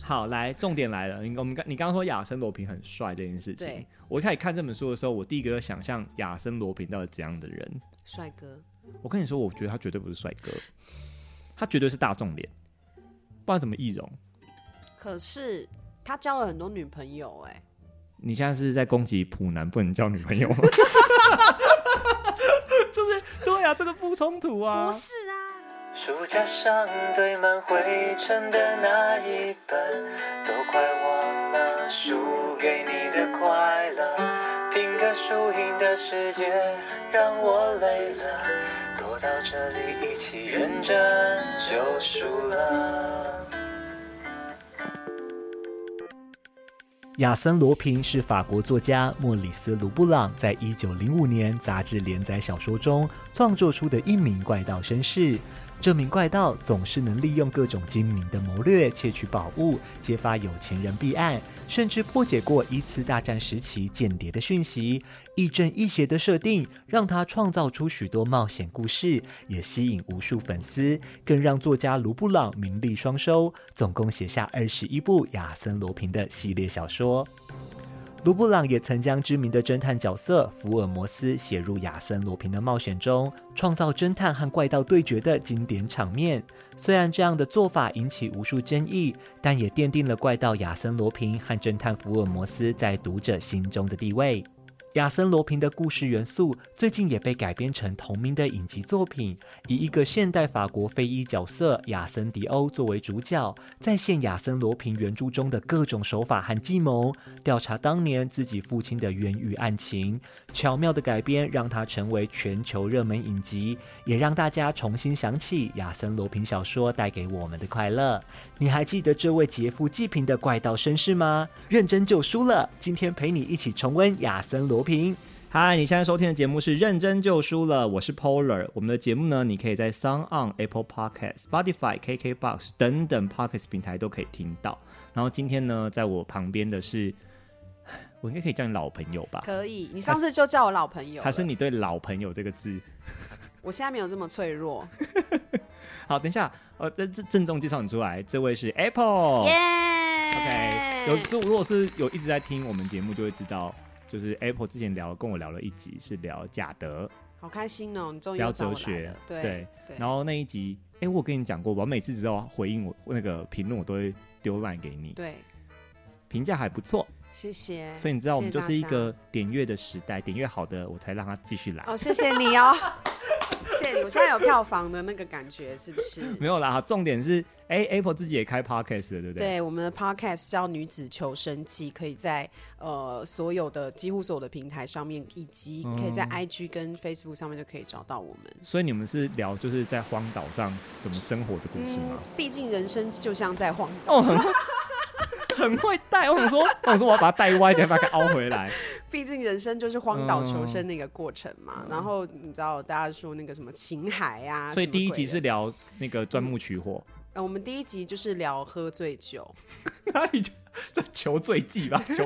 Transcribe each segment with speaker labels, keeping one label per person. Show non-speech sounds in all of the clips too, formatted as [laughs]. Speaker 1: 好，来，重点来了。你我们刚你刚刚说亚森罗平很帅这件事情
Speaker 2: 对，
Speaker 1: 我一开始看这本书的时候，我第一个就想象亚森罗平到底怎样的人。
Speaker 2: 帅哥，
Speaker 1: 我跟你说，我觉得他绝对不是帅哥，他绝对是大众脸，不然怎么易容。
Speaker 2: 可是他交了很多女朋友、哎，
Speaker 1: 你现在是在攻击普男不能交女朋友吗？ [laughs] 就是对啊，这个不冲突啊
Speaker 2: 不。是啊，
Speaker 3: 书架上堆满灰尘的那一本，都快忘了输给你的快乐。拼个输赢的世界让我累了，躲到这里一起认真就输了。
Speaker 4: 亚森·罗平是法国作家莫里斯·卢布朗在一九零五年杂志连载小说中创作出的一名怪盗绅士。这名怪盗总是能利用各种精明的谋略窃取宝物，揭发有钱人弊案，甚至破解过一次大战时期间谍的讯息。亦正亦邪的设定让他创造出许多冒险故事，也吸引无数粉丝，更让作家卢布朗名利双收，总共写下二十一部亚森·罗平的系列小说。卢布朗也曾将知名的侦探角色福尔摩斯写入亚森·罗平的冒险中，创造侦探和怪盗对决的经典场面。虽然这样的做法引起无数争议，但也奠定了怪盗亚森·罗平和侦探福尔摩斯在读者心中的地位。亚森·罗平的故事元素最近也被改编成同名的影集作品，以一个现代法国非裔角色亚森·迪欧作为主角，再现亚森·罗平原著中的各种手法和计谋，调查当年自己父亲的冤狱案情。巧妙的改编让它成为全球热门影集，也让大家重新想起亚森·罗平小说带给我们的快乐。你还记得这位劫富济贫的怪盗绅士吗？认真就输了。今天陪你一起重温亚森·罗平。
Speaker 1: 嗨，你现在收听的节目是《认真就输了》，我是 Polar。我们的节目呢，你可以在 s o n On、Apple Podcast、Spotify、KKBox 等等 Podcast 平台都可以听到。然后今天呢，在我旁边的是，我应该可以叫你老朋友吧？
Speaker 2: 可以。你上次就叫我老朋友了，
Speaker 1: 还是你对“老朋友”这个字？
Speaker 2: 我现在没有这么脆弱，
Speaker 1: 好，等一下，呃，这这郑重介绍你出来，这位是 Apple。
Speaker 2: 耶
Speaker 1: 哦 OK，有是如果是有一直在听我们节目，就会知道，就是 Apple 之前聊跟我聊了一集，是聊贾德，
Speaker 2: 好开心哦，你终于
Speaker 1: 聊
Speaker 2: 又找
Speaker 1: 哲
Speaker 2: 我来
Speaker 1: 学
Speaker 2: 了，，对对
Speaker 1: 然后那一集，哎、我有跟你讲过吧，我每次只要回应我那个评论，我都会丢 line 给你，
Speaker 2: 对，
Speaker 1: 评价还不错，
Speaker 2: 谢谢。
Speaker 1: 所以你知道我们就
Speaker 2: 谢谢
Speaker 1: 是一
Speaker 2: 大家
Speaker 1: 个点阅的时代，点阅好的我才让他继续来。
Speaker 2: 哦，谢谢你哦， [laughs] 谢谢你。我现在有票房的那个感觉，是不是？
Speaker 1: 没有啦，重点是，哎、a p p l e 自己也开 podcast 了，对不对？
Speaker 2: 对，我们的 podcast 叫《女子求生记》，可以在呃所有的几乎所有的平台上面，以及可以在
Speaker 1: 嗯
Speaker 2: IG 跟 Facebook 上面就可以找到我们。
Speaker 1: 所以你们是聊就是在荒岛上怎么生活的故事吗？
Speaker 2: 嗯毕竟人生就像在晃，
Speaker 1: 哦，很会很会带。我想说，我想说我要把它带歪，等下把它给凹回来。
Speaker 2: [laughs] 毕竟人生就是荒岛求
Speaker 1: 嗯
Speaker 2: 生那个过程嘛。然后你知道大家说那个什么情海 [laughs] 啊，
Speaker 1: 所以
Speaker 2: 什么
Speaker 1: 第一
Speaker 2: 鬼
Speaker 1: 集
Speaker 2: 的嗯
Speaker 1: 是、聊那个钻木取火，
Speaker 2: 呃，我们第一集就是聊喝醉酒，
Speaker 1: [laughs] 哪里就这求醉技
Speaker 2: [laughs]
Speaker 1: 吧？求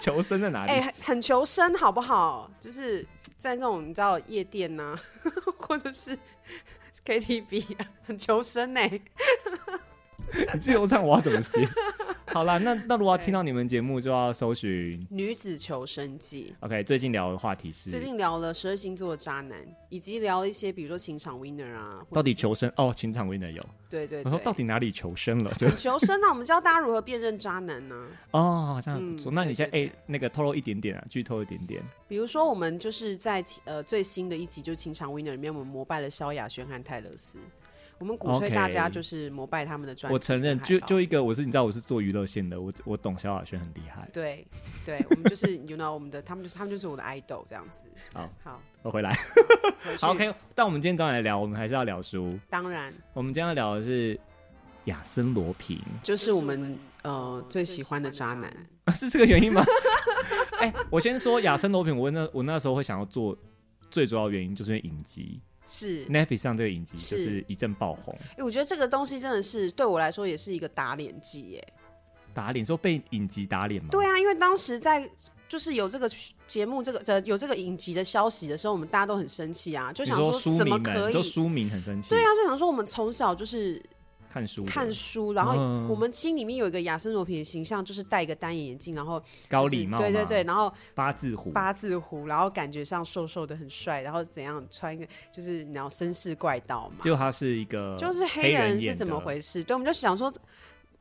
Speaker 1: 求生在哪里？
Speaker 2: 哎、很很求生好不好？就是在那种你知道夜店呐、 [laughs] 或者是 KTV 啊，很求生呢、
Speaker 1: 你 [laughs] 自由唱我要怎么
Speaker 2: [laughs]
Speaker 1: 接？好啦，那那如果要
Speaker 2: 对
Speaker 1: 听到你们节目，就要搜寻。
Speaker 2: 女子求生记。
Speaker 1: OK，最近聊的话题是
Speaker 2: 最近聊了十二星座的渣男，以及聊了一些比如说情场 winner 啊，或
Speaker 1: 到
Speaker 2: 者
Speaker 1: 底
Speaker 2: 是
Speaker 1: 求生哦，情场 winner 有。
Speaker 2: 对对
Speaker 1: 我
Speaker 2: 对，
Speaker 1: 说到底哪里求生了？就
Speaker 2: 很求生啊？我们教大家如何辨认渣男啊呢、
Speaker 1: 哦，好像不错。
Speaker 2: 嗯
Speaker 1: 那你
Speaker 2: 对
Speaker 1: 先哎、
Speaker 2: 对对
Speaker 1: 那个透露一点点啊，剧透一点点。
Speaker 2: 比如说我们就是在呃最新的一集就是情场 winner 里面，我们膜拜了萧亚轩和泰勒斯。我们鼓吹
Speaker 1: OK
Speaker 2: 大家就是膜拜他们的专辑。
Speaker 1: 我承认，就就一个我是你知道我是做娱乐线的，我我懂萧亚轩很厉害。
Speaker 2: 对对，我们就是 [laughs] you know 我们的，他们就是他们就是我的 idol 这样子。
Speaker 1: 好
Speaker 2: 好
Speaker 1: 我回来。
Speaker 2: 回去
Speaker 1: 好，OK，但我们今天早上来聊，我们还是要聊书。
Speaker 2: 当然
Speaker 1: 我们今天要聊的是亚森罗平，
Speaker 2: 就是我们呃最喜欢的渣男。
Speaker 1: [laughs] 是这个原因吗？哎、我先说亚森罗平，我那我那时候会想要做，最主要原因就是因为影集
Speaker 2: 是，
Speaker 1: Netflix 上这个影集就是是一阵爆红，
Speaker 2: 哎，我觉得这个东西真的是对我来说也是一个打脸记耶。
Speaker 1: 打脸说被影集打脸嘛？
Speaker 2: 对啊，因为当时在就是有这个节目这个呃有这个影集的消息的时候，我们大家都很生气啊，就
Speaker 1: 你
Speaker 2: 想
Speaker 1: 说书
Speaker 2: 怎么
Speaker 1: 迷们，
Speaker 2: 可
Speaker 1: 你
Speaker 2: 以
Speaker 1: 说书迷很生气，
Speaker 2: 对啊，就想说我们从小就是
Speaker 1: 看书的，
Speaker 2: 看书，然后
Speaker 1: 嗯
Speaker 2: 我们心里面有一个亚森罗平的形象，就是戴一个单眼眼镜，然后就是
Speaker 1: 高礼貌嘛，
Speaker 2: 对对对，然后
Speaker 1: 八字胡，
Speaker 2: 八字胡，然后感觉上瘦瘦的很帅，然后怎样穿一个就是你知道绅士怪盗嘛，
Speaker 1: 就他是一个
Speaker 2: 就是
Speaker 1: 黑
Speaker 2: 黑人是
Speaker 1: 演
Speaker 2: 怎么
Speaker 1: 的
Speaker 2: 回事？对，我们就想说，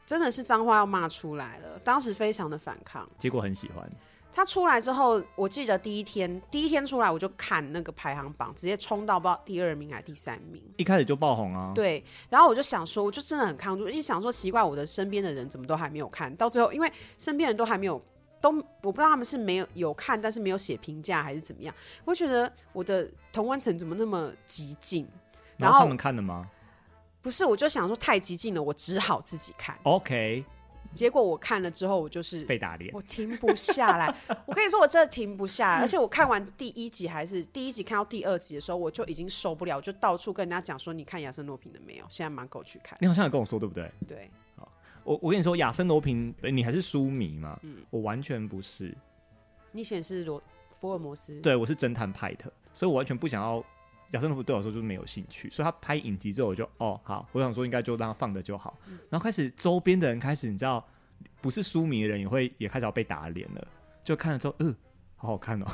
Speaker 2: 真的是脏话要骂出来了，当时非常的反抗。
Speaker 1: 结果很喜欢，
Speaker 2: 他出来之后，我记得第一天，第一天出来我就看那个排行榜，直接冲到不知道第二名还是第三名。
Speaker 1: 一开始就爆红啊。
Speaker 2: 对，然后我就想说，我就真的很抗拒，一直想说奇怪，我的身边的人怎么都还没有看到最后，因为身边人都还没有，都我不知道他们是没有有看，但是没有写评价还是怎么样，我觉得我的同温层怎么那么激进？
Speaker 1: 然
Speaker 2: 然后
Speaker 1: 他们看了吗
Speaker 2: 不是，我就想说太激进了，我只好自己看。
Speaker 1: ？OK，
Speaker 2: 结果我看了之后，我就是
Speaker 1: 被打脸。
Speaker 2: 我停不下来。我跟你说，我真的停不下来。而且我看完第一集还是第一集看到第二集的时候，我就已经受不了，我就到处跟人家讲说：“你看亚森诺平的没有？”现在满狗去看。
Speaker 1: 你好像有跟我说对不对？
Speaker 2: 对，
Speaker 1: 我我跟你说，亚森罗平，呃你还是书迷嘛？
Speaker 2: 嗯
Speaker 1: 我完全不是，
Speaker 2: 你显示罗福尔摩斯。
Speaker 1: 对我是侦探派的，所以我完全不想要。亚森罗平对我来说就是没有兴趣，所以他拍影集之后，我就哦好，我想说应该就让他放着就好。
Speaker 2: 嗯
Speaker 1: 然后开始周边的人开始，你知道，不是书迷的人也会也开始要被打脸了，就看了之后，嗯、好好看哦。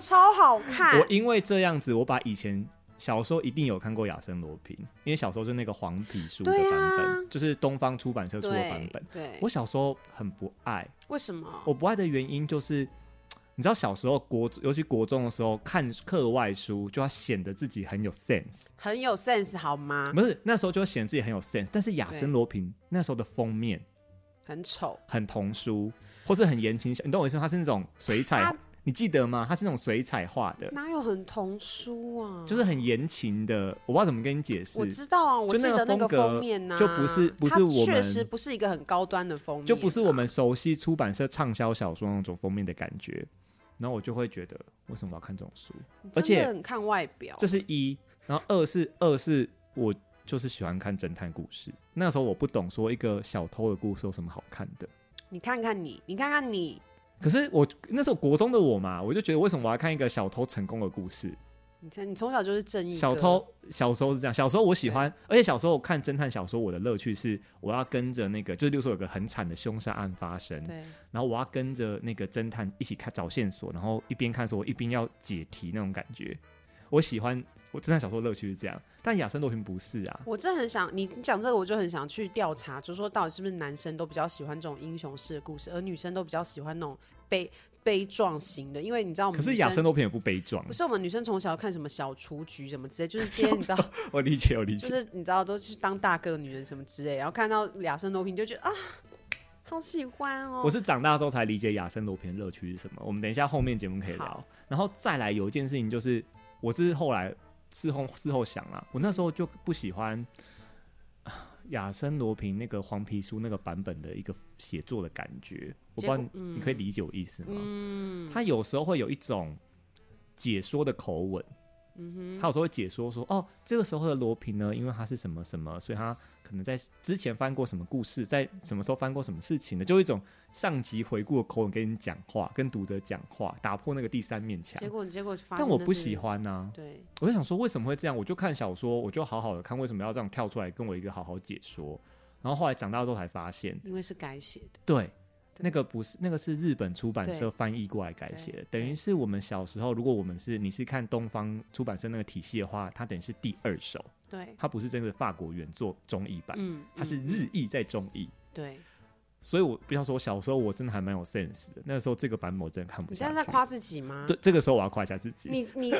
Speaker 2: 超好看
Speaker 1: 我。因为这样子，我把以前小时候一定有看过《亚森罗平》，因为小时候就那个黄皮书的版
Speaker 2: 对啊
Speaker 1: 本，就是东方出版社出的版
Speaker 2: 对
Speaker 1: 本。
Speaker 2: 对，
Speaker 1: 我小时候很不爱，
Speaker 2: 为什么？
Speaker 1: 我不爱的原因就是，你知道小时候国，尤其国中的时候看课外书，就要显得自己很有 sense，、
Speaker 2: 很有 sense 好吗？
Speaker 1: 不是那时候就要显得自己很有 sense，但是《亚森罗平》那时候的封面
Speaker 2: 很丑。
Speaker 1: 很童书，或是很言情小，你懂我意思吗？它是那种水彩
Speaker 2: 它，
Speaker 1: 你记得吗？它是那种水彩画的。
Speaker 2: 哪有很童书啊？
Speaker 1: 就是很言情的，我不知道怎么跟你解释。
Speaker 2: 我知道啊，我
Speaker 1: 就
Speaker 2: 记
Speaker 1: 那个
Speaker 2: 得那
Speaker 1: 风
Speaker 2: 个
Speaker 1: 格
Speaker 2: 封面呐、
Speaker 1: 就不是不是
Speaker 2: 它
Speaker 1: 我
Speaker 2: 确
Speaker 1: 们
Speaker 2: 实不是一个很高端的封面啊、
Speaker 1: 就不是我们熟悉出版社畅销小说那种封面的感觉。然后我就会觉得，为什么我要看这种书？
Speaker 2: 你
Speaker 1: 而
Speaker 2: 真
Speaker 1: 且
Speaker 2: 的很看外表，
Speaker 1: 这是一，然后二是二是我就是喜欢看侦探故事。那时候我不懂说一个小偷的故事有什么好看的，
Speaker 2: 你看看你，你看看你，
Speaker 1: 可是我那时候国中的我嘛，我就觉得为什么我要看一个小偷成功的故事？
Speaker 2: 你真你从小就是正义
Speaker 1: 小
Speaker 2: 哥
Speaker 1: 偷小时候是这样，小时候我喜欢，而且小时候我看侦探小说，我的乐趣是我要跟着那个，就是例如说有个很惨的凶杀案发生，
Speaker 2: 对，
Speaker 1: 然后我要跟着那个侦探一起看找线索，然后一边看的时候我一边要解题那种感觉。我喜欢我侦探小说乐趣是这样，但亚森罗平不是啊。
Speaker 2: 我真的很想你你讲这个，我就很想去调查，就说到底是不是男生都比较喜欢这种英雄式的故事，而女生都比较喜欢那种悲悲壮型的，因为你知道我们
Speaker 1: 可是
Speaker 2: 女
Speaker 1: 亚
Speaker 2: 生
Speaker 1: 森罗平也不悲壮
Speaker 2: 不，是我们女生从小看什么小雏菊什么之类，就是这些你知道，
Speaker 1: 我理解，我理
Speaker 2: 就
Speaker 1: 解。
Speaker 2: 是你知道都是当大哥的女人什么之类，然后看到亚森罗平就觉得啊，好喜欢哦。
Speaker 1: 我是长大之后才理解亚森罗平的乐趣是什么。我们等一下后面节目可以聊
Speaker 2: 好。
Speaker 1: 然后再来有一件事情就是，我是后来事后事后想啊，我那时候就不喜欢啊亚森罗平那个黄皮书那个版本的一个写作的感觉。我不知道
Speaker 2: 结
Speaker 1: 你
Speaker 2: 果嗯
Speaker 1: 你可以理解我意思吗？
Speaker 2: 嗯，
Speaker 1: 他有时候会有一种解说的口吻，嗯哼，他有时候会解说说，哦，这个时候的罗平呢，因为他是什么什么，所以他可能在之前翻过什么故事，在什么时候翻过什么事情的，就有一种上集回顾的口吻跟你讲话，跟读者讲话，打破那个第三面墙
Speaker 2: 结。果你结果发现
Speaker 1: 但我
Speaker 2: 那
Speaker 1: 不
Speaker 2: 是
Speaker 1: 喜，欢呐、
Speaker 2: 对，
Speaker 1: 我就想说为什么会这样？我就看小说，我就好好的看，为什么要这样跳出来跟我一个好好解说？然后后来长大之后才发现，
Speaker 2: 因为是改写的。
Speaker 1: 对，
Speaker 2: 对
Speaker 1: 那个不是那个是日本出版社
Speaker 2: 对
Speaker 1: 翻译过来改写的，
Speaker 2: 对
Speaker 1: 等于是我们小时候，如果我们是你是看东方出版社那个体系的话，它等于是第二手，
Speaker 2: 对，
Speaker 1: 它不是真的法国原作中译版，
Speaker 2: 嗯，
Speaker 1: 它是
Speaker 2: 嗯
Speaker 1: 日译在中译。
Speaker 2: 对。
Speaker 1: 所以我不要说小时候我真的还蛮有 sense 的，那时候这个版本我真的看不
Speaker 2: 你
Speaker 1: 下
Speaker 2: 现
Speaker 1: 去。
Speaker 2: 在在夸自己吗？
Speaker 1: 对，这个时候我要夸一下自己。
Speaker 2: 你你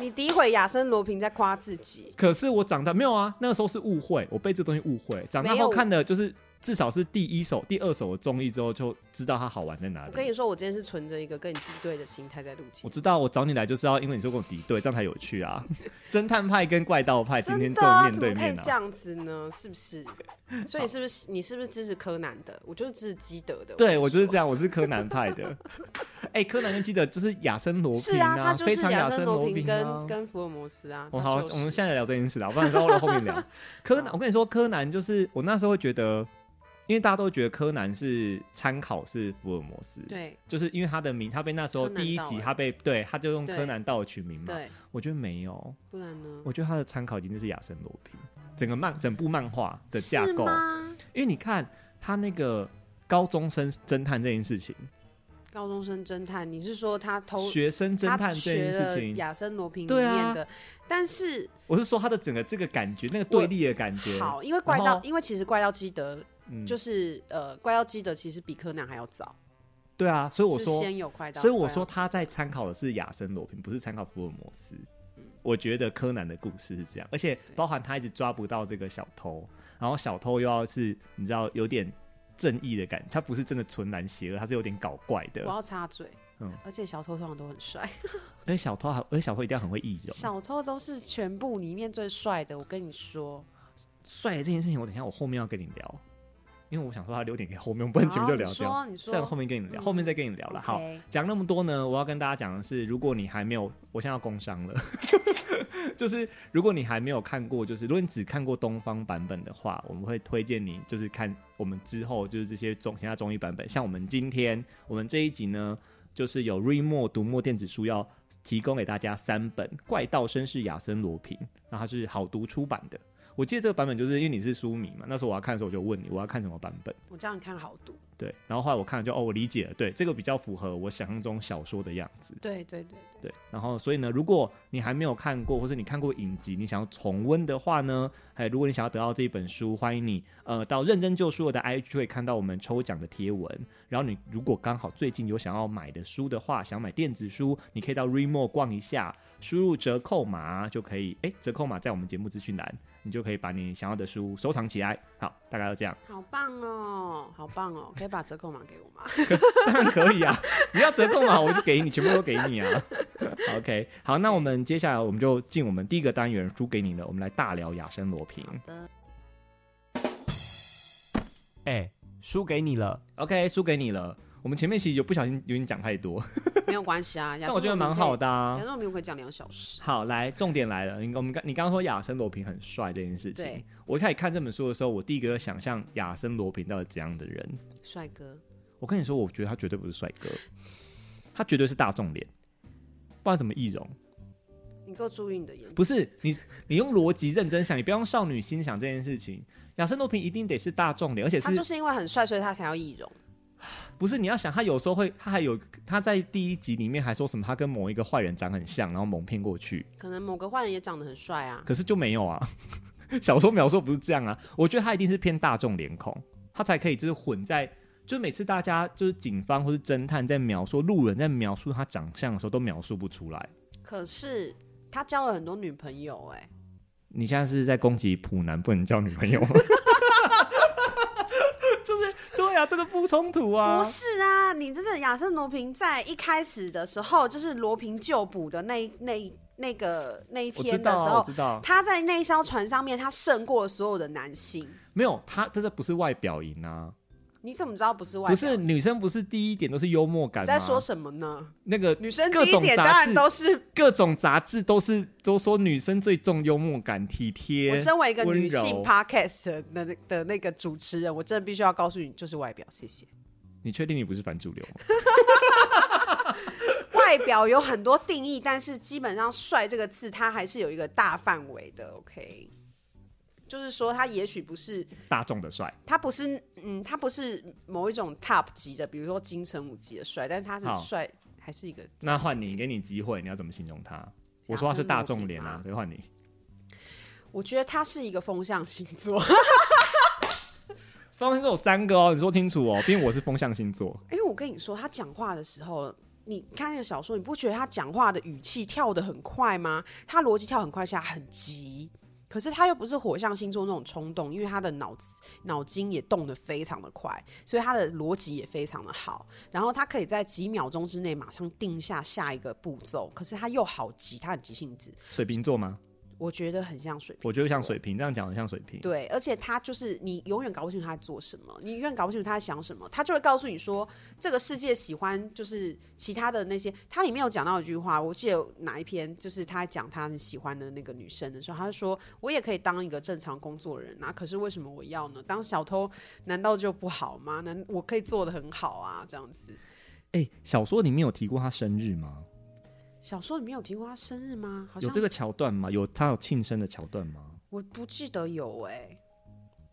Speaker 2: 你诋毁亚森罗平在夸自己，
Speaker 1: 可是我长大没有啊，那个时候是误会，我被这东西误会。长大
Speaker 2: 没
Speaker 1: 后
Speaker 2: 有
Speaker 1: 看的就是至少是第一手、第二手的综艺之后，就知道它好玩在哪
Speaker 2: 我
Speaker 1: 里。
Speaker 2: 跟你说，我今天是存着一个跟你敌对的心态在录节
Speaker 1: 我
Speaker 2: 目。
Speaker 1: 知道，我找你来就是要因为你是跟我敌对，这样才有趣啊！侦探派跟怪盗派今天
Speaker 2: 真
Speaker 1: 就
Speaker 2: 的啊，
Speaker 1: 面
Speaker 2: 怎么
Speaker 1: 对
Speaker 2: 可以
Speaker 1: 面
Speaker 2: 这
Speaker 1: 啊！
Speaker 2: 样子呢？是不是？所以你是不是你是不是支持柯南的？我就是支持基德的。
Speaker 1: 对，我就是这
Speaker 2: 样。
Speaker 1: 样，我是柯南派的。哎、柯南跟基德就是亚森罗
Speaker 2: 是
Speaker 1: 平
Speaker 2: 啊，他就
Speaker 1: 非
Speaker 2: 是
Speaker 1: 常
Speaker 2: 森
Speaker 1: 森
Speaker 2: 罗
Speaker 1: 平啊
Speaker 2: 跟。跟福尔摩斯啊。
Speaker 1: 我
Speaker 2: 他
Speaker 1: 好，
Speaker 2: 就是
Speaker 1: 我们啊
Speaker 2: [laughs]
Speaker 1: 现在来聊这件事啦，不然之后后面聊。柯南，我跟你说，柯南就是我那时候会觉得，因为大家都觉得柯南是参考是福尔摩斯，，
Speaker 2: 对
Speaker 1: 就是因为他的名，他被那时候
Speaker 2: 柯南
Speaker 1: 第一
Speaker 2: 道
Speaker 1: 集
Speaker 2: 尔
Speaker 1: 他被对，他就用
Speaker 2: 对
Speaker 1: 柯南道尔取名嘛，
Speaker 2: 对，
Speaker 1: 我觉得没有，
Speaker 2: 不然呢？
Speaker 1: 嗯我觉得他的参考已经就是亚森罗平整个漫整部漫画的架
Speaker 2: 是
Speaker 1: 构，
Speaker 2: 吗？
Speaker 1: 因为你看他那个高中生侦探这件事情，
Speaker 2: 高中生侦探，你是说他偷
Speaker 1: 学生侦探
Speaker 2: 哦他
Speaker 1: 这
Speaker 2: 学
Speaker 1: 件
Speaker 2: 了
Speaker 1: 事情，
Speaker 2: 亚森罗平里
Speaker 1: 对啊
Speaker 2: 面的，但是
Speaker 1: 我是说他的整个这个感觉，那个对立的感觉，
Speaker 2: 好，因为怪盗
Speaker 1: 后，
Speaker 2: 因为其实怪盗基德
Speaker 1: 嗯，
Speaker 2: 就是呃，怪盗基德其实比柯南还要早，
Speaker 1: 对啊，所以我
Speaker 2: 是
Speaker 1: 说
Speaker 2: 先有怪盗，
Speaker 1: 所以我说
Speaker 2: 怪盗基
Speaker 1: 他在参考的是亚森罗平，不是参考福尔摩斯。
Speaker 2: 嗯
Speaker 1: 我觉得柯南的故事是这样，而且包含他一直抓不到这个小偷，然后小偷又要是你知道有点正义的感觉，他不是真的纯然邪恶，他是有点搞怪的
Speaker 2: 德我。要插嘴，
Speaker 1: 嗯
Speaker 2: 而且小偷通常都很帅，
Speaker 1: [laughs] 而且小偷还，而且小偷一定要很会易容。
Speaker 2: 小偷都是全部里面最帅的，我跟你说，
Speaker 1: 帅的这件事情，我等一下我后面要跟你聊，因为我想说他留点给后 [laughs] 面，我不然前面就聊掉。
Speaker 2: 好你说你说嗯
Speaker 1: 算了后面跟你聊，后面再跟你聊了。好
Speaker 2: OK，
Speaker 1: 讲那么多呢，我要跟大家讲的是，如果你还没有，我现在要工商了， [laughs] 就是如果你还没有看过，就是如果你只看过东方版本的话，我们会推荐你就是看我们之后就是这些中其他中医版本，像我们今天我们这一集呢，就是有瑞墨读墨电子书要提供给大家三本《怪盗绅士亚森罗平》，那它是好读出版的。我记得这个版本就是因为你是书迷嘛，那时候我要看的时候我就问你我要看什么版本。
Speaker 2: 我这样看好读，
Speaker 1: 对，然后后来我看了就哦，我理解了，对，这个比较符合我想象中小说的样子，
Speaker 2: 对对对，
Speaker 1: 对。然后所以呢，如果你还没有看过，或是你看过影集，你想要重温的话呢，还有如果你想要得到这一本书，欢迎你呃到认真旧书我的 IG 会看到我们抽奖的贴文。然后你如果刚好最近有想要买的书的话，想买电子书，你可以到 Remo 逛一下，输入折扣码就可以，诶，折扣码在我们节目资讯栏，你就可以把你想要的书收藏起来。好，大概就这样。
Speaker 2: 好棒哦，好棒哦，可以把折扣码给我吗？
Speaker 1: 当然 [laughs] 可以啊，你要折扣嘛，我就给你，全部都给你啊。OK，好，那我们接下来我们就进我们第一个单元，输给你了，我们来大聊亚森罗平。
Speaker 4: 哎，输给你了。
Speaker 1: OK，输给你了。我们前面其实就不小心有点讲太
Speaker 2: [laughs]
Speaker 1: 多，
Speaker 2: 没有关
Speaker 1: [laughs]
Speaker 2: 系啊，
Speaker 1: 但我觉得蛮好的、
Speaker 2: 啊，
Speaker 1: 啊
Speaker 2: 反。正我们又可以讲两小时，
Speaker 1: 好，来，重点来了。你我们刚你刚刚说亚森罗平很帅这件事情
Speaker 2: 对，
Speaker 1: 我一开始看这本书的时候，我第一个想象亚森罗平到底怎样的人。
Speaker 2: 帅哥，
Speaker 1: 我跟你说，我觉得他绝对不是帅哥，他绝对是大众脸，不然怎么易容。
Speaker 2: 你给我注意你的眼睛，
Speaker 1: 不是你，你用逻辑认真想，你不要用少女心想这件事情。亚森罗平一定得是大众脸，而且
Speaker 2: 他
Speaker 1: 是
Speaker 2: 就是因为很帅，所以他才要易容。
Speaker 1: 不是你要想他有时候会，他还有他在第一集里面还说什么他跟某一个坏人长很像，然后蒙骗过去，
Speaker 2: 可能某个坏人也长得很帅啊，
Speaker 1: 可是就没有啊。 [laughs] 小说描述不是这样啊，我觉得他一定是偏大众脸孔，他才可以就是混在，就是每次大家就是警方或是侦探在描述路人在描述他长相的时候都描述不出来。
Speaker 2: 可是他交了很多女朋友哎、
Speaker 1: 你现在是在攻击普男不能交女朋友吗？ [laughs] 就是对啊，这个不冲突啊
Speaker 2: 不。是啊，你真的亚瑟罗平在一开始的时候，就是罗平救捕的那一那一那个那一
Speaker 1: 我知
Speaker 2: 篇的
Speaker 1: 道
Speaker 2: 时
Speaker 1: 啊，我
Speaker 2: 候
Speaker 1: 知，道，
Speaker 2: 他在那一艘船上面，他胜过了所有的男性。
Speaker 1: 没有他，这个不是外表赢啊，
Speaker 2: 你怎么知道不是外
Speaker 1: 不
Speaker 2: 表？
Speaker 1: 是女生，不是第一点都是幽默感
Speaker 2: 你
Speaker 1: 吗？
Speaker 2: 在说什么呢？
Speaker 1: 那个
Speaker 2: 女生
Speaker 1: 各
Speaker 2: 第一
Speaker 1: 种
Speaker 2: 点当
Speaker 1: 杂
Speaker 2: 然
Speaker 1: 志，
Speaker 2: 都是。
Speaker 1: 各种杂志都是都说女生最重幽默感、体贴。
Speaker 2: 我身为一个
Speaker 1: 温
Speaker 2: 女
Speaker 1: 柔
Speaker 2: 性 podcast 的那的那个主持人，我真的必须要告诉你，就是外表，谢谢。
Speaker 1: 你确定你不是反主流吗？ [laughs]
Speaker 2: 外表有很多定义，但是基本上“帅”这个字，它还是有一个大范围的。OK，就是说，他也许不是，
Speaker 1: 大众的帅，
Speaker 2: 他不是，嗯，他不是某一种 top 级的，比如说金城武级的帅，但是他是
Speaker 1: 好
Speaker 2: 帅，还是一个
Speaker 1: 那换你，给你机会，你要怎么形容他？我说他是大众脸
Speaker 2: 亚
Speaker 1: 啊
Speaker 2: 森罗平吗，
Speaker 1: 所以换你。
Speaker 2: 我觉得他是一个风象星座，
Speaker 1: 方向座有三个哦，你说清楚哦，毕竟我是风象星座。
Speaker 2: 因为我跟你说，他讲话的时候，你看那个小说，你不觉得他讲话的语气跳得很快吗？他逻辑跳很快，下很急，可是他又不是火象星座那种冲动，因为他的脑子脑筋也动得非常的快，所以他的逻辑也非常的好。然后他可以在几秒钟之内马上定下下一个步骤，可是他又好急，他很急性子。
Speaker 1: 水瓶座吗？
Speaker 2: 我觉得很像水瓶，
Speaker 1: 我觉得像水。瓶，这样讲很像水瓶。
Speaker 2: 对，而且他就是你永远搞不清楚他在做什么，你永远搞不清楚他在想什么，他就会告诉你说这个世界喜欢就是其他的那些。他里面有讲到一句话，我记得哪一篇就是他讲他喜欢的那个女生的时候，他就说我也可以当一个正常工作人啊，可是为什么我要呢？当小偷难道就不好吗？难我可以做的很好啊，这样子。
Speaker 1: 哎、小说里面有提过他生日吗？
Speaker 2: 小说里面有提过他生日吗？好
Speaker 1: 有
Speaker 2: 像
Speaker 1: 这个桥段吗？有他有庆生的桥段吗？
Speaker 2: 我不记得有哎、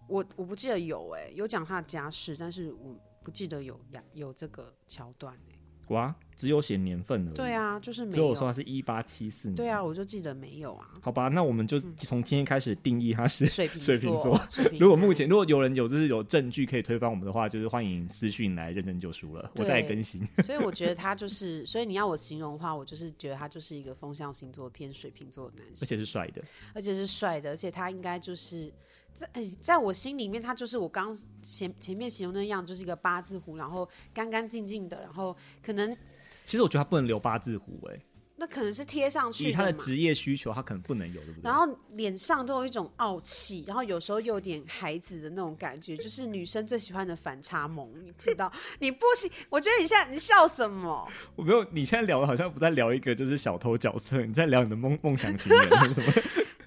Speaker 2: 我我不记得有哎、有讲他的家世，但是我不记得有呀有这个桥段哎、
Speaker 1: 哇，只有写年份而已。
Speaker 2: 对，啊，就是没
Speaker 1: 嗯只有
Speaker 2: 有。
Speaker 1: 说他是一八七四年。
Speaker 2: 对啊，，我就记得没有
Speaker 1: [laughs]
Speaker 2: 啊。
Speaker 1: 好吧，那我们就从今天开始定义他是。
Speaker 2: 水瓶
Speaker 1: 水瓶座
Speaker 2: 座，水瓶
Speaker 1: [laughs]
Speaker 2: 啊
Speaker 1: 如果目前如果有人有就是有证据可以推翻我们的话，就是欢迎私讯来认真救赎了，我
Speaker 2: 对
Speaker 1: 再更
Speaker 2: [laughs]
Speaker 1: 新。
Speaker 2: 所以我觉得他就是，所以你要我形容的话，我就是觉得他就是一个风象星座偏水瓶座的男
Speaker 1: 而
Speaker 2: 生，
Speaker 1: 且是帅的，
Speaker 2: 而且是帅的，而且他应该就是在、哎在我心里面，他就是我刚前前面形容那样，就是一个八字胡，然后干干净净的，然后可能
Speaker 1: 其实我觉得他不能留八字胡、哎，
Speaker 2: 那可能是贴上去
Speaker 1: 以他的
Speaker 2: 嘛，
Speaker 1: 职业需求，他可能不能有，对不对
Speaker 2: 然？后脸上都有一种傲气，然后有时候又有点孩子的那种感觉，就是女生最喜欢的反差萌，你知道？你不行，我觉得你现在你笑什么？
Speaker 1: 我没有，你现在聊的好像不在聊一个就是小偷角色，你在聊你的梦梦想情
Speaker 2: [laughs]
Speaker 1: 人什么？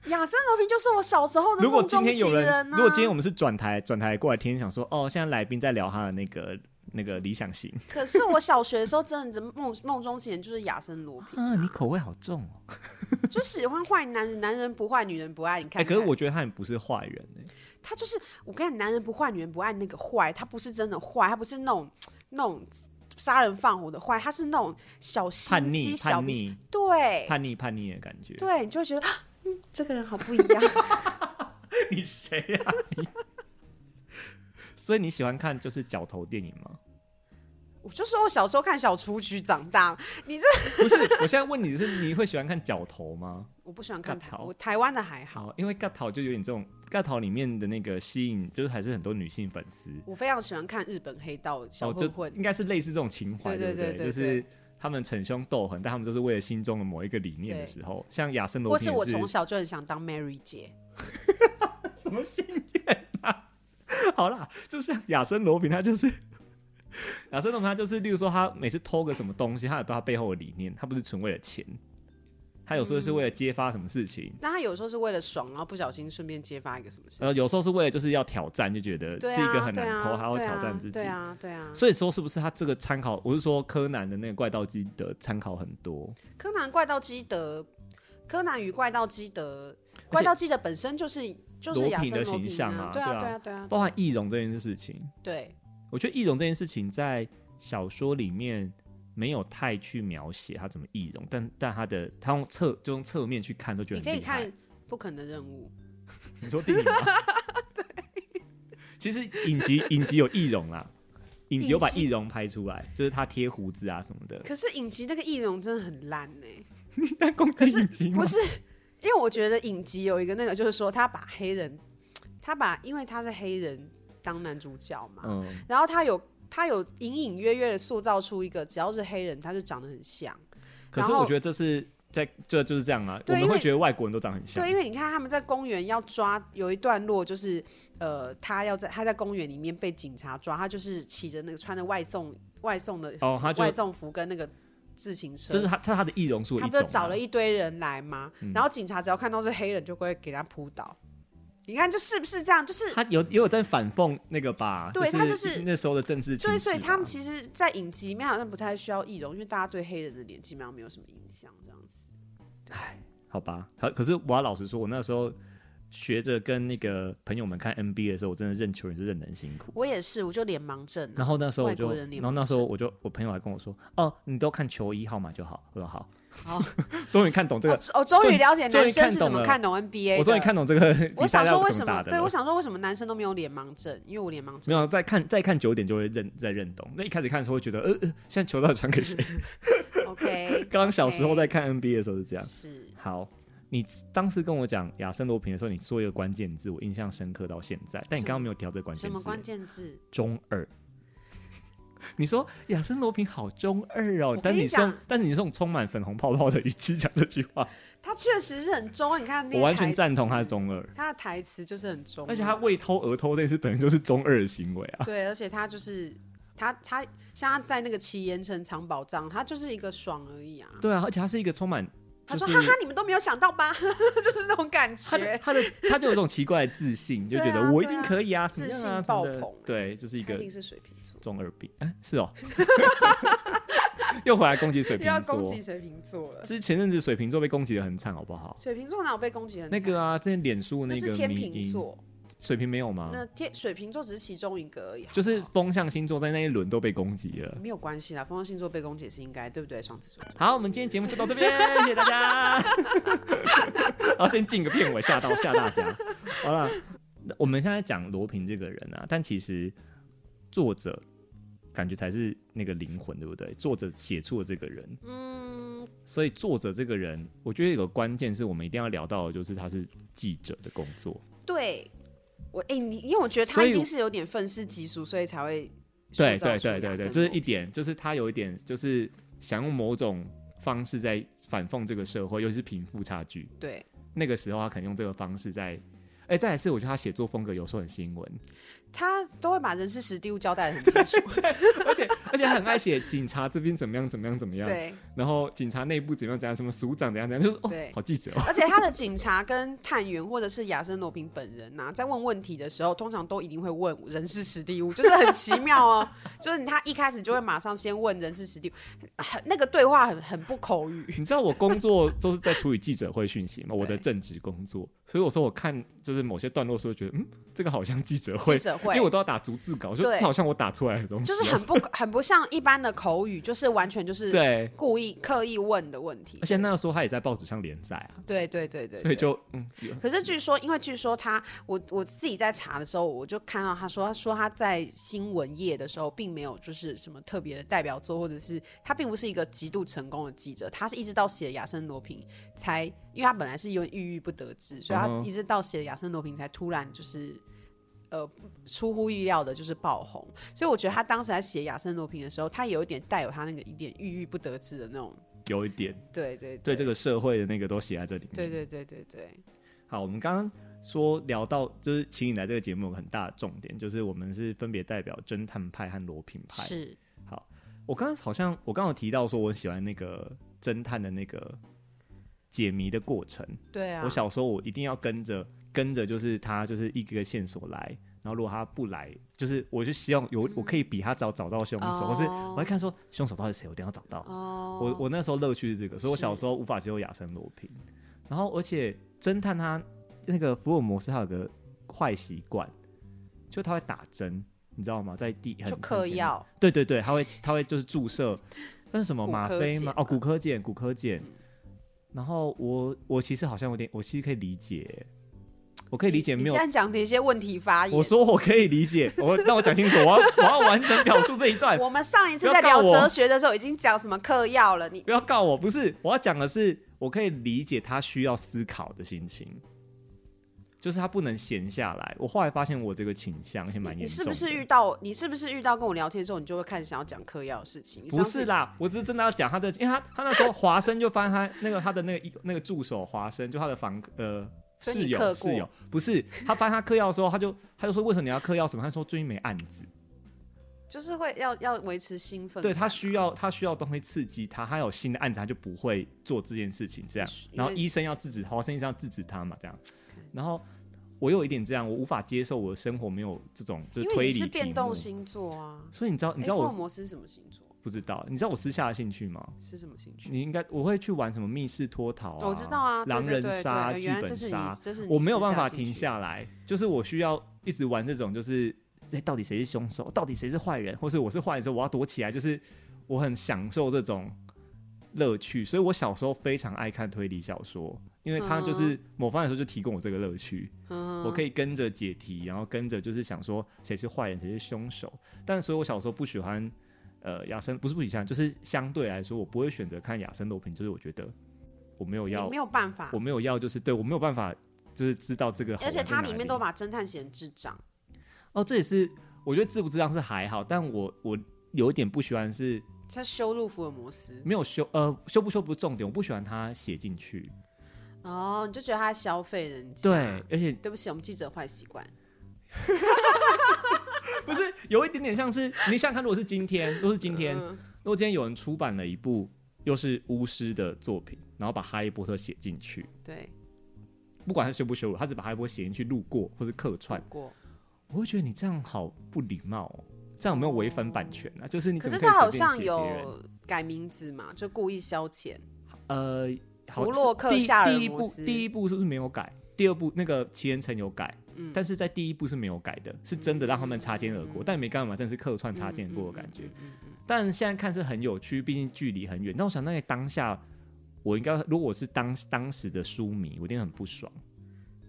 Speaker 2: 亚森罗平就是我小时候的
Speaker 1: 如果
Speaker 2: 梦
Speaker 1: 今
Speaker 2: 中
Speaker 1: 天有
Speaker 2: 情
Speaker 1: 人，
Speaker 2: 人、啊、
Speaker 1: 如果今天我们是转台转台过来听，想说哦，现在来宾在聊他的那个那个理想型
Speaker 2: 可是我小学的时候真的梦梦中情人就是亚森罗平，
Speaker 1: 啊，你口味好重哦。
Speaker 2: 就喜欢坏男人，男人不坏，女人不爱。你
Speaker 1: 哎、
Speaker 2: 看看
Speaker 1: 可是我觉得他也不是坏人哎、
Speaker 2: 他就是我跟你讲，男人不坏，女人不爱那个坏，他不是真的坏，他不是那种那种杀人放火的坏，他是那种小心
Speaker 1: 叛
Speaker 2: 机、
Speaker 1: 逆
Speaker 2: 小
Speaker 1: 叛
Speaker 2: 脾气
Speaker 1: 逆
Speaker 2: 对，
Speaker 1: 叛逆叛逆的感觉。
Speaker 2: 对，你就会觉得，啊嗯，这个人好不一样。 [laughs]
Speaker 1: 你谁呀、啊？你所以你喜欢看就是角头电影吗？ [laughs]
Speaker 2: 我就说我小时候看小雏菊长大，你这
Speaker 1: 不是，我现在问你的是你会喜欢看角头吗？
Speaker 2: 我不喜欢
Speaker 1: 干
Speaker 2: 看台，
Speaker 1: 桃
Speaker 2: 我台湾的还好，
Speaker 1: 好，因为尬桃就有点这种尬桃里面的那个吸引，就是还是很多女性粉丝。
Speaker 2: 我非常喜欢看日本黑道小
Speaker 1: 哦，
Speaker 2: 混
Speaker 1: 就
Speaker 2: 混。
Speaker 1: 应该是类似这种情怀，
Speaker 2: 对
Speaker 1: 不
Speaker 2: 对对对
Speaker 1: 就是他们逞凶斗狠，但他们都是为了心中的某一个理念的
Speaker 2: 对
Speaker 1: 时候，像亚森罗
Speaker 2: 或
Speaker 1: 平
Speaker 2: 是
Speaker 1: 也
Speaker 2: 我从小就很想当 Mary 姐，
Speaker 1: 什么信念啊？ [laughs] 好啦，就像亚森罗平，他就是 [laughs] 亚森罗平，他就是，例如说他每次偷个什么东西，他有他背后的理念，他不是纯为了钱，他有时候是为了揭发什么事情。
Speaker 2: 但她有时候是为了爽，然后不小心顺便揭发一个什么事情。
Speaker 1: 然后哦有时候是为了就是要挑战，就觉得这
Speaker 2: 对
Speaker 1: 一
Speaker 2: 啊，
Speaker 1: 个很
Speaker 2: 对
Speaker 1: 难
Speaker 2: 啊
Speaker 1: 偷，他要
Speaker 2: 对啊
Speaker 1: 挑战自己
Speaker 2: 对。啊，对啊。
Speaker 1: 所以说是不是他这个参考，我是说柯南的那个怪盗基德参考很多，
Speaker 2: 柯南怪盗基德，柯南与怪盗基德，
Speaker 1: 且
Speaker 2: 怪盗基德本身就是就是
Speaker 1: 罗
Speaker 2: 亚
Speaker 1: 品
Speaker 2: 森
Speaker 1: 的
Speaker 2: 罗
Speaker 1: 形
Speaker 2: 平
Speaker 1: 象
Speaker 2: 啊
Speaker 1: 啊，
Speaker 2: 对啊，
Speaker 1: 对
Speaker 2: 对
Speaker 1: 啊
Speaker 2: 啊，对啊，
Speaker 1: 包含易容这件事情。
Speaker 2: 对
Speaker 1: 我觉得易容这件事情在小说里面没有太去描写他怎么易容，但但他的他用侧就用侧面去看都觉
Speaker 2: 你
Speaker 1: 得
Speaker 2: 可
Speaker 1: 很
Speaker 2: 以
Speaker 1: 厉害。
Speaker 2: 看《不可能的任务》。
Speaker 1: 你说电影
Speaker 2: [laughs]
Speaker 1: 吗？对。 [laughs] 其实影集影集有易容啦，影集有把
Speaker 2: 影集
Speaker 1: 易容拍出来，就是他贴胡子啊什么
Speaker 2: [laughs]
Speaker 1: 的。
Speaker 2: 可是影集那个易容真的很烂呢、
Speaker 1: 但攻击影集吗
Speaker 2: 不？是？因为我觉得影集有一个那个，就是说他把黑人，他把因为他是黑人当男主角嘛，
Speaker 1: 嗯，
Speaker 2: 然后他有他有隐隐约约的塑造出一个，只要是黑人他就长得很像。
Speaker 1: 可是
Speaker 2: 然后
Speaker 1: 我觉得这是在这就是这样啊，我
Speaker 2: 对
Speaker 1: 们
Speaker 2: 因
Speaker 1: 会
Speaker 2: 为
Speaker 1: 觉得外国人都长很像
Speaker 2: 对，。因为你看他们在公园要抓有一段落，就是呃，他要在他在公园里面被警察抓，他就是骑着那个穿着外送外送的、
Speaker 1: 哦，他就
Speaker 2: 外送服跟那个自行车，
Speaker 1: 这是他他他的易容术的
Speaker 2: 他
Speaker 1: 一
Speaker 2: 不
Speaker 1: 种嗯
Speaker 2: 就
Speaker 1: 啊。
Speaker 2: 找了一堆人来吗？然后警察只要看到是黑人，就会给他扑倒。你看，就是不是这样？就是
Speaker 1: 他有也有在反讽那个吧？
Speaker 2: 对他就是
Speaker 1: 那时候的政治情
Speaker 2: 对，
Speaker 1: 势
Speaker 2: 所以他们
Speaker 1: 吧
Speaker 2: 其实，在影集里面好像不太需要易容，因为大家对黑人的脸基本上没有什么印象，这样子。
Speaker 1: 好吧，可可是我要老实说，我那时候学着跟那个朋友们看 NBA 的时候，我真的认球员是认得很辛苦。
Speaker 2: 我也是，我就脸盲症、啊
Speaker 1: 然。后那时候我
Speaker 2: 外
Speaker 1: 就，
Speaker 2: 国人联
Speaker 1: 然
Speaker 2: 盟
Speaker 1: 后那时候我就，我朋友还跟我说，哦，你都看球衣号码就好，我说好，
Speaker 2: [laughs] 好
Speaker 1: [laughs] 终于看懂这
Speaker 2: 我
Speaker 1: 个，
Speaker 2: 哦，终于了解
Speaker 1: 啊终于
Speaker 2: 男生是
Speaker 1: 看
Speaker 2: 怎
Speaker 1: 懂
Speaker 2: 么
Speaker 1: 了
Speaker 2: 看懂 NBA 的
Speaker 1: 我终于看懂这个比
Speaker 2: 我
Speaker 1: 赛
Speaker 2: 想
Speaker 1: 要
Speaker 2: 说为
Speaker 1: 怎
Speaker 2: 什
Speaker 1: 么打
Speaker 2: 么？
Speaker 1: 的
Speaker 2: 对，
Speaker 1: 了
Speaker 2: 我。想说为什么男生都没有脸盲症？因为我脸盲症
Speaker 1: 没。有，再看再看九点就会认再认懂。那一开始看的时候会觉得，呃，呃现在球到底传给
Speaker 2: [laughs]
Speaker 1: 谁？
Speaker 2: OK，
Speaker 1: 刚刚小时候在
Speaker 2: OK，
Speaker 1: 看 NBA 的时候 [laughs] 是这样。
Speaker 2: 是
Speaker 1: 好，你当时跟我讲亚森罗平的时候，你说一个关键字，我印象深刻到现在。但你
Speaker 2: 什么
Speaker 1: 刚刚没有提到这个关键
Speaker 2: 什
Speaker 1: 字，
Speaker 2: 么关键字？
Speaker 1: 中二。 [laughs] 你说亚森罗平好中二哦，
Speaker 2: 我
Speaker 1: 但
Speaker 2: 跟你
Speaker 1: 你是用
Speaker 2: 讲
Speaker 1: 但你是用充满粉红泡泡的语气讲这句 [laughs] 话，
Speaker 2: 他确实是很中，你看那
Speaker 1: 我
Speaker 2: 个
Speaker 1: 完
Speaker 2: 台
Speaker 1: 全
Speaker 2: 词
Speaker 1: 赞同他是中二，
Speaker 2: 他的台词就是很中，啊
Speaker 1: 而且他为偷而偷这件事本身就是中二的行为 [laughs] 啊。
Speaker 2: 对，而且他就是他他像他在那个齐岩城藏宝藏，他就是一个爽而已啊。
Speaker 1: 对啊，而且他是一个充满，
Speaker 2: 他
Speaker 1: 就
Speaker 2: 说
Speaker 1: 是
Speaker 2: 哈哈，你们都没有想到吧， [laughs] 就是那种感
Speaker 1: 他的
Speaker 2: 觉，
Speaker 1: 他的他就有一种奇怪的自信，就
Speaker 2: [laughs] 对啊
Speaker 1: 觉得我一
Speaker 2: 对啊
Speaker 1: 定可以啊，怎
Speaker 2: 自
Speaker 1: 么样
Speaker 2: 信
Speaker 1: 啊
Speaker 2: 爆
Speaker 1: 什么的
Speaker 2: 棚
Speaker 1: 对，就是一
Speaker 2: 他
Speaker 1: 个
Speaker 2: 一定是水瓶座，
Speaker 1: 中二病，哎，是哦， [laughs] 又回来攻击水
Speaker 2: [laughs] 又
Speaker 1: 瓶
Speaker 2: 要攻
Speaker 1: 座
Speaker 2: 击。水瓶座了。
Speaker 1: 之前阵子水瓶座被攻击的很惨，好不好？
Speaker 2: 水瓶座哪有被攻击很
Speaker 1: 那
Speaker 2: 惨
Speaker 1: 个啊，之前脸书
Speaker 2: 那是
Speaker 1: 个
Speaker 2: 天
Speaker 1: 迷
Speaker 2: 秤
Speaker 1: 因，
Speaker 2: 座，
Speaker 1: 水瓶没有吗？
Speaker 2: 那天水瓶座只是其中一个而已，好不好嗯
Speaker 1: 就是风象星座在那一轮都被攻击了。
Speaker 2: 没有关系啦，风象星座被攻击也是应该，对不对？双子座，
Speaker 1: 好，我们今天节目就到这边， [laughs] 谢谢大家。 [laughs] 然后先进个片尾，吓到吓大家。好了，那我们现在讲罗平这个人啊，但其实作者感觉才是那个灵魂，对不对？作者写作这个人，
Speaker 2: 嗯，
Speaker 1: 所以作者这个人，我觉得有个关键是我们一定要聊到的，就是他是记者的工作。
Speaker 2: 对，我哎、你因为我觉得他
Speaker 1: 所以
Speaker 2: 一定是有点愤世嫉俗，所以才会塑
Speaker 1: 对
Speaker 2: 造
Speaker 1: 对
Speaker 2: 出
Speaker 1: 对对
Speaker 2: 亚
Speaker 1: 对，
Speaker 2: 森
Speaker 1: 这是
Speaker 2: 罗
Speaker 1: 一点，就是他有一点，就是想用某种方式在反讽这个社会，尤其是贫富差距。
Speaker 2: 对
Speaker 1: 那个时候他可能用这个方式在，哎、再来是我觉得他写作风格有时候很新闻，
Speaker 2: 他都会把人事实地物交代的很清楚，
Speaker 1: [laughs] 而且而且他很爱写警察这边怎么样怎么样怎么样，
Speaker 2: 对，
Speaker 1: 然后警察内部怎么样怎样，什么署长怎样怎样，就是哦
Speaker 2: 对，
Speaker 1: 好记者哦， [laughs]
Speaker 2: 而且他的警察跟探员或者是亚森罗平本人呐、在问问题的时候，通常都一定会问人事实地物，就是很奇妙哦， [laughs] 就是他一开始就会马上先问人事实地物，很那个对话很很不口语，
Speaker 1: 你知道我工作都是在处理记者会讯息嘛，我的
Speaker 2: 对
Speaker 1: 正职工作，所以我说我看就是某些段落的时候觉得，嗯，这个好像记者会
Speaker 2: 记，者
Speaker 1: 因
Speaker 2: 会
Speaker 1: 为。我都要打逐字稿，我说
Speaker 2: 对
Speaker 1: 这好像我打出来的东西
Speaker 2: 就
Speaker 1: 哦、
Speaker 2: 是很不
Speaker 1: [laughs]
Speaker 2: 很不像一般的口语，就是完全就是
Speaker 1: 对，
Speaker 2: 故意刻意问的问题。
Speaker 1: 而且那个时候他也在报纸上连载啊，
Speaker 2: 对对对对，
Speaker 1: 所以
Speaker 2: 对。
Speaker 1: 就嗯，有
Speaker 2: 可是据说，因为据说他，我我自己在查的时候，我就看到他说，他说他在新闻业的时候，并没有就是什么特别的代表作，或者是他并不是一个极度成功的记者，他是一直到写亚森罗平才，因为他本来是有点郁郁不得志，所以他
Speaker 1: 嗯哼
Speaker 2: 一直到写亚森罗平才突然就是。呃，出乎意料的就是爆红，所以我觉得他当时在写亚森罗平的时候，他有一点带有他那个一点郁郁不得志的那种，
Speaker 1: 有一点
Speaker 2: 对对
Speaker 1: 对
Speaker 2: 对
Speaker 1: 这个社会的那个都写在这里面。
Speaker 2: 对对对对对，
Speaker 1: 好，我们刚刚说聊到，就是请你来这个节目有个很大的重点，就是我们是分别代表侦探派和罗品派。
Speaker 2: 是
Speaker 1: 我刚刚好像我刚刚有提到说，我喜欢那个侦探的那个解谜的过程。
Speaker 2: 对啊，
Speaker 1: 我小时候我一定要跟着跟着，就是他就是一个线索来，然后如果他不来，就是我就希望有我可以比他早找到凶手，或是我会看说凶手到底是谁，我一定要找到。
Speaker 2: 哦，
Speaker 1: 我我那时候乐趣是这个，所以我
Speaker 2: 是
Speaker 1: 小时候无法接受亚森罗平。然后，而且侦探他那个福尔摩斯，他有个坏习惯，就他会打针，你知道吗？在地很
Speaker 2: 就嗑，
Speaker 1: 很前
Speaker 2: 药
Speaker 1: 面，对对对，他会他会就是注射，那是什么
Speaker 2: 骨
Speaker 1: 吗
Speaker 2: 科
Speaker 1: 啡
Speaker 2: 碱
Speaker 1: 吗
Speaker 2: 嘛？
Speaker 1: 哦，骨科碱，骨科碱。然后我我其实好像有点，我其实可以理解，我可以理解
Speaker 2: 你
Speaker 1: 没有
Speaker 2: 现在讲的一些问题发言，
Speaker 1: 我说我可以理解，我让我讲清楚，我要我要完整表述这一段。
Speaker 2: 我们上一次
Speaker 1: 哎不
Speaker 2: 在
Speaker 1: 要告
Speaker 2: 聊
Speaker 1: 我哦
Speaker 2: 哲学的时候已经讲什么嗑药了，你
Speaker 1: 不要告我，不是我要讲的是，我可以理解他需要思考的心情，就是他不能闲下来。我后来发现我这个倾向，而且蛮
Speaker 2: 你
Speaker 1: 严
Speaker 2: 是
Speaker 1: 重
Speaker 2: 不
Speaker 1: 的。
Speaker 2: 是遇到你是不是遇到跟我聊天的时候，你就会开始想要讲嗑药的事情？你上
Speaker 1: 不
Speaker 2: 次
Speaker 1: 是，啦，我只是真的要讲他的，因为他他那时候华生就发现他那个他的那个一那个助手华生，就他的房呃
Speaker 2: 所以你
Speaker 1: 室
Speaker 2: 嗑过
Speaker 1: 友室友，不是他发现他嗑药的时候，他就他就说为什么你要嗑药什么？他说最近没案子，
Speaker 2: 就是会要要维持兴奋感，
Speaker 1: 对他需要他需要东西刺激他，他有新的案子他就不会做这件事情，这样
Speaker 2: 是。因为
Speaker 1: 然后医生要制止，华生医生要制止他嘛，这样。然后我有一点这样，我无法接受我的生活没有这种就
Speaker 2: 因
Speaker 1: 是
Speaker 2: 为
Speaker 1: 推
Speaker 2: 你
Speaker 1: 理
Speaker 2: 是
Speaker 1: 题
Speaker 2: 变动
Speaker 1: 目
Speaker 2: 星座啊，
Speaker 1: 所以你知道你知道
Speaker 2: 诶福
Speaker 1: 我
Speaker 2: 尔摩斯是什么星座？
Speaker 1: 不知道，你知道我私下的兴趣吗？
Speaker 2: 是什么星座？
Speaker 1: 你应该我会去玩什么密室脱逃、啊，
Speaker 2: 我知道啊，对
Speaker 1: 狼人
Speaker 2: 对对
Speaker 1: 杀、
Speaker 2: 对
Speaker 1: 剧
Speaker 2: 原来
Speaker 1: 本
Speaker 2: 这是你
Speaker 1: 杀，，
Speaker 2: 这是你
Speaker 1: 我没有
Speaker 2: 私
Speaker 1: 办法
Speaker 2: 兴趣
Speaker 1: 停。下来，就是我需要一直玩这种，就是哎、到底谁是凶手，到底谁是坏人，或是我是坏人的时候，我要躲起来，就是我很享受这种乐趣，所以我小时候非常爱看推理小说，因为它就是某方面来说就提供我这个乐趣，
Speaker 2: 嗯
Speaker 1: 我可以跟着解题，然后跟着就是想说谁是坏人，谁是凶手，但所以我小时候不喜欢。呃，亚森不是不喜欢，就是相对来说，我不会选择看亚森罗平，就是我觉得我没有
Speaker 2: 你
Speaker 1: 要
Speaker 2: 没有办法
Speaker 1: 我，没有要，就是对我没有办法，就是知道这个好
Speaker 2: 啊而
Speaker 1: 玩在
Speaker 2: 且
Speaker 1: 哪。
Speaker 2: 它里面都把侦探写成智障，
Speaker 1: 哦，这也是我觉得智不智障是还好，但我我有点不喜欢是
Speaker 2: 他羞辱福尔摩斯
Speaker 1: 没有修呃修不修不是重点，我不喜欢他写进去。
Speaker 2: 哦，你就觉得他在消费人家？
Speaker 1: 对，而且
Speaker 2: 对不起，我们记者坏习惯。
Speaker 1: 不是有一点点像是你想想看，如果是今天，如果是今天，
Speaker 2: 嗯
Speaker 1: 如果今天有人出版了一部又是巫师的作品，然后把哈利波特写进去，
Speaker 2: 对，
Speaker 1: 不管他羞不羞辱，他只把哈利波特写进去路过或是客串
Speaker 2: 不，过，
Speaker 1: 我会觉得你这样好不礼貌哦，这样有没有违反版权啊？就是你
Speaker 2: 可
Speaker 1: 怎么
Speaker 2: 是
Speaker 1: 以
Speaker 2: 他好
Speaker 1: 随便
Speaker 2: 像
Speaker 1: 写别人
Speaker 2: 有改名字嘛，就故意消遣。嗯
Speaker 1: 呃，好
Speaker 2: 弗洛克
Speaker 1: 是第
Speaker 2: 夏尔
Speaker 1: 第一
Speaker 2: 摩
Speaker 1: 部
Speaker 2: 斯
Speaker 1: 第一部是不是没有改？第二部那个齐人城有改，
Speaker 2: 嗯，
Speaker 1: 但是在第一部是没有改的，是真的让他们擦肩而过，但没干嘛，真的是客串擦
Speaker 2: 嗯
Speaker 1: 肩而过的感觉。但现在看是很有趣，毕竟距离很远。但我想，那个当下，我应该如果我是当当时的书迷，我一定很不爽。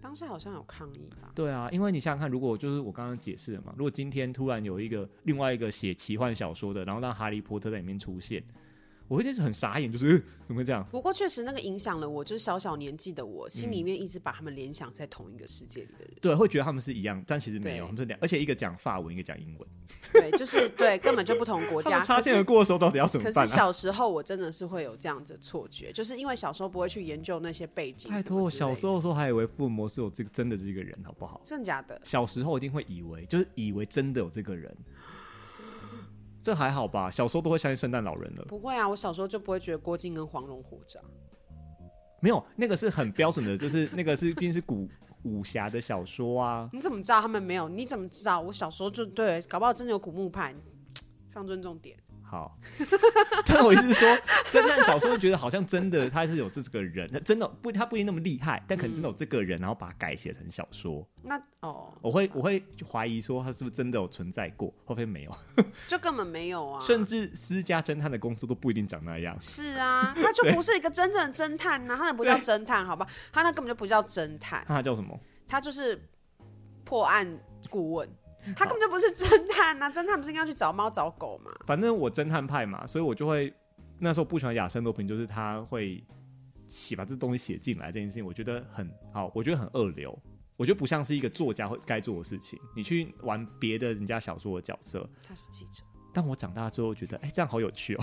Speaker 2: 当时好像有抗议吧？
Speaker 1: 对啊，因为你想想看，如果就是我刚刚解释的嘛，如果今天突然有一个另外一个写奇幻小说的，然后让哈利波特在里面出现，我会就是很傻眼，就是、呃怎么会这样？
Speaker 2: 不过确实那个影响了我，就是小小年纪的我，
Speaker 1: 嗯
Speaker 2: 心里面一直把他们联想在同一个世界里的人。
Speaker 1: 对，会觉得他们是一样，但其实没有，
Speaker 2: 对
Speaker 1: 他们是两，而且一个讲法文，一个讲英文，
Speaker 2: 对，就是 [laughs] 对，根本就不同国
Speaker 1: 他
Speaker 2: 家。
Speaker 1: 们擦
Speaker 2: 可
Speaker 1: 肩而
Speaker 2: 是
Speaker 1: 过的时候到底要怎么
Speaker 2: 可
Speaker 1: 办
Speaker 2: 是
Speaker 1: 啊？
Speaker 2: 小时候我真的是会有这样子的错觉，就是因为小时候不会去研究那些背景。
Speaker 1: [laughs] 拜托，我小时，候的时候还以为福尔摩斯有这个真的这个人，好不好？
Speaker 2: 真假的？
Speaker 1: 小时候一定会以为，就是以为真的有这个人，这还好吧？小时候都会相信圣诞老人了，
Speaker 2: 不会啊，我小时候就不会觉得郭靖跟黄蓉活着啊。
Speaker 1: 没有那个是很标准的，就是那个是毕竟是古武侠的小说啊，
Speaker 2: 你怎么知道他们没有？你怎么知道？我小时候就对，搞不好真的有古墓派。放尊重点，
Speaker 1: 好， [laughs] 但我意思是说，侦探小说会觉得好像真的他是有这个人，那真的不他不一定那么厉害，但可能真的有这个人，然后把它改写成小说，
Speaker 2: 那哦，
Speaker 1: 我会我会怀疑说他是不是真的有存在过，后面没有，
Speaker 2: 就根本没有啊。
Speaker 1: 甚至私家侦探的工作都不一定长那样。
Speaker 2: 是
Speaker 1: [laughs]
Speaker 2: 啊，他就不是一个真正的侦探啊呐、他那不叫侦探，好吧？他那根本就不叫侦探，
Speaker 1: 那他叫什么？
Speaker 2: 他就是破案顾问，他根本就不是侦探呐、侦探不是应该去找猫找狗吗？
Speaker 1: 反正我侦探派嘛，所以我就会那时候不喜欢亚森罗平，就是他会写把这东西写进来这件事情，我觉得很好，我觉得很二流，我觉得不像是一个作家会该做的事情。你去玩别的人家小说的角色，
Speaker 2: 他是记者，
Speaker 1: 但我长大之后觉得，哎、这样好有趣哦。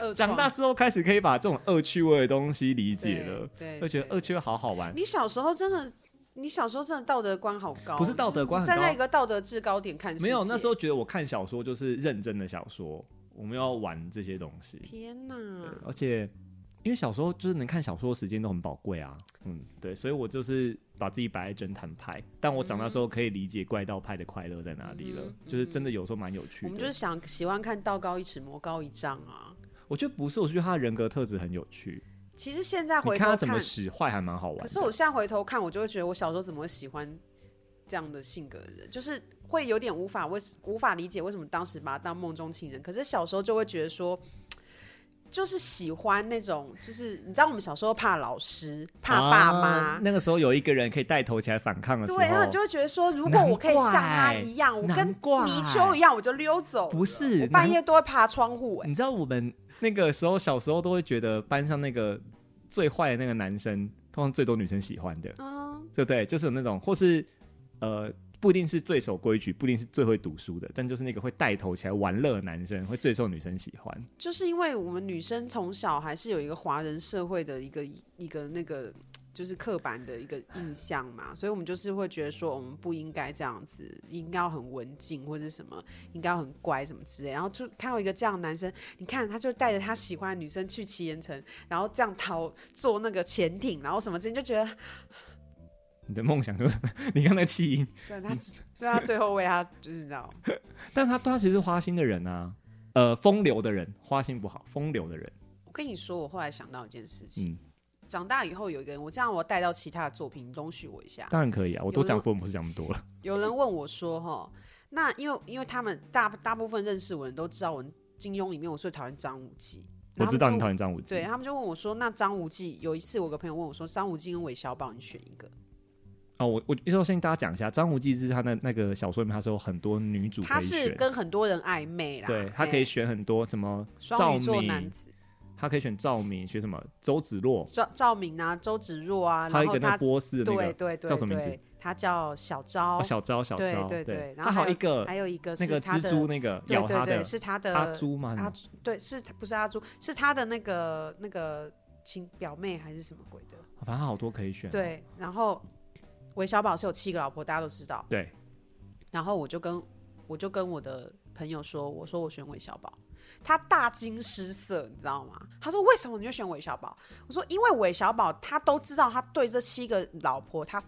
Speaker 2: 恶
Speaker 1: 长大之后开始可以把这种恶趣味的东西理解了，
Speaker 2: 对，对
Speaker 1: 会觉得
Speaker 2: 对
Speaker 1: 恶趣味好好玩。
Speaker 2: 你小时候真的，你小时候真的道德观好高，
Speaker 1: 不是道德观很
Speaker 2: 站在一
Speaker 1: 高，
Speaker 2: 个道德制高点看世界，
Speaker 1: 没有那时候觉得我看小说就是认真的小说，我们要玩这些东西。
Speaker 2: 天哪，
Speaker 1: 而且因为小时候就是能看小说的时间都很宝贵啊，嗯，对，所以我就是把自己摆在侦探派，但我长大之后可以理解怪盗派的快乐在哪里了，
Speaker 2: 嗯哼
Speaker 1: 就是真的有时候蛮有趣
Speaker 2: 我
Speaker 1: 的。
Speaker 2: 们就是想喜欢看道高一尺，魔高一丈啊。
Speaker 1: 我觉得不是，我觉得他的人格特质很有趣，
Speaker 2: 其实现在
Speaker 1: 你
Speaker 2: 回
Speaker 1: 看他
Speaker 2: 头
Speaker 1: 怎么使坏还蛮好玩的。
Speaker 2: 可是我现在回头看，我就会觉得我小时候怎么会喜欢这样的性格的人，就是会有点无法为无法理解为什么当时把他当梦中情人，可是小时候就会觉得说。就是喜欢那种，就是你知道我们小时候怕老师、怕爸妈，
Speaker 1: 啊那个时候有一个人可以带头起来反抗的时候，
Speaker 2: 对，然后你就会觉得说，如果我可以像他一样，我
Speaker 1: 难
Speaker 2: 跟
Speaker 1: 怪
Speaker 2: 泥鳅一样，我就溜走。
Speaker 1: 不是
Speaker 2: 我半
Speaker 1: 难
Speaker 2: 夜都会爬窗户、哎，
Speaker 1: 你知道我们那个时候小时候都会觉得班上那个最坏的那个男生，通常最多女生喜欢的，
Speaker 2: 嗯，
Speaker 1: 对不对？就是有那种，或是呃，不一定是最守规矩，不一定是最会读书的，但就是那个会带头起来玩乐的男生，会最受女生喜欢。
Speaker 2: 就是因为我们女生从小还是有一个华人社会的一个一个那个就是刻板的一个印象嘛，所以我们就是会觉得说，我们不应该这样子，应该要很文静或者什么，应该要很乖什么之类。然后就看到一个这样的男生，你看他就带着他喜欢的女生去奇岩城，然后这样逃坐那个潜艇，然后什么之类，就觉得
Speaker 1: 你的梦想就是你刚才弃音，
Speaker 2: 虽然他只 [laughs] 虽然他最后为他就是你知道，
Speaker 1: 但他他其实是花心的人啊，呃，风流的人，花心不好，风流的人，
Speaker 2: 我跟你说，我后来想到一件事情，
Speaker 1: 嗯，
Speaker 2: 长大以后有一个人，我这样我带到其他的作品，你容许我一下。
Speaker 1: 当然可以啊，我都
Speaker 2: 有那
Speaker 1: 讲
Speaker 2: 种
Speaker 1: 福尔摩斯讲那么多了，
Speaker 2: 有人问我说，哈，那因为因为他们大大部分认识我的人都知道，我金庸里面我最讨厌张无忌。
Speaker 1: 我知道你讨
Speaker 2: 厌。
Speaker 1: 厌张无忌
Speaker 2: 对，啊他们就问我说：“那张无忌有一次，我有个朋友问我说，张无忌跟韦小宝，你选一个。
Speaker 1: 哦，我我一首先跟大家讲一下，张无忌是他那那个小说里面，他是有很多女主
Speaker 2: 他
Speaker 1: 可以
Speaker 2: 是
Speaker 1: 选，
Speaker 2: 跟很多人暧昧啦，
Speaker 1: 对他
Speaker 2: 嘿
Speaker 1: 可以选很多什么赵
Speaker 2: 双鱼座男
Speaker 1: 敏，
Speaker 2: 子，
Speaker 1: 他可以选赵敏，选什么周芷若，
Speaker 2: 赵赵敏啊，周芷若啊，
Speaker 1: 还有
Speaker 2: 然
Speaker 1: 一
Speaker 2: 后
Speaker 1: 个那
Speaker 2: 他
Speaker 1: 波斯的那
Speaker 2: 对
Speaker 1: 个
Speaker 2: 对对
Speaker 1: 叫什么名字
Speaker 2: 对他叫小昭，
Speaker 1: 哦小昭小
Speaker 2: 对
Speaker 1: 昭，
Speaker 2: 对
Speaker 1: 对
Speaker 2: 对，然
Speaker 1: 他
Speaker 2: 后
Speaker 1: 还有一个
Speaker 2: 还有一个
Speaker 1: 那
Speaker 2: 是
Speaker 1: 个
Speaker 2: 他
Speaker 1: 蜘
Speaker 2: 的，
Speaker 1: 蛛那个
Speaker 2: 对
Speaker 1: 咬他
Speaker 2: 对
Speaker 1: 的
Speaker 2: 对，是他的
Speaker 1: 阿朱吗？
Speaker 2: 阿朱对，是他不是阿朱，是他的那个那个亲表妹还是什么鬼的？
Speaker 1: 哦反正他好多可以选。
Speaker 2: 对，然后韦小宝是有七个老婆，大家都知道。
Speaker 1: 对，
Speaker 2: 然后我就跟我就跟我的朋友说，我说我选韦小宝，他大惊失色，你知道吗？他说为什么你就选韦小宝？我说因为韦小宝他都知道他对这七个老婆他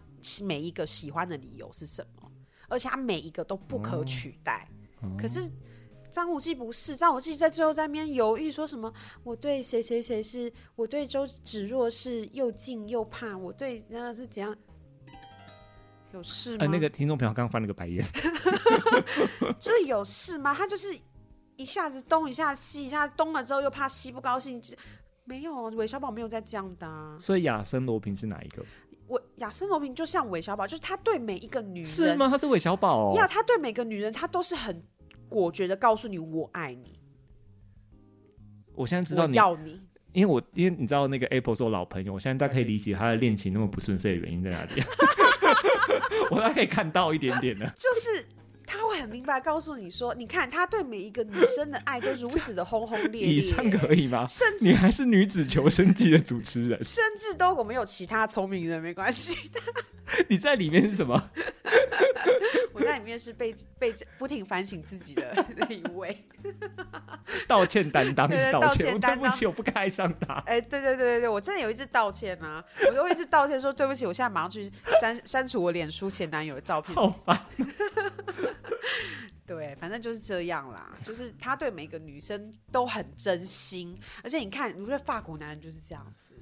Speaker 2: 每一个喜欢的理由是什么，而且他每一个都不可取代。可是。张无忌不是，张无忌在最后在那边犹豫，说什么我对谁谁谁是，我对周芷若是又敬又怕，我对真的是怎样？有事吗？
Speaker 1: 呃，那个听众朋友刚刚翻了个白
Speaker 2: [laughs]
Speaker 1: 眼，
Speaker 2: 就是有事吗？他就是一下子东一下西，一下子东了之后又怕西，不高兴。这没有，啊韦小宝没有在这样的、啊。
Speaker 1: 所以亚森罗平是哪一个？
Speaker 2: 我亚森罗平就像韦小宝，就是他对每一个女人
Speaker 1: 是吗？他是韦小宝、
Speaker 2: 呀，
Speaker 1: 哦。
Speaker 2: 他对每个女人，他都是很果决的告诉你我爱你，
Speaker 1: 我现在知道
Speaker 2: 我
Speaker 1: 你，
Speaker 2: 要你。
Speaker 1: 因为我因为你知道那个 Apple 是我老朋友，我现在大概可以理解他的恋情那么不顺遂的原因在哪里。 [laughs] 我大概可以看到一点点
Speaker 2: [laughs]
Speaker 1: 的。
Speaker 2: 就是他会很明白告诉你说，你看他对每一个女生的爱都如此的轰轰烈烈，
Speaker 1: 以上可以
Speaker 2: [laughs]
Speaker 1: 吗？
Speaker 2: 甚
Speaker 1: 你
Speaker 2: 至
Speaker 1: 还是女子求生记的主持人，
Speaker 2: 甚至都我们有其他聪明人没关系，
Speaker 1: [laughs] 你在里面是什么？ [laughs]
Speaker 2: 我在里面是被被不停反省自己的那一位。
Speaker 1: 道歉担当
Speaker 2: 对
Speaker 1: 是
Speaker 2: 对
Speaker 1: 道
Speaker 2: 道
Speaker 1: 歉，
Speaker 2: 歉
Speaker 1: 我对
Speaker 2: 担
Speaker 1: 不
Speaker 2: 当
Speaker 1: 起，我不该爱上他。
Speaker 2: 哎、对对对对对，我真的有一次道歉啊，我就会一直道歉说对不起，我现在马上去删删除我脸书前男友的照片。
Speaker 1: 好吧，
Speaker 2: [laughs] 对，反正就是这样啦，就是他对每个女生都很真心，而且你看，你觉得法国男人就是这样子，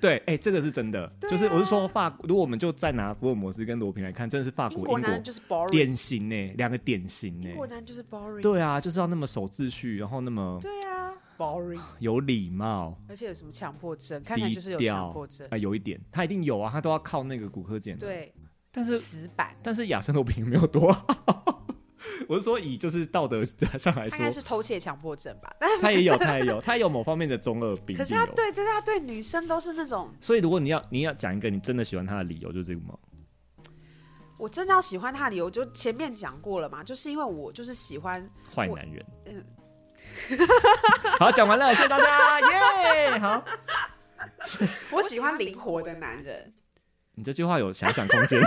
Speaker 1: 对，哎、这个是真的，
Speaker 2: 对啊
Speaker 1: 就是我是说法，如果我们就再拿福尔摩斯跟罗平来看，真的是法
Speaker 2: 英
Speaker 1: 国、
Speaker 2: 国
Speaker 1: 英
Speaker 2: 男人
Speaker 1: 国
Speaker 2: 就是 boring，
Speaker 1: 典型呢、两个典型呢、
Speaker 2: 英国男人就是 boring，
Speaker 1: 对啊，就是要那么守秩序，然后那么
Speaker 2: 对啊，boring，
Speaker 1: [sighs] 有礼貌，
Speaker 2: 而且有什么强迫症，看起来
Speaker 1: 低
Speaker 2: 就是有
Speaker 1: 调
Speaker 2: 强
Speaker 1: 啊
Speaker 2: 迫症、，
Speaker 1: 哎有一点，他一定有啊，他都要靠那个骨科检。，啊
Speaker 2: 对，
Speaker 1: 但是
Speaker 2: 死板，
Speaker 1: 但是亚森罗平没有多好， [laughs] 我是说以就是道德上来
Speaker 2: 他应
Speaker 1: 说，
Speaker 2: 该是偷窃强迫症吧，但
Speaker 1: 他也有，他也有，他也有某方面的中二病。
Speaker 2: 可是
Speaker 1: 一定
Speaker 2: 他
Speaker 1: 有
Speaker 2: 对，但是他对女生都是那种。
Speaker 1: 所以如果你要你要讲一个你真的喜欢他的理由，就是这个吗？
Speaker 2: 我真的要喜欢他的理由，就前面讲过了嘛，就是因为我就是喜欢，
Speaker 1: 坏男人。呃 [laughs] 好，讲完了，谢谢大家，耶、好，
Speaker 2: 我喜欢灵活的男人。
Speaker 1: 你这句话有遐想空间。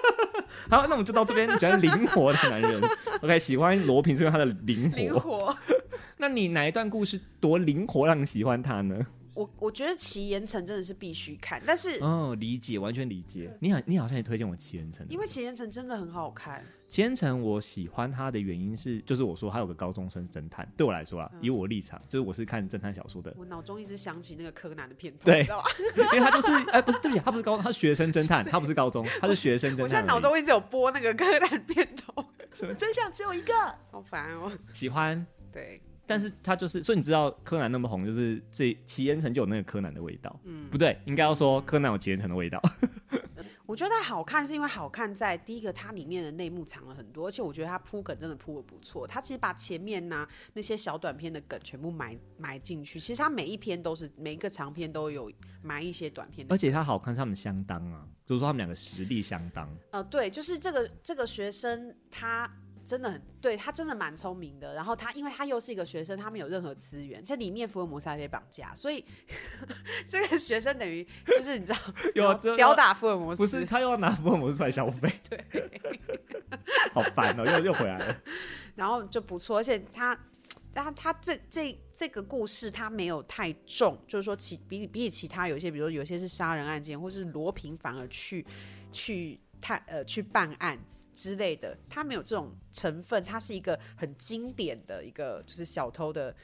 Speaker 1: [laughs] 好，那我们就到这边。喜欢灵活的男 [laughs] 人，OK，喜欢罗平是因为他的灵活。
Speaker 2: 灵活，
Speaker 1: 那你哪一段故事多灵活让你喜欢他呢？
Speaker 2: 我我觉得齐岩城真的是必须看，但是
Speaker 1: 哦，理解，完全理解。你好，你好像也推荐我齐人成，
Speaker 2: 因为齐岩城真的很好看，
Speaker 1: 齐人成我喜欢他的原因是，就是我说他有个高中生侦探，对我来说啊，以我立场，就是我是看侦探小说的
Speaker 2: 我脑中一直想起那个柯南的片段，
Speaker 1: 对
Speaker 2: 你知道吧？
Speaker 1: 因为他就是哎、不是，对不起，他不是高中，他是学生
Speaker 2: [laughs]
Speaker 1: 侦探，他不是高中，他是学生侦探而已。
Speaker 2: 我现在脑中一直有播那个柯南片段，
Speaker 1: 什么真相只有一个
Speaker 2: 好烦哦。
Speaker 1: 喜欢，
Speaker 2: 对，
Speaker 1: 但是他就是，所以你知道柯南那么红，就是这齐岩城就有那个柯南的味道，嗯，不对，应该要说柯南有齐岩城的味道， [laughs]
Speaker 2: 我觉得它好看是因为好看在第一个，它里面的内幕藏了很多，而且我觉得它铺梗真的铺的不错。它其实把前面呐那些小短片的梗全部埋埋进去，其实它每一篇都是每一个长篇都有埋一些短片的
Speaker 1: 而。且他好看，他们相当啊，就是说他们两个实力相当，
Speaker 2: 呃，对，就是这个这个学生他。真的很对他真的蛮聪明的，然后他因为他又是一个学生，他没有任何资源，这里面福尔摩斯还被绑架，所以 [laughs] 这个学生等于就是你知道
Speaker 1: 有啊
Speaker 2: 然后
Speaker 1: 这
Speaker 2: 吊打福尔摩斯，
Speaker 1: 不是他又要拿福尔摩斯出来消
Speaker 2: [laughs]
Speaker 1: 费，对，好烦哦、又又回来
Speaker 2: [laughs]
Speaker 1: 了，
Speaker 2: 然后就不错，而且他。他他这这这个故事他没有太重，就是说其比比起其他有一些，比如说有些是杀人案件，或是罗平反而去去探呃去办案之类的，他没有这种成分，他是一个很经典的一个就是小偷的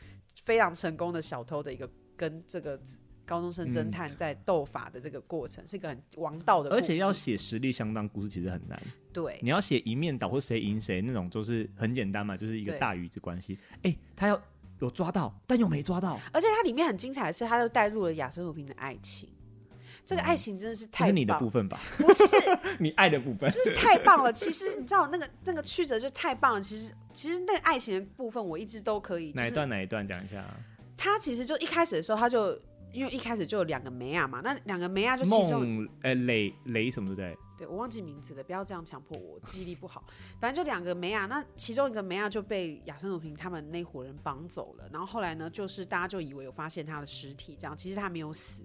Speaker 2: 非常成功的小偷的一个跟这个高中
Speaker 1: 嗯
Speaker 2: 生侦探在斗法的这个过程，是一个很王道的故
Speaker 1: 而
Speaker 2: 事，
Speaker 1: 且要写实力相当故事其实很难，
Speaker 2: 对
Speaker 1: 你要写一面倒或谁赢谁那种，就是很简单嘛，就是一个
Speaker 2: 对
Speaker 1: 大鱼的关系，哎、他要有抓到，但又没抓到。
Speaker 2: 而且它里面很精彩的是，它又带入了亚森罗平的爱情，这个爱情真的是
Speaker 1: 这
Speaker 2: 太
Speaker 1: 是
Speaker 2: 棒，
Speaker 1: 你的部分吧？
Speaker 2: 不是，
Speaker 1: [laughs] 你爱的部分。
Speaker 2: 就是太棒了。其实你知道那个那个曲折就太棒了。其实其实那个爱情的部分，我一直都可以，就
Speaker 1: 哪一
Speaker 2: 是
Speaker 1: 段哪一段讲一下啊？
Speaker 2: 他其实就一开始的时候，他就因为一开始就有两个梅亚嘛，那两个梅亚就其中
Speaker 1: 梦呃雷雷什么对不对？
Speaker 2: 对我忘记名字了，不要这样强迫我，记忆力不好。反正就两个梅亚，那其中一个梅亚就被亚森罗平他们那伙人绑走了。然后后来呢，就是大家就以为有发现他的尸体，这样其实他没有死。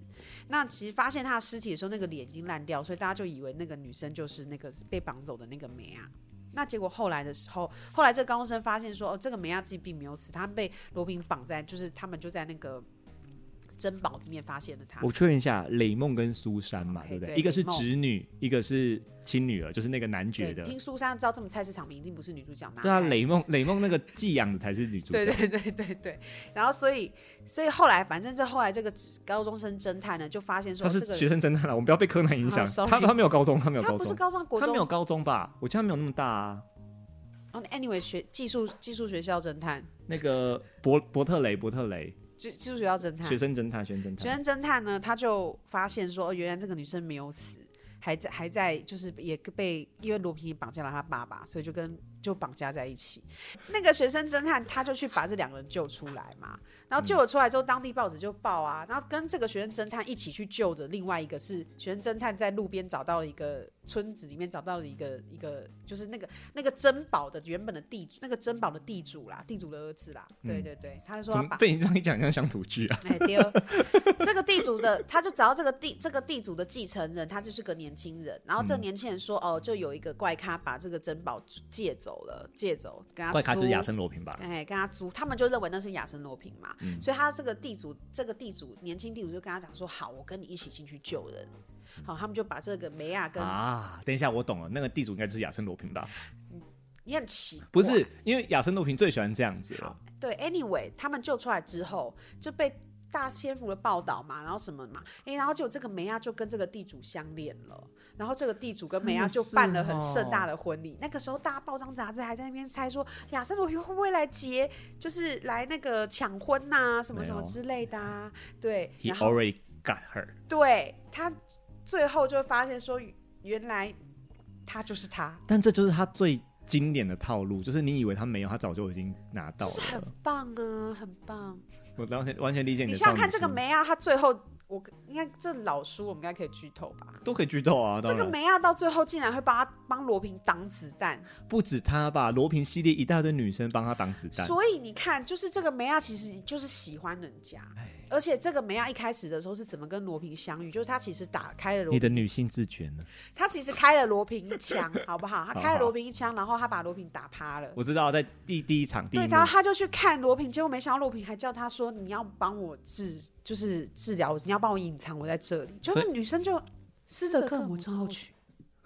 Speaker 2: 那其实发现他的尸体的时候，那个脸已经烂掉，所以大家就以为那个女生就是那个被绑走的那个梅亚。那结果后来的时候，后来这个高中生发现说，哦，这个梅亚自己并没有死，他们被罗平绑在，就是他们就在那个珍宝里面发现了他。
Speaker 1: 我确认一下，雷梦跟苏珊嘛
Speaker 2: 啊 OK，
Speaker 1: 对不对？
Speaker 2: 对
Speaker 1: 一个是
Speaker 2: 雷梦
Speaker 1: 侄女，一个是亲女儿，就是那个男爵
Speaker 2: 对，
Speaker 1: 的。
Speaker 2: 听苏珊知道这么菜市场名一定不是女主角拿
Speaker 1: 对啊，
Speaker 2: 开
Speaker 1: 雷梦雷梦那个寄养的才是女主角。
Speaker 2: 对对 [laughs] 对对对，然后所以所以后来，反正这后来这个高中生侦探呢，就发现说
Speaker 1: 他是
Speaker 2: 这个
Speaker 1: 学生侦探了，我们不要被柯南影响
Speaker 2: 啊。，sorry
Speaker 1: 他他没有高中，他没有
Speaker 2: 他
Speaker 1: 高
Speaker 2: 不是
Speaker 1: 中，
Speaker 2: 高中国
Speaker 1: 他
Speaker 2: 中
Speaker 1: 没有高中吧？我记得他没有那么大啊。
Speaker 2: 哦，anyway 学技术技术学校侦探，
Speaker 1: 那个伯伯特雷，伯特雷，
Speaker 2: 技技术学校侦探，
Speaker 1: 学生侦探，学生侦
Speaker 2: 啊学
Speaker 1: 探，
Speaker 2: 生侦探呢，他就发现说，哦原来这个女生没有死，还在还在，就是也被因为罗平绑架了他爸爸，所以就跟就绑架在一起。那个学生侦探他就去把这两个人救出来嘛，然后救了出来之后，当地报纸就报啊，然后跟这个学生侦探一起去救的另外一个是学生侦探在路边找到了一个村子里面找到了一个一个就是那个那个珍宝的原本的地主，那个珍宝的地主啦，地主的儿子啦，对
Speaker 1: 嗯
Speaker 2: 对对，他就说
Speaker 1: 怎
Speaker 2: 他
Speaker 1: 么
Speaker 2: 把
Speaker 1: 被你这样一讲像乡土剧啊？
Speaker 2: 哎，第二， [laughs] 这个地主的，他就找到这个地这个地主的继承人，他就是个年轻人。然后
Speaker 1: 嗯
Speaker 2: 这个年轻人说，哦，就有一个怪咖把这个珍宝借走了，借走跟他
Speaker 1: 怪咖
Speaker 2: 租
Speaker 1: 就是亚森罗平吧？嗯
Speaker 2: 哎，跟他租，他们就认为那是亚森罗平嘛，所以他这个地主，这个地主年轻地主就跟他讲说，好，我跟你一起进去救人。好，他们就把这个梅亚跟、
Speaker 1: 啊，等一下，我懂了，那个地主应该就是亚森罗平吧？
Speaker 2: 你很奇怪，
Speaker 1: 不是，因为亚森罗平最喜欢这样子了。
Speaker 2: 对，anyway，他们救出来之后就被大篇幅的报道嘛，然后什么嘛，诶，然后就这个梅亚就跟这个地主相恋了，然后这个地主跟梅亚就办了很盛
Speaker 1: 哦
Speaker 2: 大的婚礼。那个时候，大家报章杂志还在那边猜说亚森罗平会不会来结，就是来那个抢婚呐、什么什么
Speaker 1: 没有
Speaker 2: 之类的啊。对，
Speaker 1: He 哦
Speaker 2: 然后
Speaker 1: already got her。
Speaker 2: 对他最后就会发现说，原来他就是他。
Speaker 1: 但这就是他最经典的套路，就是你以为他没有，他早就已经拿到
Speaker 2: 就是很
Speaker 1: 了。
Speaker 2: 棒啊，很棒！
Speaker 1: 我完全完全理解你
Speaker 2: 你
Speaker 1: 的
Speaker 2: 想
Speaker 1: 少女心。
Speaker 2: 想看，这个梅亚她最后，我应该这老书我们应该可以剧透吧？
Speaker 1: 都可以剧透啊！
Speaker 2: 这个
Speaker 1: 当然
Speaker 2: 梅亚到最后竟然会帮他帮罗平挡子弹，
Speaker 1: 不止他吧，罗平系列一大堆女生帮他挡子弹。
Speaker 2: 所以你看，就是这个梅亚其实就是喜欢人家，
Speaker 1: 哎
Speaker 2: 而且这个梅亚一开始的时候是怎么跟罗平相遇？就是他其实打开了罗
Speaker 1: 你
Speaker 2: 平，
Speaker 1: 的女性自觉呢？
Speaker 2: 他其实开了罗平一枪，好不好？他
Speaker 1: 好
Speaker 2: 开了
Speaker 1: 好
Speaker 2: 罗平一枪，然后他把罗平打趴了。
Speaker 1: 我知道，在第第一场第一
Speaker 2: 对，
Speaker 1: 幕
Speaker 2: 然后他就去看罗平，结果没想到罗平还叫他说：“你要帮我治，就是治疗，你要帮我隐藏我在这里。”就
Speaker 1: 所以
Speaker 2: 是女生就斯德哥尔摩症候群，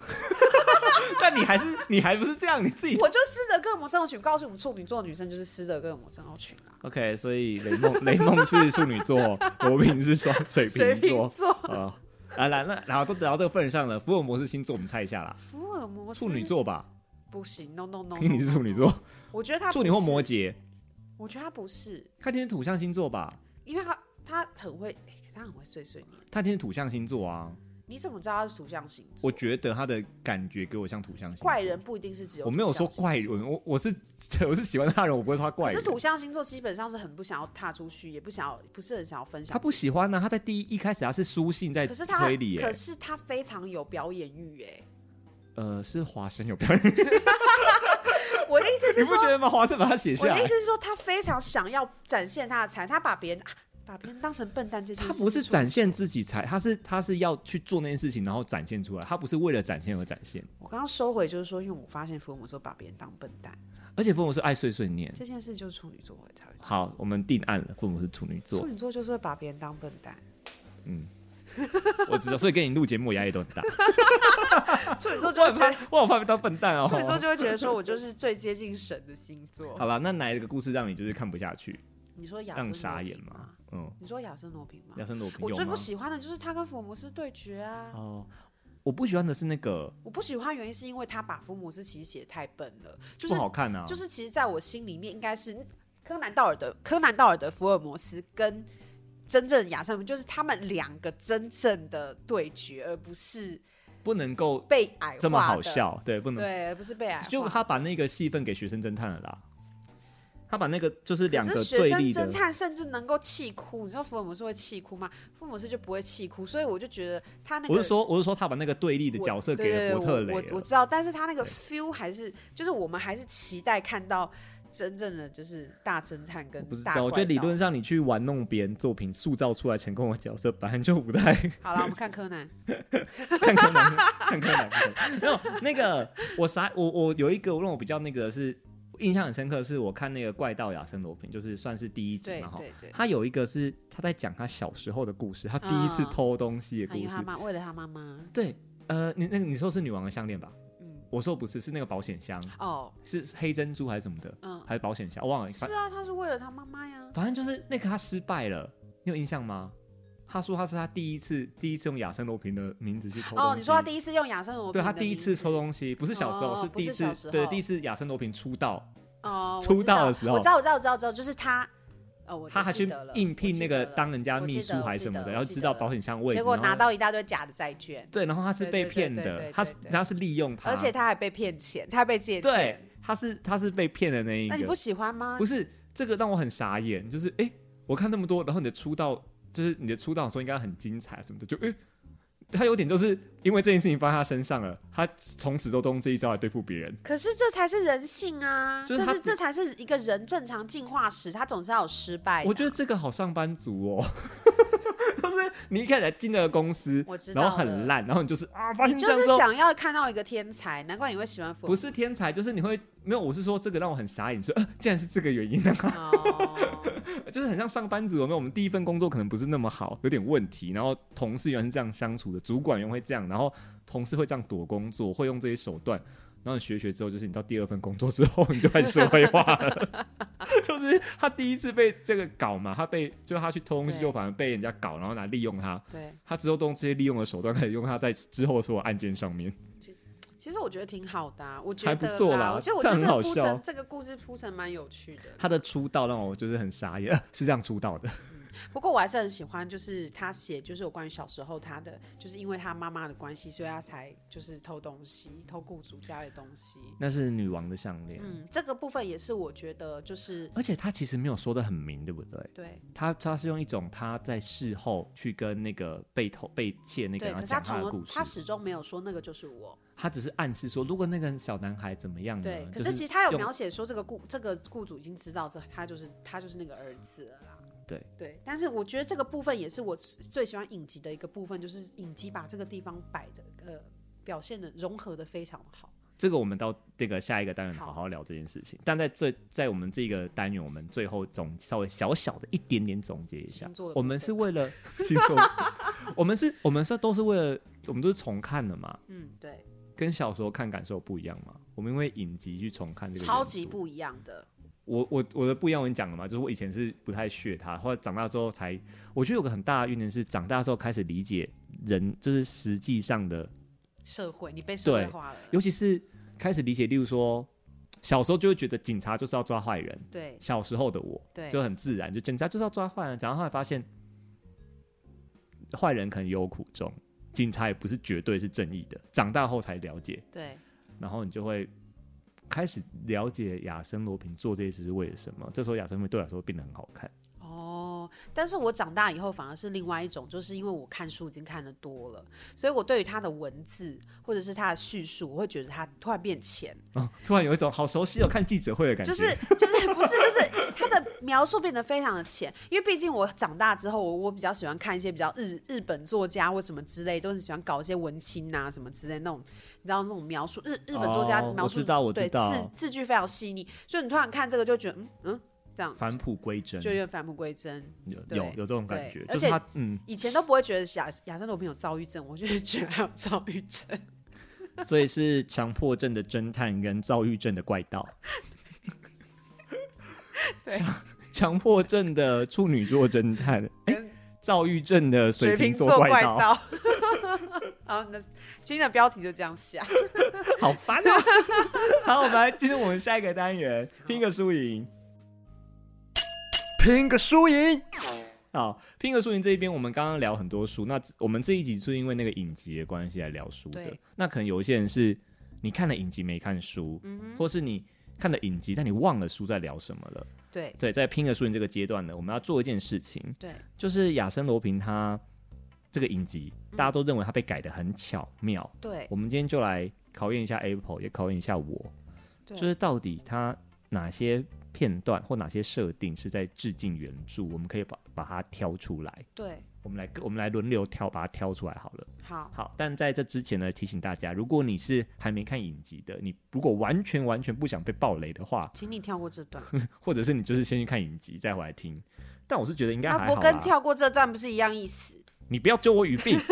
Speaker 1: [laughs] 但你还是你还不是这样，你自己
Speaker 2: 我就斯德哥尔摩症候群，告诉我们处女座的女生就是斯德哥尔摩症候群啊啦。
Speaker 1: OK。所以雷梦雷梦是处女
Speaker 2: [laughs]
Speaker 1: 座，罗平是双水
Speaker 2: 水
Speaker 1: 瓶座
Speaker 2: 瓶座，
Speaker 1: 啊。 [laughs] 啊，来，那然后都等到这个份上了，福尔摩斯星座我们猜一下啦，
Speaker 2: 福尔摩斯
Speaker 1: 处女座吧，
Speaker 2: 不行，no no no，,
Speaker 1: [laughs] 因为你是处女，座，
Speaker 2: 我觉得他不
Speaker 1: 处
Speaker 2: 是
Speaker 1: 女或，摩羯，
Speaker 2: 我觉得他不是，
Speaker 1: 他今天是土象星座吧，
Speaker 2: 因为他他很会，哎他很会碎碎念。
Speaker 1: 他今天是土象星座啊，
Speaker 2: 你怎么知道他是属相星座？
Speaker 1: 我觉得他的感觉给我像土象星座。
Speaker 2: 怪人不一定是只有
Speaker 1: 我没有
Speaker 2: 土
Speaker 1: 说
Speaker 2: 象星座
Speaker 1: 怪，人，我我是我是喜欢他的人，我不会说他
Speaker 2: 可
Speaker 1: 怪
Speaker 2: 是
Speaker 1: 人。
Speaker 2: 土象星座基本上是很不想要踏出去，也不想要，不是很想要分享。
Speaker 1: 他不喜欢呢、啊他在第一一开始他是书信在
Speaker 2: 可是他
Speaker 1: 推理、欸，
Speaker 2: 可是他非常有表演欲哎。
Speaker 1: 呃，是华生有表演，你
Speaker 2: 我的意思是
Speaker 1: 不
Speaker 2: 说，
Speaker 1: 觉得吗？华生把他写
Speaker 2: 我
Speaker 1: 下
Speaker 2: 的
Speaker 1: 来
Speaker 2: 意，思是说，他非常想要展现他的才，他把别人、啊把别人当成笨蛋这件
Speaker 1: 他
Speaker 2: 事，
Speaker 1: 不是展现自己才，他是他是要去做那件事情，然后展现出来，他不是为了展现而展现。
Speaker 2: 我刚刚收回，就是说，因为我发现福尔摩斯把别人当笨蛋
Speaker 1: 而且父母是爱碎碎念。
Speaker 2: 这件事，就是处女座会才会做。
Speaker 1: 好，我们定案了，父母是处女
Speaker 2: 处
Speaker 1: 座，嗯
Speaker 2: 女座就是会把别人当笨蛋，
Speaker 1: 我知道，所以跟你录节目我压力都
Speaker 2: [laughs]
Speaker 1: 很大。
Speaker 2: 处女座就会觉得，
Speaker 1: 我好怕被当笨蛋哦。
Speaker 2: 处女座就会觉得说我就是最接近神的星
Speaker 1: [laughs]
Speaker 2: 座。
Speaker 1: 好了，那哪一个故事让你就是看不下去，
Speaker 2: 你说亚
Speaker 1: 让
Speaker 2: 森
Speaker 1: 你傻
Speaker 2: 罗
Speaker 1: 眼
Speaker 2: 平
Speaker 1: 吗
Speaker 2: 吗？？
Speaker 1: 嗯，
Speaker 2: 你说亚森罗平吗
Speaker 1: 亚？森罗平
Speaker 2: 我
Speaker 1: 有
Speaker 2: 最
Speaker 1: 吗
Speaker 2: 不？喜欢的就是他跟福尔摩斯对决啊！
Speaker 1: 哦，我不喜欢的是那个
Speaker 2: 我不喜欢原因是因为他把福尔摩斯其实写的太笨了，就是
Speaker 1: 不好看啊，
Speaker 2: 就是其实在我心里面应该是柯南道尔的柯南道尔的福尔摩斯跟真正亚瑟，就是他们两个真正的对决，而不是
Speaker 1: 不能够
Speaker 2: 被矮化的
Speaker 1: 这么好，笑，对，不能。
Speaker 2: 对，而不是被矮化。
Speaker 1: 就他把那个戏份给学生侦探了啦，他把那个就是
Speaker 2: 可
Speaker 1: 两个
Speaker 2: 是学
Speaker 1: 对
Speaker 2: 生
Speaker 1: 立
Speaker 2: 侦
Speaker 1: 的，
Speaker 2: 探甚至能够气哭，你知道福尔摩斯会气哭吗？福尔摩斯就不会气哭，所以我就觉得他那个
Speaker 1: 我是说我是说他把那个对立的角色给了
Speaker 2: 对
Speaker 1: 伯特雷
Speaker 2: 我
Speaker 1: 了
Speaker 2: 我我知道，但是他那个
Speaker 1: 对
Speaker 2: feel 还是，就是我们还是期待看到真正的就是大侦探跟
Speaker 1: 我不知
Speaker 2: 大怪
Speaker 1: 道，
Speaker 2: 盗。
Speaker 1: 我觉得理论上你去玩弄别人作品，塑造出来成功的角色，本来就不太
Speaker 2: 好了，我们看柯南，
Speaker 1: 看柯南，看柯南。 [laughs] 看柯南没有那个，我啥，我我有一个让我比较那个是印象很深刻的是，我看那个《怪盗亚森罗平》，就是算是第一集
Speaker 2: 对
Speaker 1: 嘛哈。
Speaker 2: 对对，
Speaker 1: 他有一个是他在讲他小时候的故事，他第一次
Speaker 2: 啊
Speaker 1: 偷东西的
Speaker 2: 还有
Speaker 1: 故事。
Speaker 2: 他妈为了他妈妈，
Speaker 1: 对，呃，你那个你说是女王的项链吧？
Speaker 2: 嗯，
Speaker 1: 我说不是，是那个保险箱，
Speaker 2: 哦，
Speaker 1: 是黑珍珠还是什么的，
Speaker 2: 嗯，
Speaker 1: 还是保险箱？我忘了。反
Speaker 2: 是啊，他是为了他妈妈呀，
Speaker 1: 反正就是那个他失败了，你有印象吗？他说他是他第一次第一次用亚森罗平的名字去偷东西。
Speaker 2: 哦，你说他第一次用亚森罗宾
Speaker 1: 对
Speaker 2: 的名
Speaker 1: 他
Speaker 2: 字，
Speaker 1: 第一次抽东西，不是小时候，
Speaker 2: 哦
Speaker 1: 是
Speaker 2: 不
Speaker 1: 第一
Speaker 2: 是
Speaker 1: 次
Speaker 2: 小时，候
Speaker 1: 对，第一次亚森罗平出道，
Speaker 2: 哦，我
Speaker 1: 出
Speaker 2: 知
Speaker 1: 道的
Speaker 2: 道
Speaker 1: 时候
Speaker 2: 我知道，我知道，我知道，我知道，就是他，哦，我
Speaker 1: 他还
Speaker 2: 记
Speaker 1: 去
Speaker 2: 得了
Speaker 1: 应聘那
Speaker 2: 我记得
Speaker 1: 个
Speaker 2: 了
Speaker 1: 当人家
Speaker 2: 我记
Speaker 1: 秘
Speaker 2: 得
Speaker 1: 书
Speaker 2: 我
Speaker 1: 还是
Speaker 2: 记
Speaker 1: 什么
Speaker 2: 得
Speaker 1: 的，
Speaker 2: 我
Speaker 1: 然后
Speaker 2: 记
Speaker 1: 知
Speaker 2: 得
Speaker 1: 道
Speaker 2: 了
Speaker 1: 保险箱位置，
Speaker 2: 结果
Speaker 1: 然后
Speaker 2: 拿到一大堆假的债券，
Speaker 1: 对，然后他是
Speaker 2: 对
Speaker 1: 被
Speaker 2: 对对
Speaker 1: 骗
Speaker 2: 对
Speaker 1: 的，
Speaker 2: 对
Speaker 1: 他
Speaker 2: 对
Speaker 1: 是
Speaker 2: 对
Speaker 1: 他是利用他，
Speaker 2: 而且他还被骗钱，他还被借
Speaker 1: 对
Speaker 2: 钱，，
Speaker 1: 他是他是被骗的那一
Speaker 2: 那你
Speaker 1: 个
Speaker 2: 不，喜欢吗？
Speaker 1: 不是这个让我很傻眼，就是哎，诶我看那么多，然后你的出道就是你的出道的时候应该很精彩什么的，就哎。诶他有点就是因为这件事情发生在他身上了，他从此都都用这一招来对付别人。
Speaker 2: 可是这才是人性啊！
Speaker 1: 就是
Speaker 2: 这
Speaker 1: 他
Speaker 2: 是这才是一个人正常进化史，他总是要有失败的。
Speaker 1: 我觉得这个好上班族哦， [laughs] 就是你一开始进那个公司，
Speaker 2: 我知道
Speaker 1: 然
Speaker 2: 了，
Speaker 1: 后很烂，然后你就是啊，发
Speaker 2: 你
Speaker 1: 现这
Speaker 2: 就
Speaker 1: 样
Speaker 2: 是
Speaker 1: 之后
Speaker 2: 想要看到一个天才，难怪你会喜欢福
Speaker 1: 不
Speaker 2: 尔摩
Speaker 1: 是天才，就是你会没有，我是说这个让我很傻眼，说、呃、竟然是这个原因 [laughs] 啊，
Speaker 2: 哦，
Speaker 1: 就是很像上班族有没有？我们第一份工作可能不是那么好，有点问题，然后同事原来是这样相处的，主管原来会这样，然后同事会这样躲工作，会用这些手段。然后你学一学之后，就是你到第二份工作之后，你就开始社会化了。 [laughs] 就是他第一次被这个搞嘛，他被就他去偷东西，
Speaker 2: 对
Speaker 1: 就反而被人家搞，然后拿利用他。
Speaker 2: 对，
Speaker 1: 他之后都用这些利用的手段，开始用他在之后的所有案件上面。
Speaker 2: 其实我觉得挺好的、啊，我觉
Speaker 1: 还
Speaker 2: 得
Speaker 1: 不错啦
Speaker 2: 啦，我觉得我觉
Speaker 1: 但
Speaker 2: 得这
Speaker 1: 很好
Speaker 2: 个铺
Speaker 1: 笑
Speaker 2: 陈这个故事铺陈蛮有趣的。
Speaker 1: 他的出道让我就是很傻眼， [laughs] 是这样出道的。
Speaker 2: 不过我还是很喜欢，就是他写就是有关于小时候他的，就是因为他妈妈的关系，所以他才就是偷东西，偷雇主家里的东西。
Speaker 1: 那是女王的项链，
Speaker 2: 嗯，这个部分也是我觉得就是
Speaker 1: 而且他其实没有说的很明，对不对？
Speaker 2: 对
Speaker 1: 他他是用一种他在事后去跟那个被偷被窃那个
Speaker 2: 对，
Speaker 1: 人然
Speaker 2: 可
Speaker 1: 后
Speaker 2: 是他
Speaker 1: 讲他的
Speaker 2: 从头
Speaker 1: 故事
Speaker 2: 他，始终没有说那个就是我。
Speaker 1: 他只是暗示说，如果那个小男孩怎么样呢？
Speaker 2: 对，可
Speaker 1: 嗯就是
Speaker 2: 其实他有
Speaker 1: 用
Speaker 2: 描写说这个雇这个雇主已经知道这他就是他就是那个儿子了啦。
Speaker 1: 对
Speaker 2: 对，但是我觉得这个部分也是我最喜欢影集的一个部分，就是影集把这个地方摆的呃表现的融合的非常好。
Speaker 1: 这个我们到这个下一个单元
Speaker 2: 好
Speaker 1: 好好聊这件事情。但在这在我们这个单元，我们最后总稍微小小的一点点总结一下
Speaker 2: 星座，的
Speaker 1: 我们是为了星座， [laughs] 我们是我们是都是为了我们都是重看的嘛，
Speaker 2: 嗯，对，
Speaker 1: 跟小时候看感受不一样嘛。我们因为影集去重看这个，
Speaker 2: 超级。不一样的。
Speaker 1: 我我我的不一样，我跟你讲了嘛，就是我以前是不太屑它，后来长大之后才，我觉得有个很大的怨念是长大之后开始理解人，就是实际上的
Speaker 2: 社会，你被社会
Speaker 1: 对
Speaker 2: 化了。
Speaker 1: 尤其是开始理解，例如说，小时候就会觉得警察就是要抓坏人，
Speaker 2: 对
Speaker 1: 小时候的我
Speaker 2: 对，
Speaker 1: 就很自然，就警察就是要抓坏人。长大后来发现，坏人可能也有苦衷，警察也不是绝对是正义的。长大后才了解，
Speaker 2: 对
Speaker 1: 然后你就会开始了解亚森罗平做这些事是为了什么。这时候亚森罗平对我来说变得很好看，
Speaker 2: 哦，但是我长大以后反而是另外一种，就是因为我看书已经看得多了，所以我对于他的文字或者是他的叙述，我会觉得他突然变浅，
Speaker 1: 哦，突然有一种好熟悉哦，看记者会的感觉。
Speaker 2: 就是就是不是就是他的描述变得非常的浅，因为毕竟我长大之后，我我比较喜欢看一些比较日日本作家或什么之类，都是喜欢搞一些文青啊什么之类那种，你知道那种描述日日本作家
Speaker 1: 哦
Speaker 2: 描
Speaker 1: 我
Speaker 2: 述、
Speaker 1: 知道我知
Speaker 2: 对
Speaker 1: 道
Speaker 2: 字字句非常细腻，所以你突然看这个就觉得嗯嗯这样。
Speaker 1: 返璞归真，
Speaker 2: 就有点返璞归真，
Speaker 1: 有
Speaker 2: 对
Speaker 1: 有有这种感
Speaker 2: 对
Speaker 1: 觉，
Speaker 2: 而
Speaker 1: 就是
Speaker 2: 且
Speaker 1: 他嗯，
Speaker 2: 以前都不会觉得亚亚森罗宾有躁郁症，我就会觉得他有躁郁症。
Speaker 1: 所以是强迫症的侦探跟躁郁症的怪盗。
Speaker 2: [laughs] 对
Speaker 1: 强，强迫症的处女座侦探，哎
Speaker 2: 跟
Speaker 1: 躁郁症的水瓶
Speaker 2: 瓶
Speaker 1: 座怪盗，
Speaker 2: 盗。 [laughs] 好，那今天的标题就这样啊下。
Speaker 1: 好烦啊！ [laughs] 好，我们来进入我们下一个单元，拼个输赢。
Speaker 4: 拼个输赢。
Speaker 1: 好，拼个输赢这一边，我们刚刚聊很多书，那我们这一集是因为那个影集的关系来聊书的
Speaker 2: 对。嗯
Speaker 1: 那可能有一些人是你看了影集没看书，或是你看了影集，但你忘了书在聊什么了。
Speaker 2: 对
Speaker 1: 对，在拼了书人这个阶段呢，我们要做一件事情，
Speaker 2: 对，
Speaker 1: 就是亚森罗平他这个影集，
Speaker 2: 嗯
Speaker 1: 大家都认为他被改的很巧妙。
Speaker 2: 对，
Speaker 1: 我们今天就来考验一下 Apple，也考验一下我，
Speaker 2: 对
Speaker 1: 就是到底他哪些片段或哪些设定是在致敬原著，我们可以把把它挑出来。
Speaker 2: 对，
Speaker 1: 我们来我们来轮流挑，把它挑出来好了。
Speaker 2: 好，
Speaker 1: 好，但在这之前呢，提醒大家，如果你是还没看影集的，你如果完全完全不想被暴雷的话，
Speaker 2: 请你跳过这段。
Speaker 1: 或者是你就是先去看影集再回来听。但我是觉得应该
Speaker 2: 阿
Speaker 1: 还
Speaker 2: 伯
Speaker 1: 好
Speaker 2: 啊跟
Speaker 1: 啦。
Speaker 2: 跳过这段不是一样意思？
Speaker 1: 你不要揪我语病。 [laughs]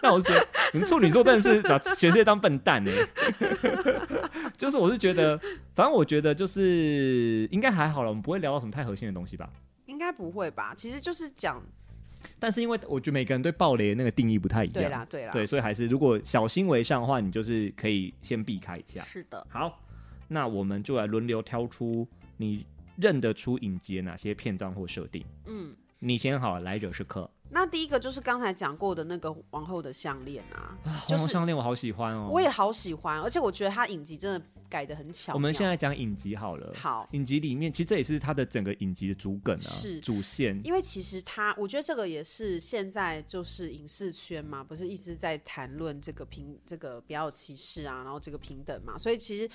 Speaker 1: 那我是觉得，你们处女座真的是把全世界当笨蛋呢、欸 [laughs] 就是我是觉得，反正我觉得就是应该还好了，我们不会聊到什么太核心的东西吧。
Speaker 2: 应该不会吧？其实就是讲
Speaker 1: 但是因为我觉得每个人对暴雷的那个定义不太一样，
Speaker 2: 对啦，对啦，
Speaker 1: 对，所以还是如果小心为上的话，你就是可以先避开一下。
Speaker 2: 是的，
Speaker 1: 好，那我们就来轮流挑出你认得出影集的哪些片段或设定。
Speaker 2: 嗯。
Speaker 1: 你先好了，来者是客。
Speaker 2: 那第一个就是刚才讲过的那个王后的项链啊，就
Speaker 1: 红红
Speaker 2: 是
Speaker 1: 项链我好喜欢哦。
Speaker 2: 我也好喜欢，而且我觉得他影集真的改的很巧妙。
Speaker 1: 我们现在讲影集好了。
Speaker 2: 好，
Speaker 1: 影集里面其实这也是它的整个影集的主梗啊，
Speaker 2: 是
Speaker 1: 主线。
Speaker 2: 因为其实他，我觉得这个也是现在就是影视圈嘛，不是一直在谈论这个平这个不要歧视啊，然后这个平等嘛，所以其实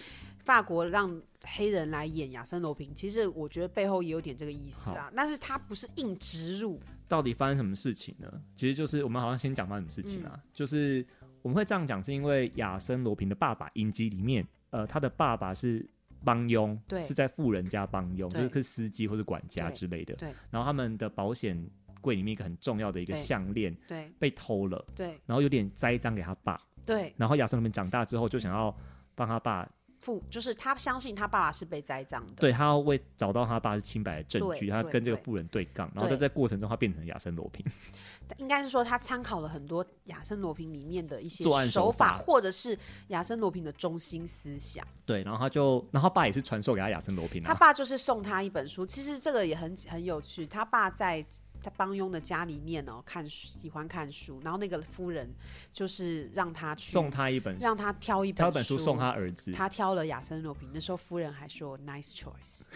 Speaker 2: 法国让黑人来演亚森罗平，其实我觉得背后也有点这个意思啊，但是他不是硬植入，
Speaker 1: 到底发生什么事情呢？其实就是我们好像先讲发生什么事情
Speaker 2: 嗯
Speaker 1: 啊，就是我们会这样讲，是因为亚森罗平的爸爸影集里面，呃，他的爸爸是帮佣，
Speaker 2: 对
Speaker 1: 是在富人家帮佣，
Speaker 2: 对
Speaker 1: 就是司机或者管家
Speaker 2: 对
Speaker 1: 之类的。
Speaker 2: 对
Speaker 1: 然后他们的保险柜里面一个很重要的一个
Speaker 2: 对
Speaker 1: 项链
Speaker 2: 对
Speaker 1: 被偷了，
Speaker 2: 对
Speaker 1: 然后有点栽赃给他爸。
Speaker 2: 对，
Speaker 1: 然后亚森罗平长大之后就想要帮他爸，
Speaker 2: 父就是他相信他爸爸是被栽赃的，
Speaker 1: 对他要为找到他爸是清白的证据，
Speaker 2: 对
Speaker 1: 他
Speaker 2: 对
Speaker 1: 跟这个
Speaker 2: 对
Speaker 1: 富人对杠，然后在
Speaker 2: 对
Speaker 1: 这过程中他变成亚森罗平。
Speaker 2: 应该是说他参考了很多亚森罗平里面的一些
Speaker 1: 作案手
Speaker 2: 手
Speaker 1: 法
Speaker 2: 或者是亚森罗平的中心思想。
Speaker 1: 对，然后他就，然后他爸也是传授给他亚森罗平
Speaker 2: 他
Speaker 1: 啊。
Speaker 2: 爸就是送他一本书，其实这个也很很有趣。他爸在他帮佣的家里面哦，看书喜欢看书，然后那个夫人就是让他去
Speaker 1: 送他一本，
Speaker 2: 让他挑一本
Speaker 1: 挑一本书送他。儿子，
Speaker 2: 他挑了亚森罗平，那时候夫人还说 “nice choice”，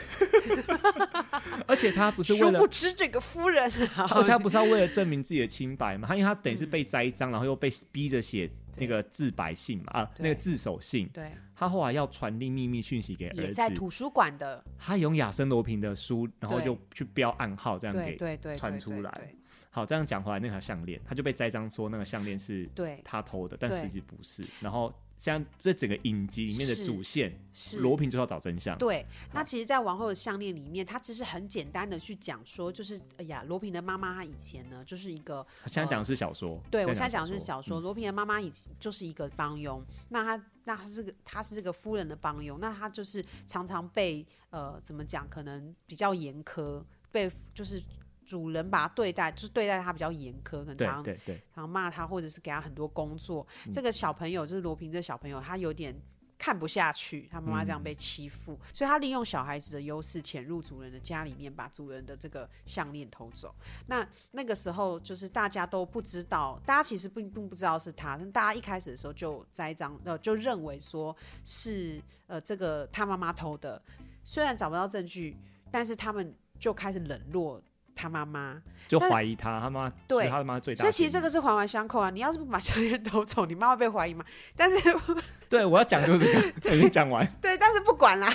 Speaker 1: 而且他不是为
Speaker 2: 殊 [laughs]
Speaker 1: 了
Speaker 2: 不，知这个夫人啊，
Speaker 1: 而且他不是要为了证明自己的清白嘛？他因为他等于是
Speaker 2: 嗯
Speaker 1: 被栽赃，然后又被逼着写那个自白信嘛，啊，
Speaker 2: 对
Speaker 1: 那个自首信。
Speaker 2: [laughs] 对，
Speaker 1: 他后来要传递秘密讯息给
Speaker 2: 也
Speaker 1: 儿
Speaker 2: 在
Speaker 1: 子，
Speaker 2: 图书馆的，
Speaker 1: 他用亚森罗平的书，然后
Speaker 2: 对
Speaker 1: 就去标暗号，这样
Speaker 2: 对
Speaker 1: 给
Speaker 2: 对对，
Speaker 1: 传
Speaker 2: 对
Speaker 1: 出
Speaker 2: 对
Speaker 1: 来
Speaker 2: 对
Speaker 1: 好，这样讲回来，那条项链，他就被栽赃说那个项链是
Speaker 2: 对，
Speaker 1: 他偷的，但
Speaker 2: 对
Speaker 1: 实际不是。然后像这整个影集里面的
Speaker 2: 是
Speaker 1: 主线，
Speaker 2: 是
Speaker 1: 罗平就是啊要找真相。
Speaker 2: 对，那其实，在《王后的项链》里面，他其实很简单的去讲说，就是哎呀，罗平的妈妈她以前呢，就是一个
Speaker 1: 现在讲的是小说，
Speaker 2: 嗯对，我现在讲的是
Speaker 1: 小
Speaker 2: 小说。嗯罗平的妈妈以前就是一个帮佣，那她那她是个她是这个夫人的帮佣，那她就是常常被呃怎么讲，可能比较严苛，被就是主人把她对待，就是对待她比较严苛，可能
Speaker 1: 对
Speaker 2: 常常
Speaker 1: 对对，
Speaker 2: 常骂她，或者是给她很多工作。这个小朋友就是罗平这小朋友，他有点。看不下去，他妈妈这样被欺负，所以他利用小孩子的优势潜入主人的家里面，把主人的这个项链偷走。那那个时候就是大家都不知道，大家其实并并不知道是他，但大家一开始的时候就栽赃，呃，就认为说是呃这个他妈妈偷的。虽然找不到证据，但是他们就开始冷落他妈妈，
Speaker 1: 就
Speaker 2: 但是
Speaker 1: 怀疑他他妈，所
Speaker 2: 对
Speaker 1: 以他他妈最大
Speaker 2: 所
Speaker 1: 的嫌疑。
Speaker 2: 以其实这个是环环相扣啊。你要是不把项链 [laughs] 偷走，你妈妈被怀疑嘛。但是 [laughs]
Speaker 1: 对我要讲就是这个，我已经讲完。
Speaker 2: 对，但是不管啦，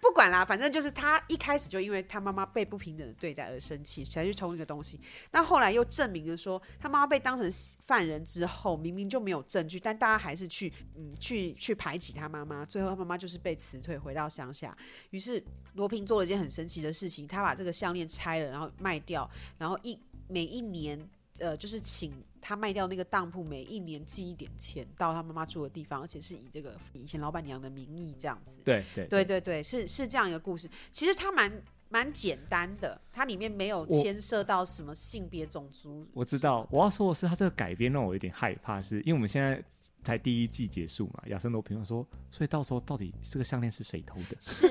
Speaker 2: 不管啦，反正就是他一开始就因为他妈妈被不平等的对待而生气，才去偷那个东西。那后来又证明了说，他妈妈被当成犯人之后，明明就没有证据，但大家还是去嗯去去排挤他妈妈。最后他妈妈就是被辞退，回到乡下。于是罗平做了一件很神奇的事情，他把这个项链拆了，然后卖掉，然后一每一年。呃，就是请他卖掉那个当铺，每一年寄一点钱到他妈妈住的地方，而且是以这个以前老板娘的名义这样子。
Speaker 1: 对对
Speaker 2: 对，对对，是是这样一个故事。其实它蛮蛮简单的，它里面没有牵涉到什么性别、种族。
Speaker 1: 我知道。我要说的是，他这个改编让我有点害怕是，因为我们现在才第一季结束嘛。亚森罗平就说，所以到时候到底这个项链是谁偷的？
Speaker 2: 是，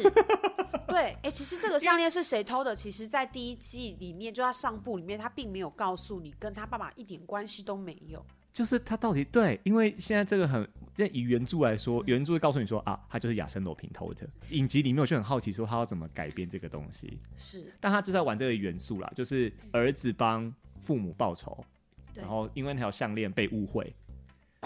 Speaker 2: 对，哎、其实这个项链是谁偷的？其实，在第一季里面，就在上部里面，他并没有告诉你，跟他爸爸一点关系都没有。
Speaker 1: 就是他到底对？因为现在这个很但以原著来说，原著会告诉你说啊，他就是亚森罗平偷的。影集里面我就很好奇说他要怎么改编这个东西，
Speaker 2: 是
Speaker 1: 但他就是在玩这个元素啦，就是儿子帮父母报仇，
Speaker 2: 对
Speaker 1: 然后因为那条项链被误会。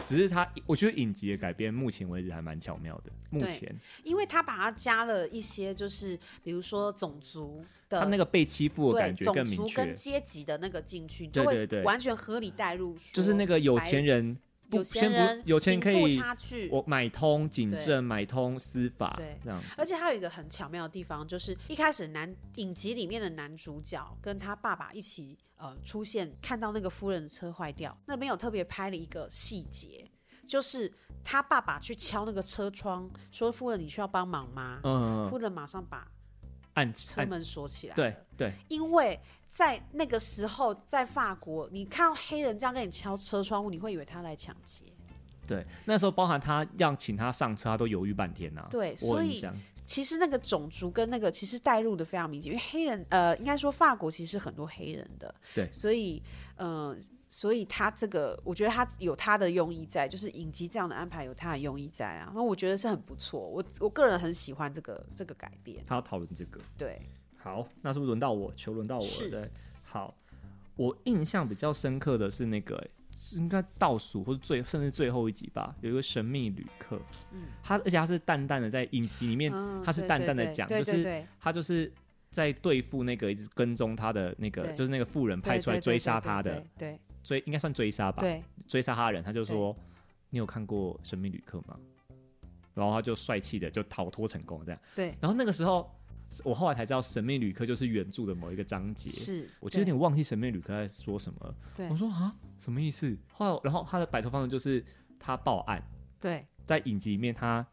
Speaker 1: 只是他，我觉得影集的改编目前为止还蛮巧妙的。目
Speaker 2: 对
Speaker 1: 前
Speaker 2: 因为他把它加了一些，就是比如说种族的
Speaker 1: 他那个被欺负的
Speaker 2: 对
Speaker 1: 感觉更
Speaker 2: 种
Speaker 1: 明
Speaker 2: 族
Speaker 1: 确
Speaker 2: 跟，阶级的那个进去，你
Speaker 1: 对
Speaker 2: 就
Speaker 1: 对
Speaker 2: 会
Speaker 1: 对
Speaker 2: 完全合理带入，
Speaker 1: 就是那个有钱
Speaker 2: 人，
Speaker 1: 人不
Speaker 2: 有
Speaker 1: 先
Speaker 2: 钱
Speaker 1: 不
Speaker 2: 人
Speaker 1: 有钱人可
Speaker 2: 贫富
Speaker 1: 以
Speaker 2: 差距，
Speaker 1: 我买通警
Speaker 2: 对
Speaker 1: 政，买通司法，
Speaker 2: 对
Speaker 1: 这样子。
Speaker 2: 而且还有一个很巧妙的地方，就是一开始男影集里面的男主角跟他爸爸一起呃出现，看到那个夫人的车坏掉，那边有特别拍了一个细节，就是他爸爸去敲那个车窗，说夫人你需要帮忙吗？
Speaker 1: 嗯，
Speaker 2: 夫人马上把
Speaker 1: 按
Speaker 2: 车
Speaker 1: 按
Speaker 2: 门锁起来，
Speaker 1: 对对，
Speaker 2: 因为在那个时候在法国，你看到黑人这样跟你敲车窗户，你会以为他来抢劫。
Speaker 1: 对，那时候包含他让请他上车，他都犹豫半天呐、啊
Speaker 2: 对
Speaker 1: 我
Speaker 2: 所
Speaker 1: 有
Speaker 2: 以
Speaker 1: 印象。
Speaker 2: 其实那个种族跟那个其实带入的非常明显，因为黑人呃，应该说法国其实很多黑人的，
Speaker 1: 对
Speaker 2: 所以呃，所以他这个我觉得他有他的用意在，就是影集这样的安排有他的用意在啊，那我觉得是很不错，我我个人很喜欢这个这个改编，
Speaker 1: 他要讨论这个。
Speaker 2: 对，
Speaker 1: 好，那是不是轮到我？球轮到我了。
Speaker 2: 是
Speaker 1: 对，好，我印象比较深刻的是那个、欸应该倒数或者最甚至最后一集吧，有一个神秘旅客，嗯，他而且他是淡淡的在影集里面，
Speaker 2: 嗯，
Speaker 1: 他是淡淡的讲，
Speaker 2: 对
Speaker 1: 就
Speaker 2: 对对
Speaker 1: 是
Speaker 2: 对
Speaker 1: 他就是在对付那个一直跟踪他的那个，
Speaker 2: 对
Speaker 1: 就是那个富人
Speaker 2: 对
Speaker 1: 派出来
Speaker 2: 对对
Speaker 1: 追
Speaker 2: 对
Speaker 1: 杀
Speaker 2: 对
Speaker 1: 他
Speaker 2: 对
Speaker 1: 的
Speaker 2: 对
Speaker 1: 追，应该算追杀吧，
Speaker 2: 对
Speaker 1: 追杀他的人，他就说：“你有看过《神秘旅客》吗？”然后他就帅气的就逃脱成功这样。
Speaker 2: 对
Speaker 1: 然后那个时候，我后来才知道《神秘旅客》就是原著的某一个章节。
Speaker 2: 是，
Speaker 1: 我就有点忘记《神秘旅客》在说什么了。
Speaker 2: 对
Speaker 1: 我说啊，什么意思？后来，然后他的摆脱方式就是他报案，
Speaker 2: 对
Speaker 1: 在影集里面他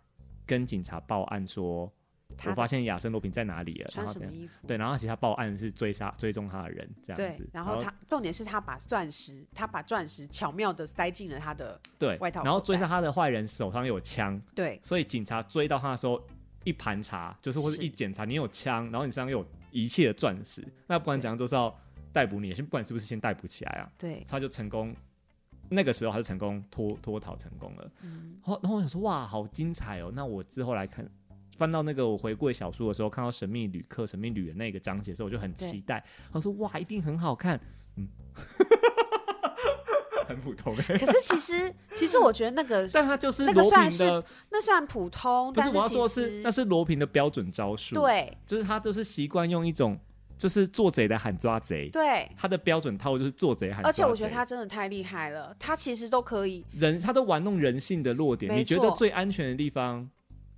Speaker 1: 跟警察报案说：“
Speaker 2: 他
Speaker 1: 我发现亚森罗平在哪里了。”然
Speaker 2: 穿
Speaker 1: 后
Speaker 2: 什
Speaker 1: 怎
Speaker 2: 么
Speaker 1: 样？
Speaker 2: 衣服，
Speaker 1: 对，然后其实他报案是追杀追踪他的人这样
Speaker 2: 对
Speaker 1: 子。，
Speaker 2: 然后他重点是他把钻石，他把钻石巧妙的塞进了他的
Speaker 1: 对，
Speaker 2: 外套
Speaker 1: 然后
Speaker 2: 口
Speaker 1: 追杀
Speaker 2: 袋
Speaker 1: 他的坏人手上有枪。
Speaker 2: 对
Speaker 1: 所以警察追到他的时候，一盘查，就是或者
Speaker 2: 是
Speaker 1: 一检查，你有枪，然后你身上又有一切的钻石，那不管怎样都是要逮捕你，先不管是不是先逮捕起来啊，
Speaker 2: 对
Speaker 1: 他就成功。那个时候他就成功脱脱逃成功了，然哦后然后我想说哇，好精彩哦！那我之后来看，翻到那个我回顾小说的时候，看到《神秘旅客》《神秘旅人》那个章节的时候，我就很期待。我说哇，一定很好看，嗯， [laughs] 很普 [laughs] 通、欸，
Speaker 2: 可是其实，其实我觉得那个是，
Speaker 1: 但他就是
Speaker 2: 那个
Speaker 1: 罗
Speaker 2: 算
Speaker 1: 平
Speaker 2: 是
Speaker 1: 的，
Speaker 2: 那虽然普通，
Speaker 1: 不
Speaker 2: 但
Speaker 1: 是我要
Speaker 2: 其
Speaker 1: 说是
Speaker 2: 实
Speaker 1: 那是罗平的标准招数，，
Speaker 2: 对
Speaker 1: 就是他都是习惯用一种就是做贼的喊抓贼，
Speaker 2: 对，
Speaker 1: 他的标准套路就是做贼喊抓贼。
Speaker 2: 而且我觉得他真的太厉害了，他其实都可以，
Speaker 1: 人他都玩弄人性的弱点，
Speaker 2: 没
Speaker 1: 你觉得
Speaker 2: 错
Speaker 1: 最安全的地方。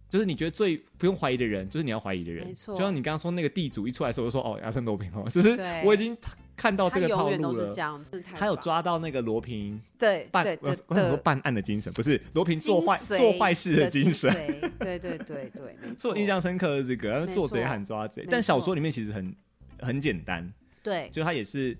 Speaker 1: 就是你觉得最不用怀疑的人，就是你要怀疑的人。
Speaker 2: 没错
Speaker 1: 就像你刚刚说那个地主一出来的时候，我就说哦，亚森罗平哦，就是
Speaker 2: 对
Speaker 1: 我已经看到
Speaker 2: 他
Speaker 1: 这个套
Speaker 2: 永远
Speaker 1: 路
Speaker 2: 都是
Speaker 1: 了
Speaker 2: 这。样子，太
Speaker 1: 他有
Speaker 2: 棒
Speaker 1: 抓到那个罗平
Speaker 2: 对
Speaker 1: 办，
Speaker 2: 对
Speaker 1: 我
Speaker 2: 对
Speaker 1: 我想说
Speaker 2: 的
Speaker 1: 办案的精神，不是罗平
Speaker 2: 精
Speaker 1: 做坏
Speaker 2: 髓
Speaker 1: 做坏事
Speaker 2: 的
Speaker 1: 精神。
Speaker 2: 髓，对对对对，没
Speaker 1: 做
Speaker 2: 错，
Speaker 1: 印象深刻的这个，然后
Speaker 2: 没
Speaker 1: 做
Speaker 2: 错
Speaker 1: 贼喊抓贼
Speaker 2: 没，
Speaker 1: 但小
Speaker 2: 错
Speaker 1: 说里面其实很很简单，
Speaker 2: 对，
Speaker 1: 就他也是，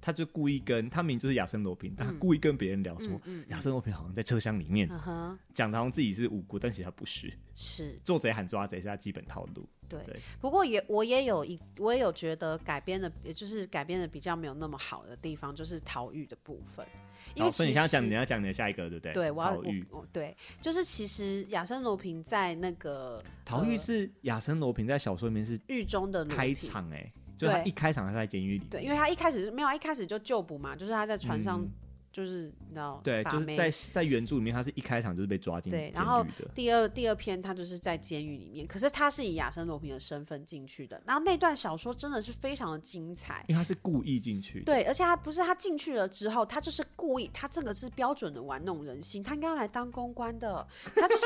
Speaker 1: 他就故意跟他明明就是亚森罗平，但他
Speaker 2: 嗯
Speaker 1: 故意跟别人聊
Speaker 2: 嗯
Speaker 1: 说，
Speaker 2: 嗯，
Speaker 1: 亚森罗平好像在车厢里面
Speaker 2: 嗯哼，
Speaker 1: 讲的好像自己是无辜，但其实他不是，
Speaker 2: 是
Speaker 1: 做贼喊抓贼是他基本套路。
Speaker 2: 对
Speaker 1: 对。
Speaker 2: 不过也我也有一我也有觉得改编的，也就是改编的比较没有那么好的地方，就是逃狱的部分，因
Speaker 1: 好
Speaker 2: 为
Speaker 1: 哦所以
Speaker 2: 其
Speaker 1: 你想
Speaker 2: 实
Speaker 1: 讲你要讲你的下一个，对不对？
Speaker 2: 对，我要
Speaker 1: 逃狱，
Speaker 2: 我我对，就是其实亚森罗平在那个
Speaker 1: 逃
Speaker 2: 呃
Speaker 1: 狱是亚森罗平在小说里面是
Speaker 2: 狱中的罗
Speaker 1: 开
Speaker 2: 平。
Speaker 1: 场哎，就是他
Speaker 2: 对
Speaker 1: 一开场他在监狱里，
Speaker 2: 对，因为他一开始没有，一开始就就捕嘛，就是他在船上
Speaker 1: 嗯，
Speaker 2: 就是你知道，
Speaker 1: 对，
Speaker 2: 把
Speaker 1: 就是
Speaker 2: 妹
Speaker 1: 在在原著里面他是一开场就是被抓进监
Speaker 2: 对
Speaker 1: 狱
Speaker 2: 然后
Speaker 1: 的，
Speaker 2: 第二第二篇他就是在监狱里面，可是他是以亚森罗平的身份进去的，然后那段小说真的是非常的精彩。
Speaker 1: 因为他是故意进去的。
Speaker 2: 对，而且他不是他进去了之后，他就是故意，他这个是标准的玩弄人心，他应该要来当公关的，他就是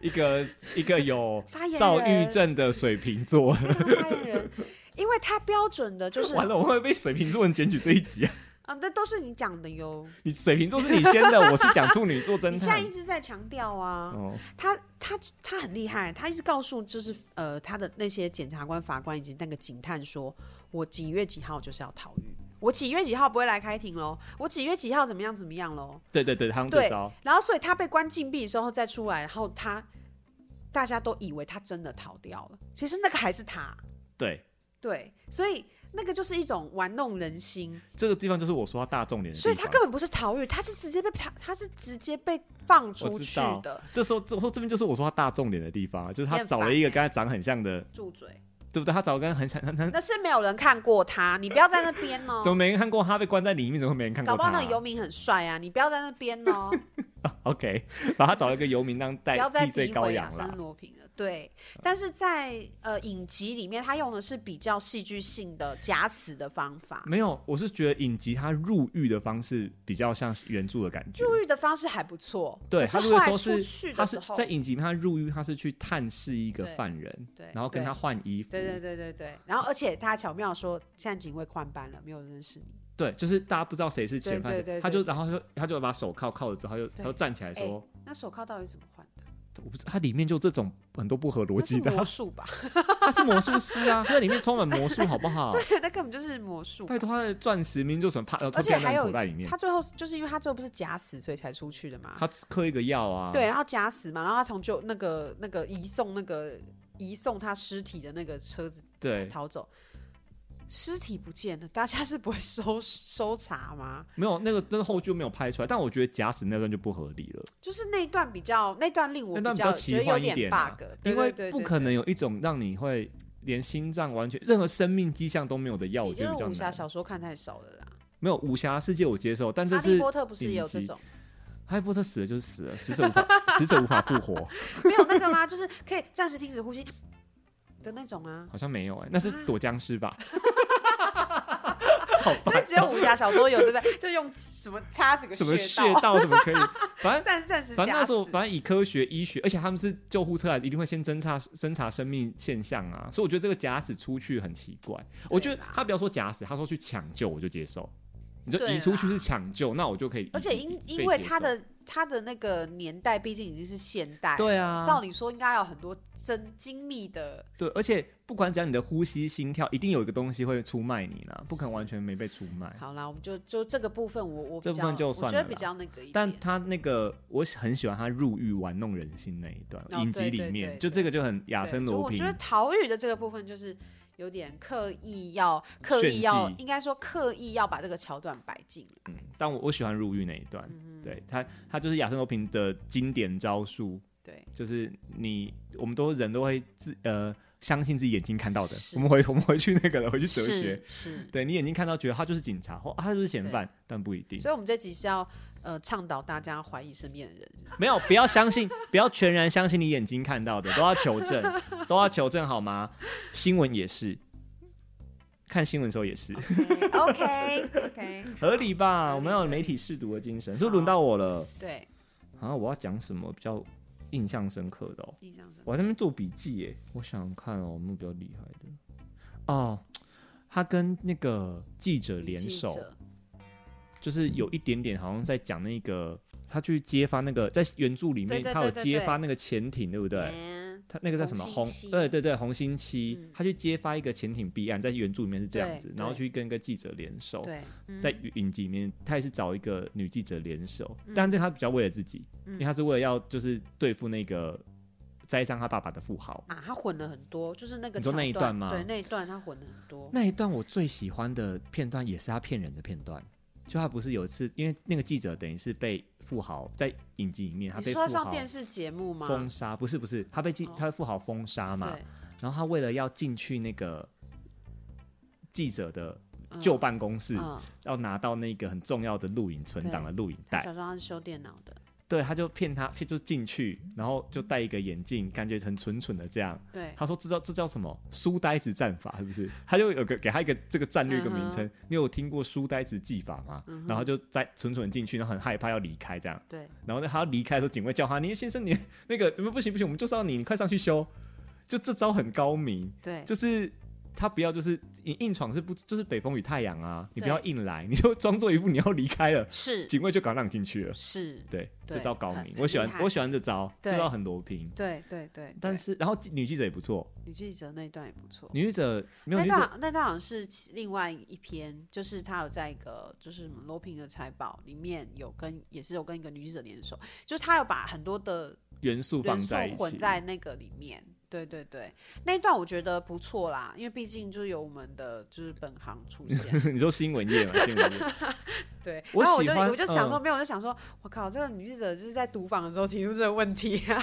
Speaker 1: 一个一个有
Speaker 2: [laughs] 发言人
Speaker 1: 躁郁症的水瓶座，
Speaker 2: 当发言人，因为他标准的 [laughs] 就是
Speaker 1: 完了，我会被水瓶座人检举这一集啊！
Speaker 2: 啊，那都是你讲的哟。
Speaker 1: 你水瓶座是你先的，我是讲处女座侦
Speaker 2: 你现在
Speaker 1: 探
Speaker 2: 一。直在强调啊，
Speaker 1: 哦，
Speaker 2: 他他他很厉害，他一直告诉就是呃他的那些检察官、法官以及那个警探说，我几月几号就是要逃狱，我几月几号不会来开庭喽，我几月几号怎么样怎么样喽。
Speaker 1: 对对对，他们这
Speaker 2: 对
Speaker 1: 招，
Speaker 2: 然后所以他被关禁闭之后再出来，然后他大家都以为他真的逃掉了，其实那个还是他。
Speaker 1: 对，
Speaker 2: 对，所以那个就是一种玩弄人心，
Speaker 1: 这个地方就是我说它大重点的地
Speaker 2: 所以
Speaker 1: 方。
Speaker 2: 他根本不是逃狱，他是直接被他他是直接被放出
Speaker 1: 我知
Speaker 2: 去
Speaker 1: 道
Speaker 2: 的。
Speaker 1: 这时候，这我说这边就是我说他大重点的地方啊，就是他
Speaker 2: 厌
Speaker 1: 找
Speaker 2: 烦
Speaker 1: 了一个
Speaker 2: 欸
Speaker 1: 跟他长很像的，
Speaker 2: 住嘴！
Speaker 1: 对不对？他找跟很像，很很
Speaker 2: 那是没有人看过他，你不要在那边哦
Speaker 1: [laughs] 怎。么没人看过他被关在里面？怎么没人看过
Speaker 2: 搞不
Speaker 1: 他
Speaker 2: 好
Speaker 1: 啊、
Speaker 2: 那个游民很帅啊，你不要在那边哦，
Speaker 1: [laughs] OK，把他找了一个游民当代
Speaker 2: 啊不要再
Speaker 1: 替罪
Speaker 2: 诋
Speaker 1: 羔
Speaker 2: 毁亚
Speaker 1: 羊
Speaker 2: 森
Speaker 1: 啦。
Speaker 2: 罗平了。对，但是在呃影集里面，他用的是比较戏剧性的假死的方法，
Speaker 1: 没有，我是觉得影集他入狱的方式比较像是原著的感觉。
Speaker 2: 入狱的方式还不错。
Speaker 1: 对，
Speaker 2: 可
Speaker 1: 他
Speaker 2: 是
Speaker 1: 如果
Speaker 2: 后
Speaker 1: 说
Speaker 2: 来出
Speaker 1: 是
Speaker 2: 去
Speaker 1: 他
Speaker 2: 的时
Speaker 1: 是
Speaker 2: 候，
Speaker 1: 在影集里面他入狱，他是去探视一个
Speaker 2: 对
Speaker 1: 犯人，
Speaker 2: 对，
Speaker 1: 然后跟
Speaker 2: 对
Speaker 1: 他换衣服，
Speaker 2: 对对对对对，然后而且他还巧妙说，现在警卫换班了，没有人认识你。
Speaker 1: 对就是大家不知道谁是嫌犯
Speaker 2: 对对，对
Speaker 1: 他就
Speaker 2: 对
Speaker 1: 然后他就他就把手铐铐了之后，他就他
Speaker 2: 对哎
Speaker 1: 就站起来说，
Speaker 2: 那手铐到底怎么换的？
Speaker 1: 我不知他里面就这种很多不合逻
Speaker 2: 那是
Speaker 1: 辑的啊， [laughs]
Speaker 2: 魔术吧？
Speaker 1: 他是魔术师啊，他在里面充满魔术，好不好？
Speaker 2: 对，那根本就是魔术吧。
Speaker 1: 拜托，他的钻石明明就什么啪，然后
Speaker 2: 而且
Speaker 1: 变在
Speaker 2: 还
Speaker 1: 你
Speaker 2: 有
Speaker 1: 口袋里面，
Speaker 2: 他最后就是因为他最后不是假死，所以才出去的嘛。
Speaker 1: 他嗑一个药啊，
Speaker 2: 对，，然后假死嘛，然后他从就那个那个移送那个移送他尸体的那个车子
Speaker 1: 对，
Speaker 2: 逃走，尸体不见了，大家是不会 [laughs] 搜搜查吗？
Speaker 1: 没有那个，那个后续没有拍出来，但我觉得假死那段就不合理了，
Speaker 2: 就是那一段比较那段令我
Speaker 1: 那段比
Speaker 2: 较
Speaker 1: 奇
Speaker 2: 觉得有
Speaker 1: 幻一
Speaker 2: 点
Speaker 1: 点啊
Speaker 2: bug，对
Speaker 1: 因为
Speaker 2: 对对
Speaker 1: 不
Speaker 2: 对
Speaker 1: 可
Speaker 2: 对
Speaker 1: 能有一种让你会连心脏完全任何生命迹象都没有的药，我
Speaker 2: 你
Speaker 1: 觉得
Speaker 2: 就
Speaker 1: 比
Speaker 2: 是
Speaker 1: 较
Speaker 2: 武侠
Speaker 1: 难。
Speaker 2: 小说看太少了啦。
Speaker 1: 没有武侠世界我接受，但这
Speaker 2: 哈利
Speaker 1: 是
Speaker 2: 波特不是也有
Speaker 1: 顶
Speaker 2: 这
Speaker 1: 级
Speaker 2: 种？
Speaker 1: 哈利波特死了就是死了，死者无法 [laughs] 死者无法复活，
Speaker 2: 没有那个吗？就是可以暂时停止呼吸的那种啊。
Speaker 1: 好像没有哎、那是躲僵尸吧？好
Speaker 2: 所以
Speaker 1: 吧，
Speaker 2: 只有武侠小说有，对不对？就用什么插几个
Speaker 1: 什么
Speaker 2: 穴
Speaker 1: 穴
Speaker 2: 道，
Speaker 1: 道怎么
Speaker 2: [laughs]
Speaker 1: 可以？反正
Speaker 2: 暂暂时
Speaker 1: 反正
Speaker 2: 假
Speaker 1: 那时候，
Speaker 2: 死。
Speaker 1: 反正以科学医学，而且他们是救护车来，啊一定会先侦查侦查生命现象啊，所以我觉得这个假死出去很奇怪。我觉得他不要说假死，他说去抢救我就接受。你就
Speaker 2: 对
Speaker 1: 移
Speaker 2: 啦
Speaker 1: 出去是抢救，那我就可以移。
Speaker 2: 而且因
Speaker 1: 被
Speaker 2: 因为
Speaker 1: 接
Speaker 2: 他
Speaker 1: 受
Speaker 2: 的他的那个年代，毕竟已经是现代，
Speaker 1: 对啊，
Speaker 2: 照理说应该有很多真精密的，
Speaker 1: 对，而且不管讲你的呼吸、心跳，一定有一个东西会出卖你啦，不可能完全没被出卖。
Speaker 2: 好啦，我们就就这个部分我，我比
Speaker 1: 这部
Speaker 2: 较
Speaker 1: 分就
Speaker 2: 我
Speaker 1: 算
Speaker 2: 觉
Speaker 1: 了
Speaker 2: 得比
Speaker 1: 啦
Speaker 2: 较那个一点。
Speaker 1: 但他那个，我很喜欢他入狱玩弄人心那一段，
Speaker 2: 哦
Speaker 1: 影集
Speaker 2: 对
Speaker 1: 里
Speaker 2: 对
Speaker 1: 面
Speaker 2: 对
Speaker 1: 就这个就很亚
Speaker 2: 对
Speaker 1: 森
Speaker 2: 就
Speaker 1: 罗
Speaker 2: 我
Speaker 1: 平
Speaker 2: 觉，得逃狱的这个部分就是有点刻意要刻
Speaker 1: 炫
Speaker 2: 意要，
Speaker 1: 技
Speaker 2: 应该说刻意要把这个桥段摆进来。
Speaker 1: 嗯，但我我喜欢入狱那一段，
Speaker 2: 嗯
Speaker 1: 对他他就是亚森罗平的经典招数，
Speaker 2: 对，
Speaker 1: 就是你我们都人都会自呃相信自己眼睛看到的，
Speaker 2: 是
Speaker 1: 我们回我们回去那个了，回去哲学
Speaker 2: 是，是。
Speaker 1: 对你眼睛看到觉得他就是警察或、啊、他就是嫌犯，但不一定。
Speaker 2: 所以，我们这集是要呃倡导大家怀疑身边的
Speaker 1: [laughs]
Speaker 2: 人，
Speaker 1: 没有，不要相信，不要全然相信你眼睛看到的，都要求
Speaker 2: [laughs]
Speaker 1: 证，都要求证好吗？新闻也是，看新闻的时候也
Speaker 2: 哦
Speaker 1: 是，
Speaker 2: OK OK，
Speaker 1: [laughs] 合理吧？
Speaker 2: 合理
Speaker 1: 我们要有媒体试读的精神。就轮到我了
Speaker 2: 对，
Speaker 1: 啊！我要讲什么比较印象深刻的、哦？
Speaker 2: 印象深刻。
Speaker 1: 我在那边做笔记耶，我想想看哦，有没有比较厉害的？哦，他跟那个记者联
Speaker 2: 记
Speaker 1: 手，
Speaker 2: 者
Speaker 1: 就是有一点点好像在讲那个。他去揭发那个，在原著里面，
Speaker 2: 对对
Speaker 1: 他有
Speaker 2: 对对
Speaker 1: 揭
Speaker 2: 对
Speaker 1: 发那个潜艇，对不对？
Speaker 2: 嗯
Speaker 1: 他那个叫什么
Speaker 2: 红
Speaker 1: 红
Speaker 2: 心？七
Speaker 1: 对对对，红心七，
Speaker 2: 嗯
Speaker 1: 他去揭发一个潜艇弊案，在原著里面是这样
Speaker 2: 对
Speaker 1: 子，
Speaker 2: 对
Speaker 1: 然后去跟一个记者联手，
Speaker 2: 对，嗯
Speaker 1: 哦在影集里面他也是找一个女记者联手，
Speaker 2: 嗯
Speaker 1: 但这个他比较为了自己，
Speaker 2: 嗯
Speaker 1: 因为他是为了要就是对付那个栽赃他爸爸的富豪。
Speaker 2: 啊，他混了很多，就是那个
Speaker 1: 你说
Speaker 2: 桥
Speaker 1: 那一段吗
Speaker 2: 对，那一段他混了很多。
Speaker 1: 那一段我最喜欢的片段也是他骗人的片段，就他不是有一次，因为那个记者等于是被富豪在影集里面他
Speaker 2: 你
Speaker 1: 被
Speaker 2: 说他
Speaker 1: 富
Speaker 2: 上
Speaker 1: 豪
Speaker 2: 电视节目吗？
Speaker 1: 封杀，不是不是，他被记
Speaker 2: 哦
Speaker 1: 他被富豪封杀嘛，
Speaker 2: 对，
Speaker 1: 然后他为了要进去那个记者的
Speaker 2: 嗯
Speaker 1: 旧办公室，
Speaker 2: 嗯，
Speaker 1: 要拿到那个很重要的录影存档的录影
Speaker 2: 他
Speaker 1: 带，
Speaker 2: 假装他是修电脑的，
Speaker 1: 对，他就骗他，就进去，然后就戴一个眼镜，感觉很蠢蠢的这样。
Speaker 2: 对，
Speaker 1: 他说这叫这叫什么书呆子战法是不是？他就有个给他一个这个战略一个名
Speaker 2: 嗯
Speaker 1: 称，你有听过书呆子技法吗？然后就在蠢蠢进去，然后很害怕要离开这样。
Speaker 2: 对，
Speaker 1: 然后他要离开的时候，警卫叫他：“你先生，你那个不行不行，我们就是要你，你快上去修。”就这招很高明，
Speaker 2: 对，
Speaker 1: 就是他不要就是你硬闯是不就是北风与太阳啊，你不
Speaker 2: 对
Speaker 1: 要硬来，你就装作一副你要离开了，
Speaker 2: 是
Speaker 1: 警卫就敢让你进去了。
Speaker 2: 是，
Speaker 1: 对，
Speaker 2: 对
Speaker 1: 这招高
Speaker 2: 很
Speaker 1: 明，我喜欢
Speaker 2: 厉害
Speaker 1: 我喜欢这招，这
Speaker 2: 对
Speaker 1: 招很罗平。
Speaker 2: 对对对。
Speaker 1: 但
Speaker 2: 对
Speaker 1: 是然后记女记者也不错，
Speaker 2: 女记者那一段也不错，
Speaker 1: 女记者没有
Speaker 2: 那
Speaker 1: 女记者
Speaker 2: 段那段好像是其另外一篇，就是他有在一个就是什么罗平的财宝里面有跟也是有跟一个女记者联手，就是他有把很多的
Speaker 1: 元素
Speaker 2: 元
Speaker 1: 放
Speaker 2: 素
Speaker 1: 在一
Speaker 2: 混
Speaker 1: 起，
Speaker 2: 在那个里面，对对对，那一段我觉得不错啦，因为毕竟就是有我们的就是本行出现。
Speaker 1: [laughs] 你说新闻业
Speaker 2: [laughs]
Speaker 1: 嘛，新闻业。
Speaker 2: 对，
Speaker 1: 我
Speaker 2: 然后我
Speaker 1: 喜
Speaker 2: 就
Speaker 1: 欢
Speaker 2: 我就想说，
Speaker 1: 嗯
Speaker 2: 没有，我就想说，我靠，这个女记者就是在读访的时候提出这个问题、 [laughs] 啊，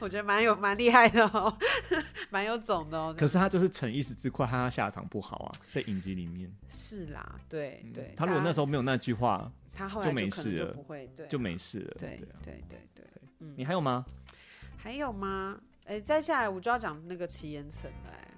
Speaker 2: 我觉得蛮有蛮厉害的哦， [laughs] 蛮有种的哦。
Speaker 1: 可是他就是逞一时之快，害他下场不好啊，在影集里面。
Speaker 2: 是啦，对
Speaker 1: 嗯
Speaker 2: 对。
Speaker 1: 他如果那时
Speaker 2: 候
Speaker 1: 候没有那句话，
Speaker 2: 他后来
Speaker 1: 就没
Speaker 2: 可能
Speaker 1: 事
Speaker 2: 就
Speaker 1: 了
Speaker 2: 不会对
Speaker 1: 就没事了。
Speaker 2: 啊对嗯
Speaker 1: 啊
Speaker 2: 对对对。
Speaker 1: 你还有吗？
Speaker 2: 还有吗？哎，再下来我就要讲那个齐岩城了、哎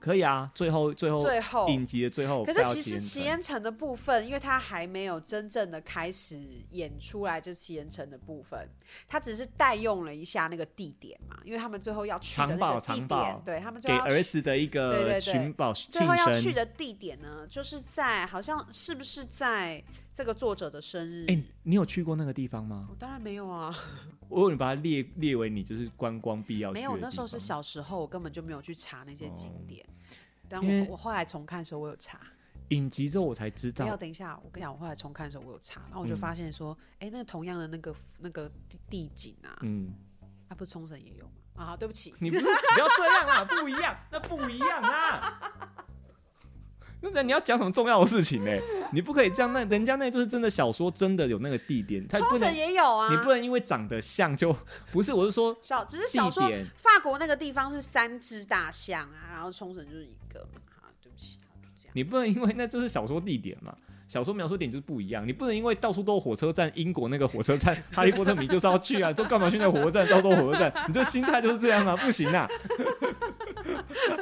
Speaker 1: 可以啊，最后最后
Speaker 2: 最后
Speaker 1: 影集的最后快
Speaker 2: 可是
Speaker 1: 哦要
Speaker 2: 其
Speaker 1: 结
Speaker 2: 实齐
Speaker 1: 缘成，
Speaker 2: 岩城的部分，因为他还没有真正的开始演出来，就是齐岩城的部分，他只是代用了一下那个地点嘛，因为他们最后要去的
Speaker 1: 藏
Speaker 2: 那
Speaker 1: 宝
Speaker 2: 个地
Speaker 1: 藏宝
Speaker 2: 点，对他们最
Speaker 1: 给
Speaker 2: 后要
Speaker 1: 儿
Speaker 2: 去
Speaker 1: 子的一
Speaker 2: 对
Speaker 1: 个
Speaker 2: 对对
Speaker 1: 寻宝
Speaker 2: 最
Speaker 1: 庆
Speaker 2: 后要去
Speaker 1: 生。
Speaker 2: 的地点呢，就是在好像是不是在这个作者的生日？
Speaker 1: 哎，你有去过那个地方吗
Speaker 2: 我？当然没有啊，
Speaker 1: 我有把它列列为你就是观光必要去的
Speaker 2: 没
Speaker 1: 地
Speaker 2: 有
Speaker 1: 方。，哦
Speaker 2: 那时候是小时候，我根本就没有去查那些景点。但
Speaker 1: 因为
Speaker 2: 我我后来重看的时候，我有查。
Speaker 1: 影集之后我才知
Speaker 2: 没有，
Speaker 1: 道，
Speaker 2: 等一下，我跟你讲，我后来重看的时候，我有查，然
Speaker 1: 嗯
Speaker 2: 后我就发现说，哎、那个同样的那个那个地地景啊，
Speaker 1: 嗯，
Speaker 2: 啊，不是冲绳也有吗？啊，好对不起，
Speaker 1: 你不是不要这样啦， [laughs] 不一样，那不一样啦。那你要讲什么重要的事情呢、你不可以这样，那人家那就是真的小说，真的有那个地点，他
Speaker 2: 冲
Speaker 1: 不能
Speaker 2: 绳也有啊。
Speaker 1: 你不能因为长得像就不是，我是说
Speaker 2: 小，只是
Speaker 1: 地
Speaker 2: 小说，
Speaker 1: 点
Speaker 2: 法国那个地方是三只大象啊，然后冲绳就是一个嘛。啊，对不起，好就这样。
Speaker 1: 你不能因为 [laughs] 那就是小说地点嘛，小说描述点就是不一样。你不能因为到处都有火车站，英国那个火车站，哈利波特迷就是要去啊，就干嘛去那火车站，到处都有火车站，你这心态就是这样啊，不行啊。 [laughs]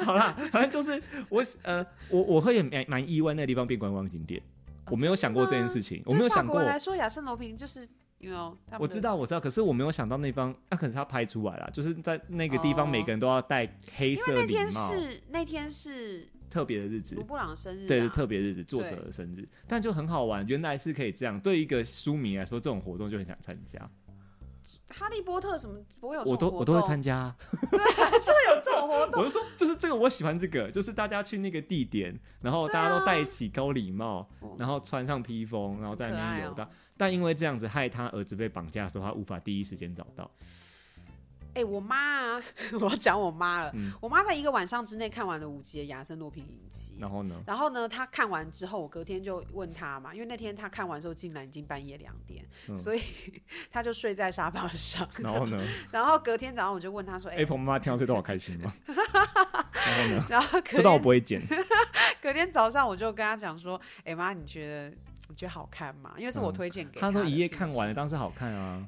Speaker 1: 好啦，反正就是我呃，我我会蛮蛮意外那个地方变观光景点，
Speaker 2: 哦
Speaker 1: 我没有想过这件事情，我
Speaker 2: 对
Speaker 1: 没有想
Speaker 2: 法
Speaker 1: 过
Speaker 2: 国。人来说，亚圣罗平就是，you know，他们
Speaker 1: 我知道，我知道，可是我没有想到那方，那、可能是他拍出来了，就是在那个地方，
Speaker 2: 哦
Speaker 1: 每个人都要戴黑
Speaker 2: 的，因
Speaker 1: 色
Speaker 2: 为那
Speaker 1: 礼
Speaker 2: 天
Speaker 1: 帽，
Speaker 2: 是那天是
Speaker 1: 特别的日子
Speaker 2: 卢。布朗的生日、啊，
Speaker 1: 对，是特别日子，作
Speaker 2: 对
Speaker 1: 者的生日，但就很好玩。原来是可以这样，对一个书迷来说，这种活动就很想参加，
Speaker 2: 哈利波特什么不会有这
Speaker 1: 我
Speaker 2: 种
Speaker 1: 都
Speaker 2: 活
Speaker 1: 我都会
Speaker 2: 动
Speaker 1: 参加啊。
Speaker 2: [laughs] 有这种活动，
Speaker 1: 我就说，就是这个我喜欢这个，就是大家去那个地点，然后
Speaker 2: 啊
Speaker 1: 大家都戴起高礼帽，然后穿上披风，然后在那
Speaker 2: 哦好可
Speaker 1: 边
Speaker 2: 爱
Speaker 1: 游
Speaker 2: 哦
Speaker 1: 荡。但因为这样子，害他儿子被绑架的时候，他无法第一时间找到。
Speaker 2: 哎、我妈啊， [laughs] 我要讲我妈了。
Speaker 1: 嗯
Speaker 2: 我妈在一个晚上之内看完了五集的《亚森罗平》影集。
Speaker 1: 然后
Speaker 2: [laughs]
Speaker 1: 呢，
Speaker 2: 然后呢，她看完之后，我隔天就问她嘛，因为那天她看完之后竟然已经半夜两点，
Speaker 1: 嗯
Speaker 2: 所以 [laughs] 她就睡在沙发上。
Speaker 1: 然后呢
Speaker 2: 然后隔天早上我就问她说：“哎、
Speaker 1: ，Apple 妈妈听到这段好开心吗？
Speaker 2: [laughs]
Speaker 1: 然后呢，
Speaker 2: 然后隔
Speaker 1: 这段我
Speaker 2: 天
Speaker 1: 不会剪。
Speaker 2: 隔天早上我就跟她讲说：‘哎、妈，你觉得你觉得好看吗？’因为是我
Speaker 1: 嗯
Speaker 2: 推荐给
Speaker 1: 他
Speaker 2: 她
Speaker 1: 说
Speaker 2: 的
Speaker 1: 一夜
Speaker 2: 第
Speaker 1: 看
Speaker 2: 集
Speaker 1: 完了，当时好看啊。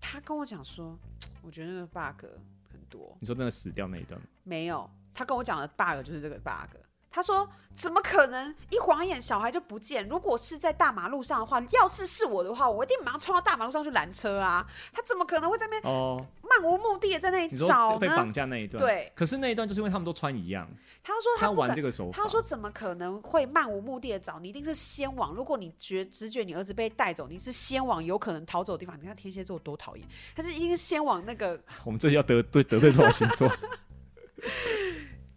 Speaker 2: 她跟我讲说：‘我觉得那个 bug 很多。’
Speaker 1: 你说那个死掉那一段吗，
Speaker 2: 没有，他跟我讲的 bug 就是这个 bug。他说：“怎么可能？一晃眼小孩就不见。如果是在大马路上的话，要是是我的话，我一定马上冲到大马路上去拦车啊！他怎么可能会在那边
Speaker 1: 哦，
Speaker 2: 漫无目的的在那里
Speaker 1: 你
Speaker 2: 找
Speaker 1: 说被
Speaker 2: 呢
Speaker 1: 绑？架那一段，
Speaker 2: 对
Speaker 1: 可是那一段就是因为他们都穿一样，
Speaker 2: 他说
Speaker 1: 他
Speaker 2: 不可
Speaker 1: 玩这个手法。
Speaker 2: 他说：“怎么可能会漫无目的的找？你一定是先往。如果你觉直觉你儿子被带走，你是先往有可能逃走的地方。你看天蝎座多讨厌，他是一定是先往那个
Speaker 1: 我们这要得 [laughs] 罪得罪这种星
Speaker 2: [laughs]
Speaker 1: 座，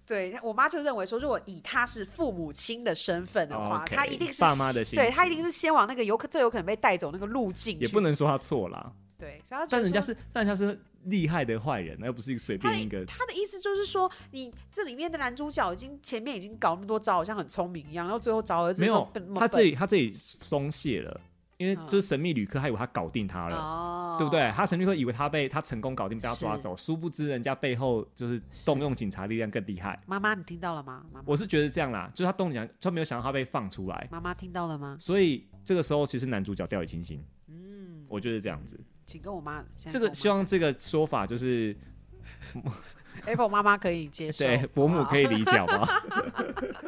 Speaker 2: 对我妈就认为说，如果以她是父母亲的身份的话，
Speaker 1: 哦 OK，
Speaker 2: 她一定是
Speaker 1: 爸妈的心
Speaker 2: 对
Speaker 1: 情
Speaker 2: 她一定是先往那个有可最有可能被带走那个路径去，
Speaker 1: 也不能说他错啦。
Speaker 2: 对，所以她觉
Speaker 1: 但
Speaker 2: 得
Speaker 1: 人家
Speaker 2: 说
Speaker 1: 是，但人家是厉害的坏人，而不是一个随便一个。
Speaker 2: 她的意思就是说，你这里面的男主角已经前面已经搞那么多招，好像很聪明一样，然后最后找儿子
Speaker 1: 没有
Speaker 2: 说笨，
Speaker 1: 他自己他自己松懈了，因为
Speaker 2: 嗯
Speaker 1: 就是神秘旅客，他以为他搞定他了。
Speaker 2: 哦，
Speaker 1: 对不？对？他神秘客以为他被他成功搞定，被他抓
Speaker 2: 是
Speaker 1: 走，殊不知人家背后就是动用警察力量更厉害。
Speaker 2: 妈妈，你听到了吗？妈妈，
Speaker 1: 我是觉得这样啦，就是他动讲，他没有想到他被放出来，
Speaker 2: 妈妈听到了吗？
Speaker 1: 所以这个时候其实男主角掉以轻心。嗯，我觉得这样子，
Speaker 2: 请跟我妈现在
Speaker 1: 这
Speaker 2: 跟
Speaker 1: 个
Speaker 2: 我妈
Speaker 1: 希望这个说法就是
Speaker 2: 讲 Apple 妈妈可以接受，
Speaker 1: 对伯母可
Speaker 2: 以。
Speaker 1: 以理解好不好？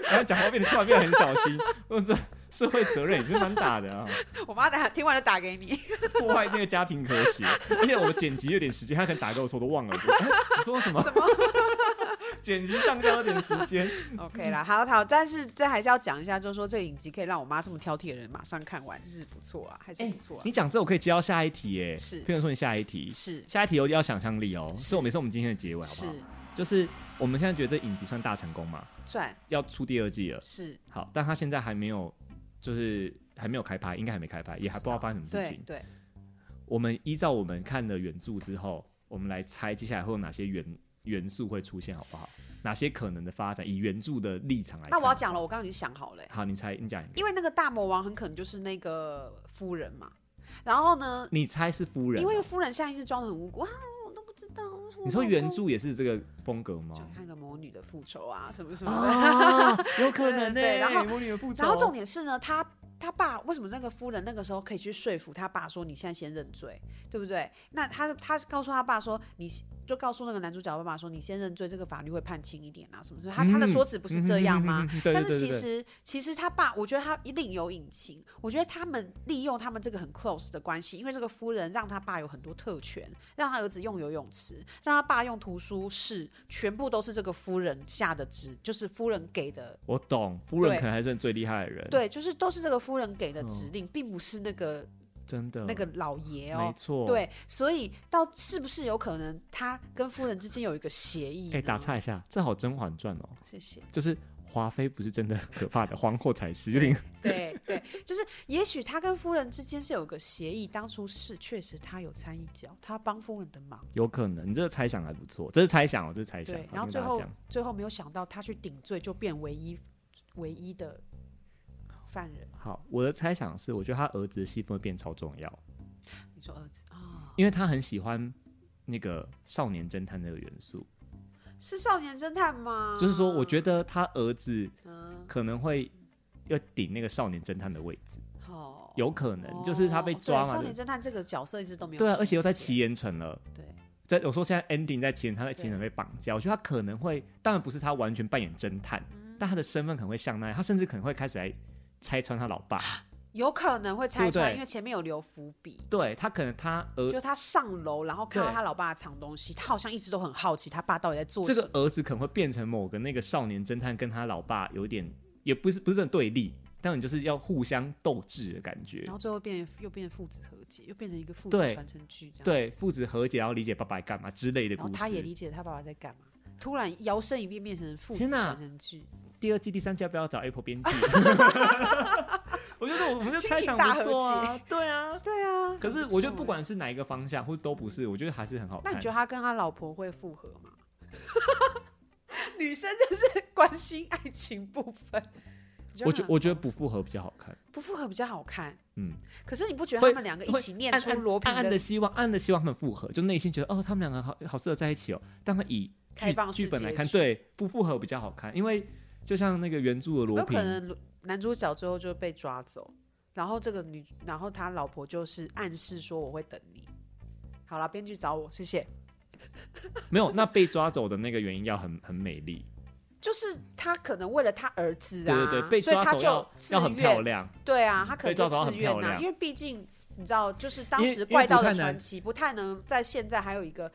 Speaker 1: 然后讲话变得突然变得很小心，我这社会责任也是蛮大的啊，
Speaker 2: 我妈打听完就打给你，
Speaker 1: 破坏那个家庭和谐。而且我剪辑有点时间，他可能打给我说我都忘了，我说哎你说什么？
Speaker 2: 什么
Speaker 1: [laughs] 剪辑上交有点时间，
Speaker 2: OK 啦，好好，但是这还是要讲一下，就是说这个影集可以让我妈这么挑剔的人马上看完，就是不错啊，还是不错、啊
Speaker 1: 哎你讲这我可以接到下一题耶，
Speaker 2: 是
Speaker 1: 譬如说你下一题。
Speaker 2: 是
Speaker 1: 下一题有要想象力哦，是我们也是我们今天的结尾，好不
Speaker 2: 是
Speaker 1: 好？就是我们现在觉得这影集算大成功嘛，
Speaker 2: 赚
Speaker 1: 要出第二季了。
Speaker 2: 是，
Speaker 1: 好，但他现在还没有，就是还没有开拍，应该还没开拍，也还不知道发生什么事
Speaker 2: 对
Speaker 1: 情。
Speaker 2: 对，
Speaker 1: 我们依照我们看了原著之后，我们来猜接下来会有哪些原元素会出现，好不好？哪些可能的发展？以原著的立场来看，
Speaker 2: 那我要讲了，我刚刚已经想好了欸、
Speaker 1: 好，你猜，你讲一个，
Speaker 2: 因为那个大魔王很可能就是那个夫人嘛。然后呢，
Speaker 1: 你猜是夫人啊，
Speaker 2: 因为夫人现在一直装的很无辜啊，我都不知道。我
Speaker 1: 你说
Speaker 2: 老
Speaker 1: 原
Speaker 2: 公
Speaker 1: 著也是这个风格
Speaker 2: 就
Speaker 1: 吗？
Speaker 2: 看个魔女的复仇啊，什么什么的。
Speaker 1: 啊，
Speaker 4: 哦
Speaker 1: [laughs] 有可能呢、
Speaker 2: 对对然后
Speaker 1: 魔女的复仇，
Speaker 2: 然后重点是呢，他他爸为什么那个夫人那个时候可以去说服他爸说你现在先认罪，对不对？那他他告诉他爸说你。就告诉那个男主角爸爸说：“你先认罪，这个法律会判轻一点啊，什么什么。”他他的
Speaker 1: 嗯
Speaker 2: 说辞不是这样
Speaker 1: 嗯
Speaker 2: 吗？
Speaker 1: 哼嗯哼嗯哼对
Speaker 2: 但是
Speaker 1: 对对
Speaker 2: 其
Speaker 1: 对
Speaker 2: 实其实他爸，我觉得他另有隐情。我觉得他们利用他们这个很 close 的关系，因为这个夫人让他爸有很多特权，让他儿子用游泳池，让他爸用图书室，全部都是这个夫人下的旨，就是夫人给的
Speaker 1: 我懂，夫人
Speaker 2: 对
Speaker 1: 可能还是最厉害的人，，
Speaker 2: 对，就是都是这个夫人给的指令，并不是那个
Speaker 1: 真的
Speaker 2: 那个老爷
Speaker 1: 嗯没
Speaker 2: 哦。
Speaker 1: 错，。
Speaker 2: 对，所以到是不是有可能他跟夫人之间有一个协议？
Speaker 1: 哎、打，岔一下，这好《甄嬛传》哦，
Speaker 2: 谢谢。
Speaker 1: 就是华妃不是真的很可怕的，皇后才是，有点
Speaker 2: 对对，就是也许他跟夫人之间是有个协议，当初是确实他有参一脚，他帮夫人的忙。
Speaker 1: 有可能。你这个猜想还不错，这是猜想哦，这是猜想。
Speaker 2: 对，
Speaker 1: 好
Speaker 2: 然后
Speaker 1: 先
Speaker 2: 最
Speaker 1: 跟大家
Speaker 2: 后
Speaker 1: 讲
Speaker 2: 最后没有想到他去顶罪，就变唯一唯一的犯人。
Speaker 1: 好，我的猜想是，我觉得他儿子的戏份会变超重要，
Speaker 2: 你说儿子啊、
Speaker 1: 因为他很喜欢那个少年侦探这个元素，
Speaker 2: 是少年侦探吗？
Speaker 1: 就是说，我觉得他儿子
Speaker 2: 嗯，
Speaker 1: 可能会要顶那个少年侦探的位置，
Speaker 2: 好，
Speaker 1: 有可能、
Speaker 2: 哦
Speaker 1: 就是他被抓
Speaker 2: 对
Speaker 1: 嘛
Speaker 2: 少。年侦探这个角色一直都没有
Speaker 1: 对啊，而且又在
Speaker 2: 出
Speaker 1: 奇
Speaker 2: 现
Speaker 1: 岩城了。
Speaker 2: 对
Speaker 1: 在我说现在 ending 在奇岩城，他在奇岩城被绑架，我觉得他可能会，当然不是他完全扮演侦探，
Speaker 2: 嗯
Speaker 1: 但他的身份可能会像那样，他甚至可能会开始来拆穿他老爸。
Speaker 2: 啊有可能会拆
Speaker 1: 对不
Speaker 2: 穿，
Speaker 1: 对
Speaker 2: 因为前面有留伏笔。
Speaker 1: 对他可能他儿
Speaker 2: 就他上楼，然后看到
Speaker 1: 对
Speaker 2: 他老爸藏东西，他好像一直都很好奇他爸到底在做
Speaker 1: 这
Speaker 2: 什么。
Speaker 1: 个儿子可能会变成某个那个少年侦探跟他老爸有点也不是不是很对立，但你就是要互相斗智的感觉
Speaker 2: 然。后最后变又变父子和解，又变成一个父
Speaker 1: 对
Speaker 2: 子传承剧这样。
Speaker 1: 对，，父子和解，然后理解爸爸干嘛之类的
Speaker 2: 然后
Speaker 1: 故
Speaker 2: 他也
Speaker 1: 事
Speaker 2: 理。解他爸爸在干嘛，突然摇身一变变成父
Speaker 1: 天
Speaker 2: 子
Speaker 1: 哪
Speaker 2: 传承剧，
Speaker 1: 第二季、第三季要不要找 Apple
Speaker 2: [laughs]
Speaker 1: 编剧？我觉得我们就
Speaker 2: 亲
Speaker 1: 猜
Speaker 2: 情
Speaker 1: 想
Speaker 2: 大
Speaker 1: 不
Speaker 2: 合
Speaker 1: 错啊，对啊。
Speaker 2: 对啊。
Speaker 1: 可是哎
Speaker 2: 很
Speaker 1: 我觉得
Speaker 2: 错
Speaker 1: 不管是哪一个方向，或者都不是，我觉得还是很好
Speaker 2: 欸，那
Speaker 1: 看。
Speaker 2: 你觉得他跟他老婆会复合吗？ [laughs] 女生就是关心爱情部分，你
Speaker 1: 我
Speaker 2: 觉
Speaker 1: 觉
Speaker 2: 得
Speaker 1: 我觉得不复合比较好看。
Speaker 2: 不复合比较好看。
Speaker 1: 嗯，
Speaker 2: 可是你不觉得
Speaker 1: 会
Speaker 2: 他们两个一起念出
Speaker 1: 暗暗
Speaker 2: 罗
Speaker 1: 暗
Speaker 2: 平
Speaker 1: 暗
Speaker 2: 的
Speaker 1: 的希望，暗暗的希望他们复合，就内心觉得哦，他们两个好好适合在一起哦。但他以
Speaker 2: 开
Speaker 1: 剧
Speaker 2: 放式
Speaker 1: 剧本来看，
Speaker 2: 结局
Speaker 1: 对不复合比较好看，因为就像那个原著的罗
Speaker 2: 有
Speaker 1: 平
Speaker 2: 可，能男主角最后就被抓走，然后这个女，然后他老婆就是暗示说我会等你。好了，编剧找我，谢谢。
Speaker 1: 没有那被抓走的那个原因要很很美丽，
Speaker 2: 就是他可能为了他儿子
Speaker 1: 对
Speaker 2: 啊，
Speaker 1: 对对，被
Speaker 2: 所以
Speaker 1: 抓
Speaker 2: 他
Speaker 1: 走要
Speaker 2: 就自
Speaker 1: 要
Speaker 2: 愿，
Speaker 1: 很漂亮，
Speaker 2: 对啊，他可
Speaker 1: 被
Speaker 2: 能
Speaker 1: 抓
Speaker 2: 就
Speaker 1: 走要很
Speaker 2: 自愿
Speaker 1: 漂
Speaker 2: 啊，
Speaker 1: 亮
Speaker 2: 因为毕竟你知道，就是当
Speaker 1: 因为
Speaker 2: 时怪盗
Speaker 1: 因为
Speaker 2: 的
Speaker 1: 不太能
Speaker 2: 传奇不太能在现在还有一个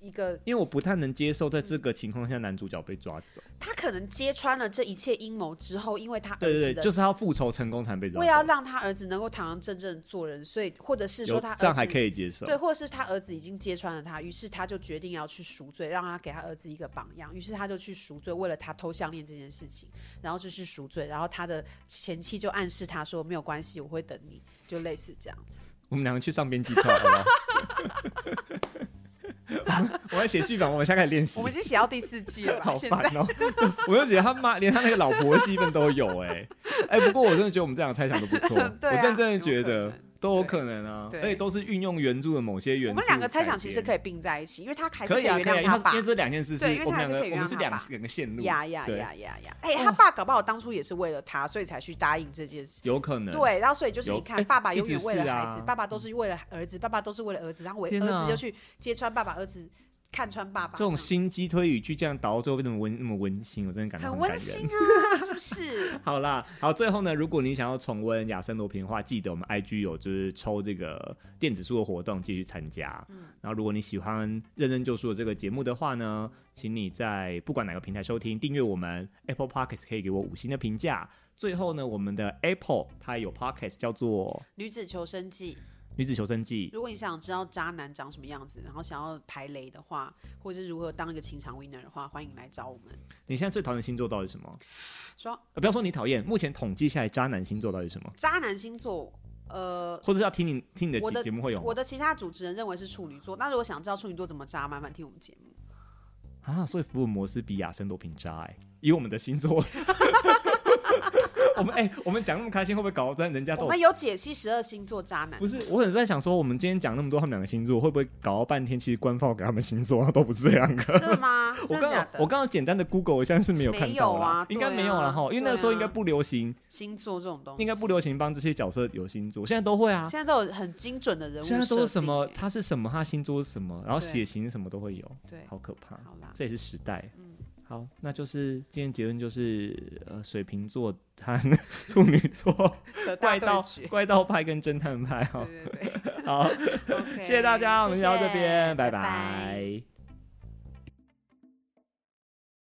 Speaker 2: 一个，
Speaker 1: 因为我不太能接受在这个情况下男主角被抓走，
Speaker 2: 他可能揭穿了这一切阴谋之后，因为他儿
Speaker 1: 对对
Speaker 2: 子的
Speaker 1: 对，就是他要复仇成功才被抓走，
Speaker 2: 为了要让他儿子能够堂堂正正做人，所以或者是
Speaker 1: 有
Speaker 2: 说他儿子
Speaker 1: 这样还可以接受，
Speaker 2: 对，或者是他儿子已经揭穿了他，于是他就决定要去赎罪，让他给他儿子一个榜样。于是他就去赎罪，为了他偷项链这件事情，然后就去赎罪。然后他的前妻就暗示他说没有关系，我会等你，就类似这样子。
Speaker 1: 我们两个去上编辑课好不 [laughs] 好？我要写剧本，我们现在开始练习
Speaker 2: 我。们已经写到第四季了吧？
Speaker 1: 好
Speaker 2: 现
Speaker 1: 烦
Speaker 2: 在
Speaker 1: 哦！ [laughs] 我就觉得他妈连他那个老婆的戏份都有哎、哎、不过我真的觉得我们这两个猜想都不错，
Speaker 2: [laughs] 对啊
Speaker 1: 我认真的
Speaker 2: 有
Speaker 1: 觉
Speaker 2: 可
Speaker 1: 得
Speaker 2: 能
Speaker 1: 都有可能啊，
Speaker 2: 对
Speaker 1: 而且都是运用原著的某些元素。
Speaker 2: 我们两个猜想其实可
Speaker 1: 以。
Speaker 2: 以并在一起，因为他还是
Speaker 1: 可以啊，
Speaker 2: 原
Speaker 1: 可以啊，
Speaker 2: 谅
Speaker 1: 因为
Speaker 2: 他
Speaker 1: 它
Speaker 2: 爸
Speaker 1: 因为。这两件事是
Speaker 2: 对因为
Speaker 1: 我们
Speaker 2: 他
Speaker 1: 两
Speaker 2: 还是
Speaker 1: 个
Speaker 2: 可以，
Speaker 1: 我
Speaker 2: 原
Speaker 1: 们
Speaker 2: 谅
Speaker 1: 是
Speaker 2: 他
Speaker 1: 两
Speaker 2: 爸
Speaker 1: 两个线路，
Speaker 2: 呀呀
Speaker 1: 对
Speaker 2: 呀呀呀！哎、他爸搞不好当初也是为了他，所以才去答应这件事。
Speaker 1: 有可能。
Speaker 2: 对，然后所以就是
Speaker 1: 有
Speaker 2: 你
Speaker 1: 哎
Speaker 2: 看，爸爸
Speaker 1: 一
Speaker 2: 永
Speaker 1: 直
Speaker 2: 远为
Speaker 1: 是
Speaker 2: 了孩子，
Speaker 1: 啊
Speaker 2: 爸爸都是为了儿子，爸爸都是为了儿子，然后我
Speaker 1: 天
Speaker 2: 儿
Speaker 1: 哪
Speaker 2: 子就去揭穿爸爸，儿子看穿爸爸，
Speaker 1: 这种
Speaker 2: 样
Speaker 1: 心机推理剧这样导到最后变得那么温那么温馨，我真的感到感
Speaker 2: 很温
Speaker 1: 人
Speaker 2: 馨啊， [laughs] 是不是？
Speaker 1: 好啦，好，最后呢，如果你想要重温亚森罗平的话，记得我们 IG 有就是抽这个电子书的活动，继续参加。
Speaker 2: 嗯
Speaker 1: 然后如果你喜欢《认真救书》的这个节目的话呢，请你在不管哪个平台收听，订阅我们 Apple Podcast 可以给我五星的评价。最后呢，我们的 Apple 它有 Podcast 叫做
Speaker 2: 女子求生记，
Speaker 1: 《女子求生记》，
Speaker 2: 如果你想知道渣男长什么样子，然后想要排雷的话，或者是如何当一个情场 winner 的话，欢迎来找我们。
Speaker 1: 你现在最讨厌的星座到底是什么？
Speaker 2: 说
Speaker 1: 呃、不要说你讨厌，目前统计下来渣男星座到底是什么？
Speaker 2: 渣男星座，呃，
Speaker 1: 或者是要听你听你的
Speaker 2: 我
Speaker 1: 节
Speaker 2: 的
Speaker 1: 节目会有吗
Speaker 2: 我的其他主持人认为是处女座，那如果想知道处女座怎么渣，麻烦听我们节目。
Speaker 1: 啊，所以福尔摩斯比亚森罗平渣哎、以我们的星座，我们哎、我们讲那么开心，会不会搞到人家
Speaker 2: 我
Speaker 1: 都
Speaker 2: 们有解析十二星座渣男
Speaker 1: 不，是？我很在想说，我们今天讲那么多他们两个星座，会不会搞到半天？其实官方给他们星座都不是这样的。
Speaker 2: 真的吗？
Speaker 1: [laughs] 我
Speaker 2: [laughs] 真的
Speaker 1: 刚
Speaker 2: 假
Speaker 1: 刚
Speaker 2: 的？
Speaker 1: 我刚刚简单的 Google 一下是没有看
Speaker 2: 没
Speaker 1: 到
Speaker 2: 有
Speaker 1: 啦，
Speaker 2: 啊
Speaker 1: 应该
Speaker 2: 对
Speaker 1: 没有了
Speaker 2: 啊
Speaker 1: 哈，因为那个时候应该
Speaker 2: 对啊
Speaker 1: 不流行，
Speaker 2: 星座这种东西
Speaker 1: 应该不流行帮这些角色有星座，现在都会啊
Speaker 2: 现。在都有很精准的人物设
Speaker 1: 现
Speaker 2: 定欸，
Speaker 1: 在都是什么？他是什么？他星座是什么？然后
Speaker 2: 对
Speaker 1: 血型什么都会有，
Speaker 2: 对，
Speaker 1: 好可怕。
Speaker 2: 好 [laughs] 啦，
Speaker 1: 这也是时代。
Speaker 2: 嗯
Speaker 1: 好，那就是今天结论就是，呃，水瓶座和 [laughs] 处女座，
Speaker 2: 的
Speaker 1: 怪
Speaker 2: [laughs] 大
Speaker 1: 盗
Speaker 2: 对决，
Speaker 1: 怪盗派跟侦探派哈、
Speaker 2: 对对对
Speaker 1: 好，
Speaker 2: [laughs] ，OK，
Speaker 1: 谢谢大家，我们聊到这边，
Speaker 2: 谢拜
Speaker 1: 拜拜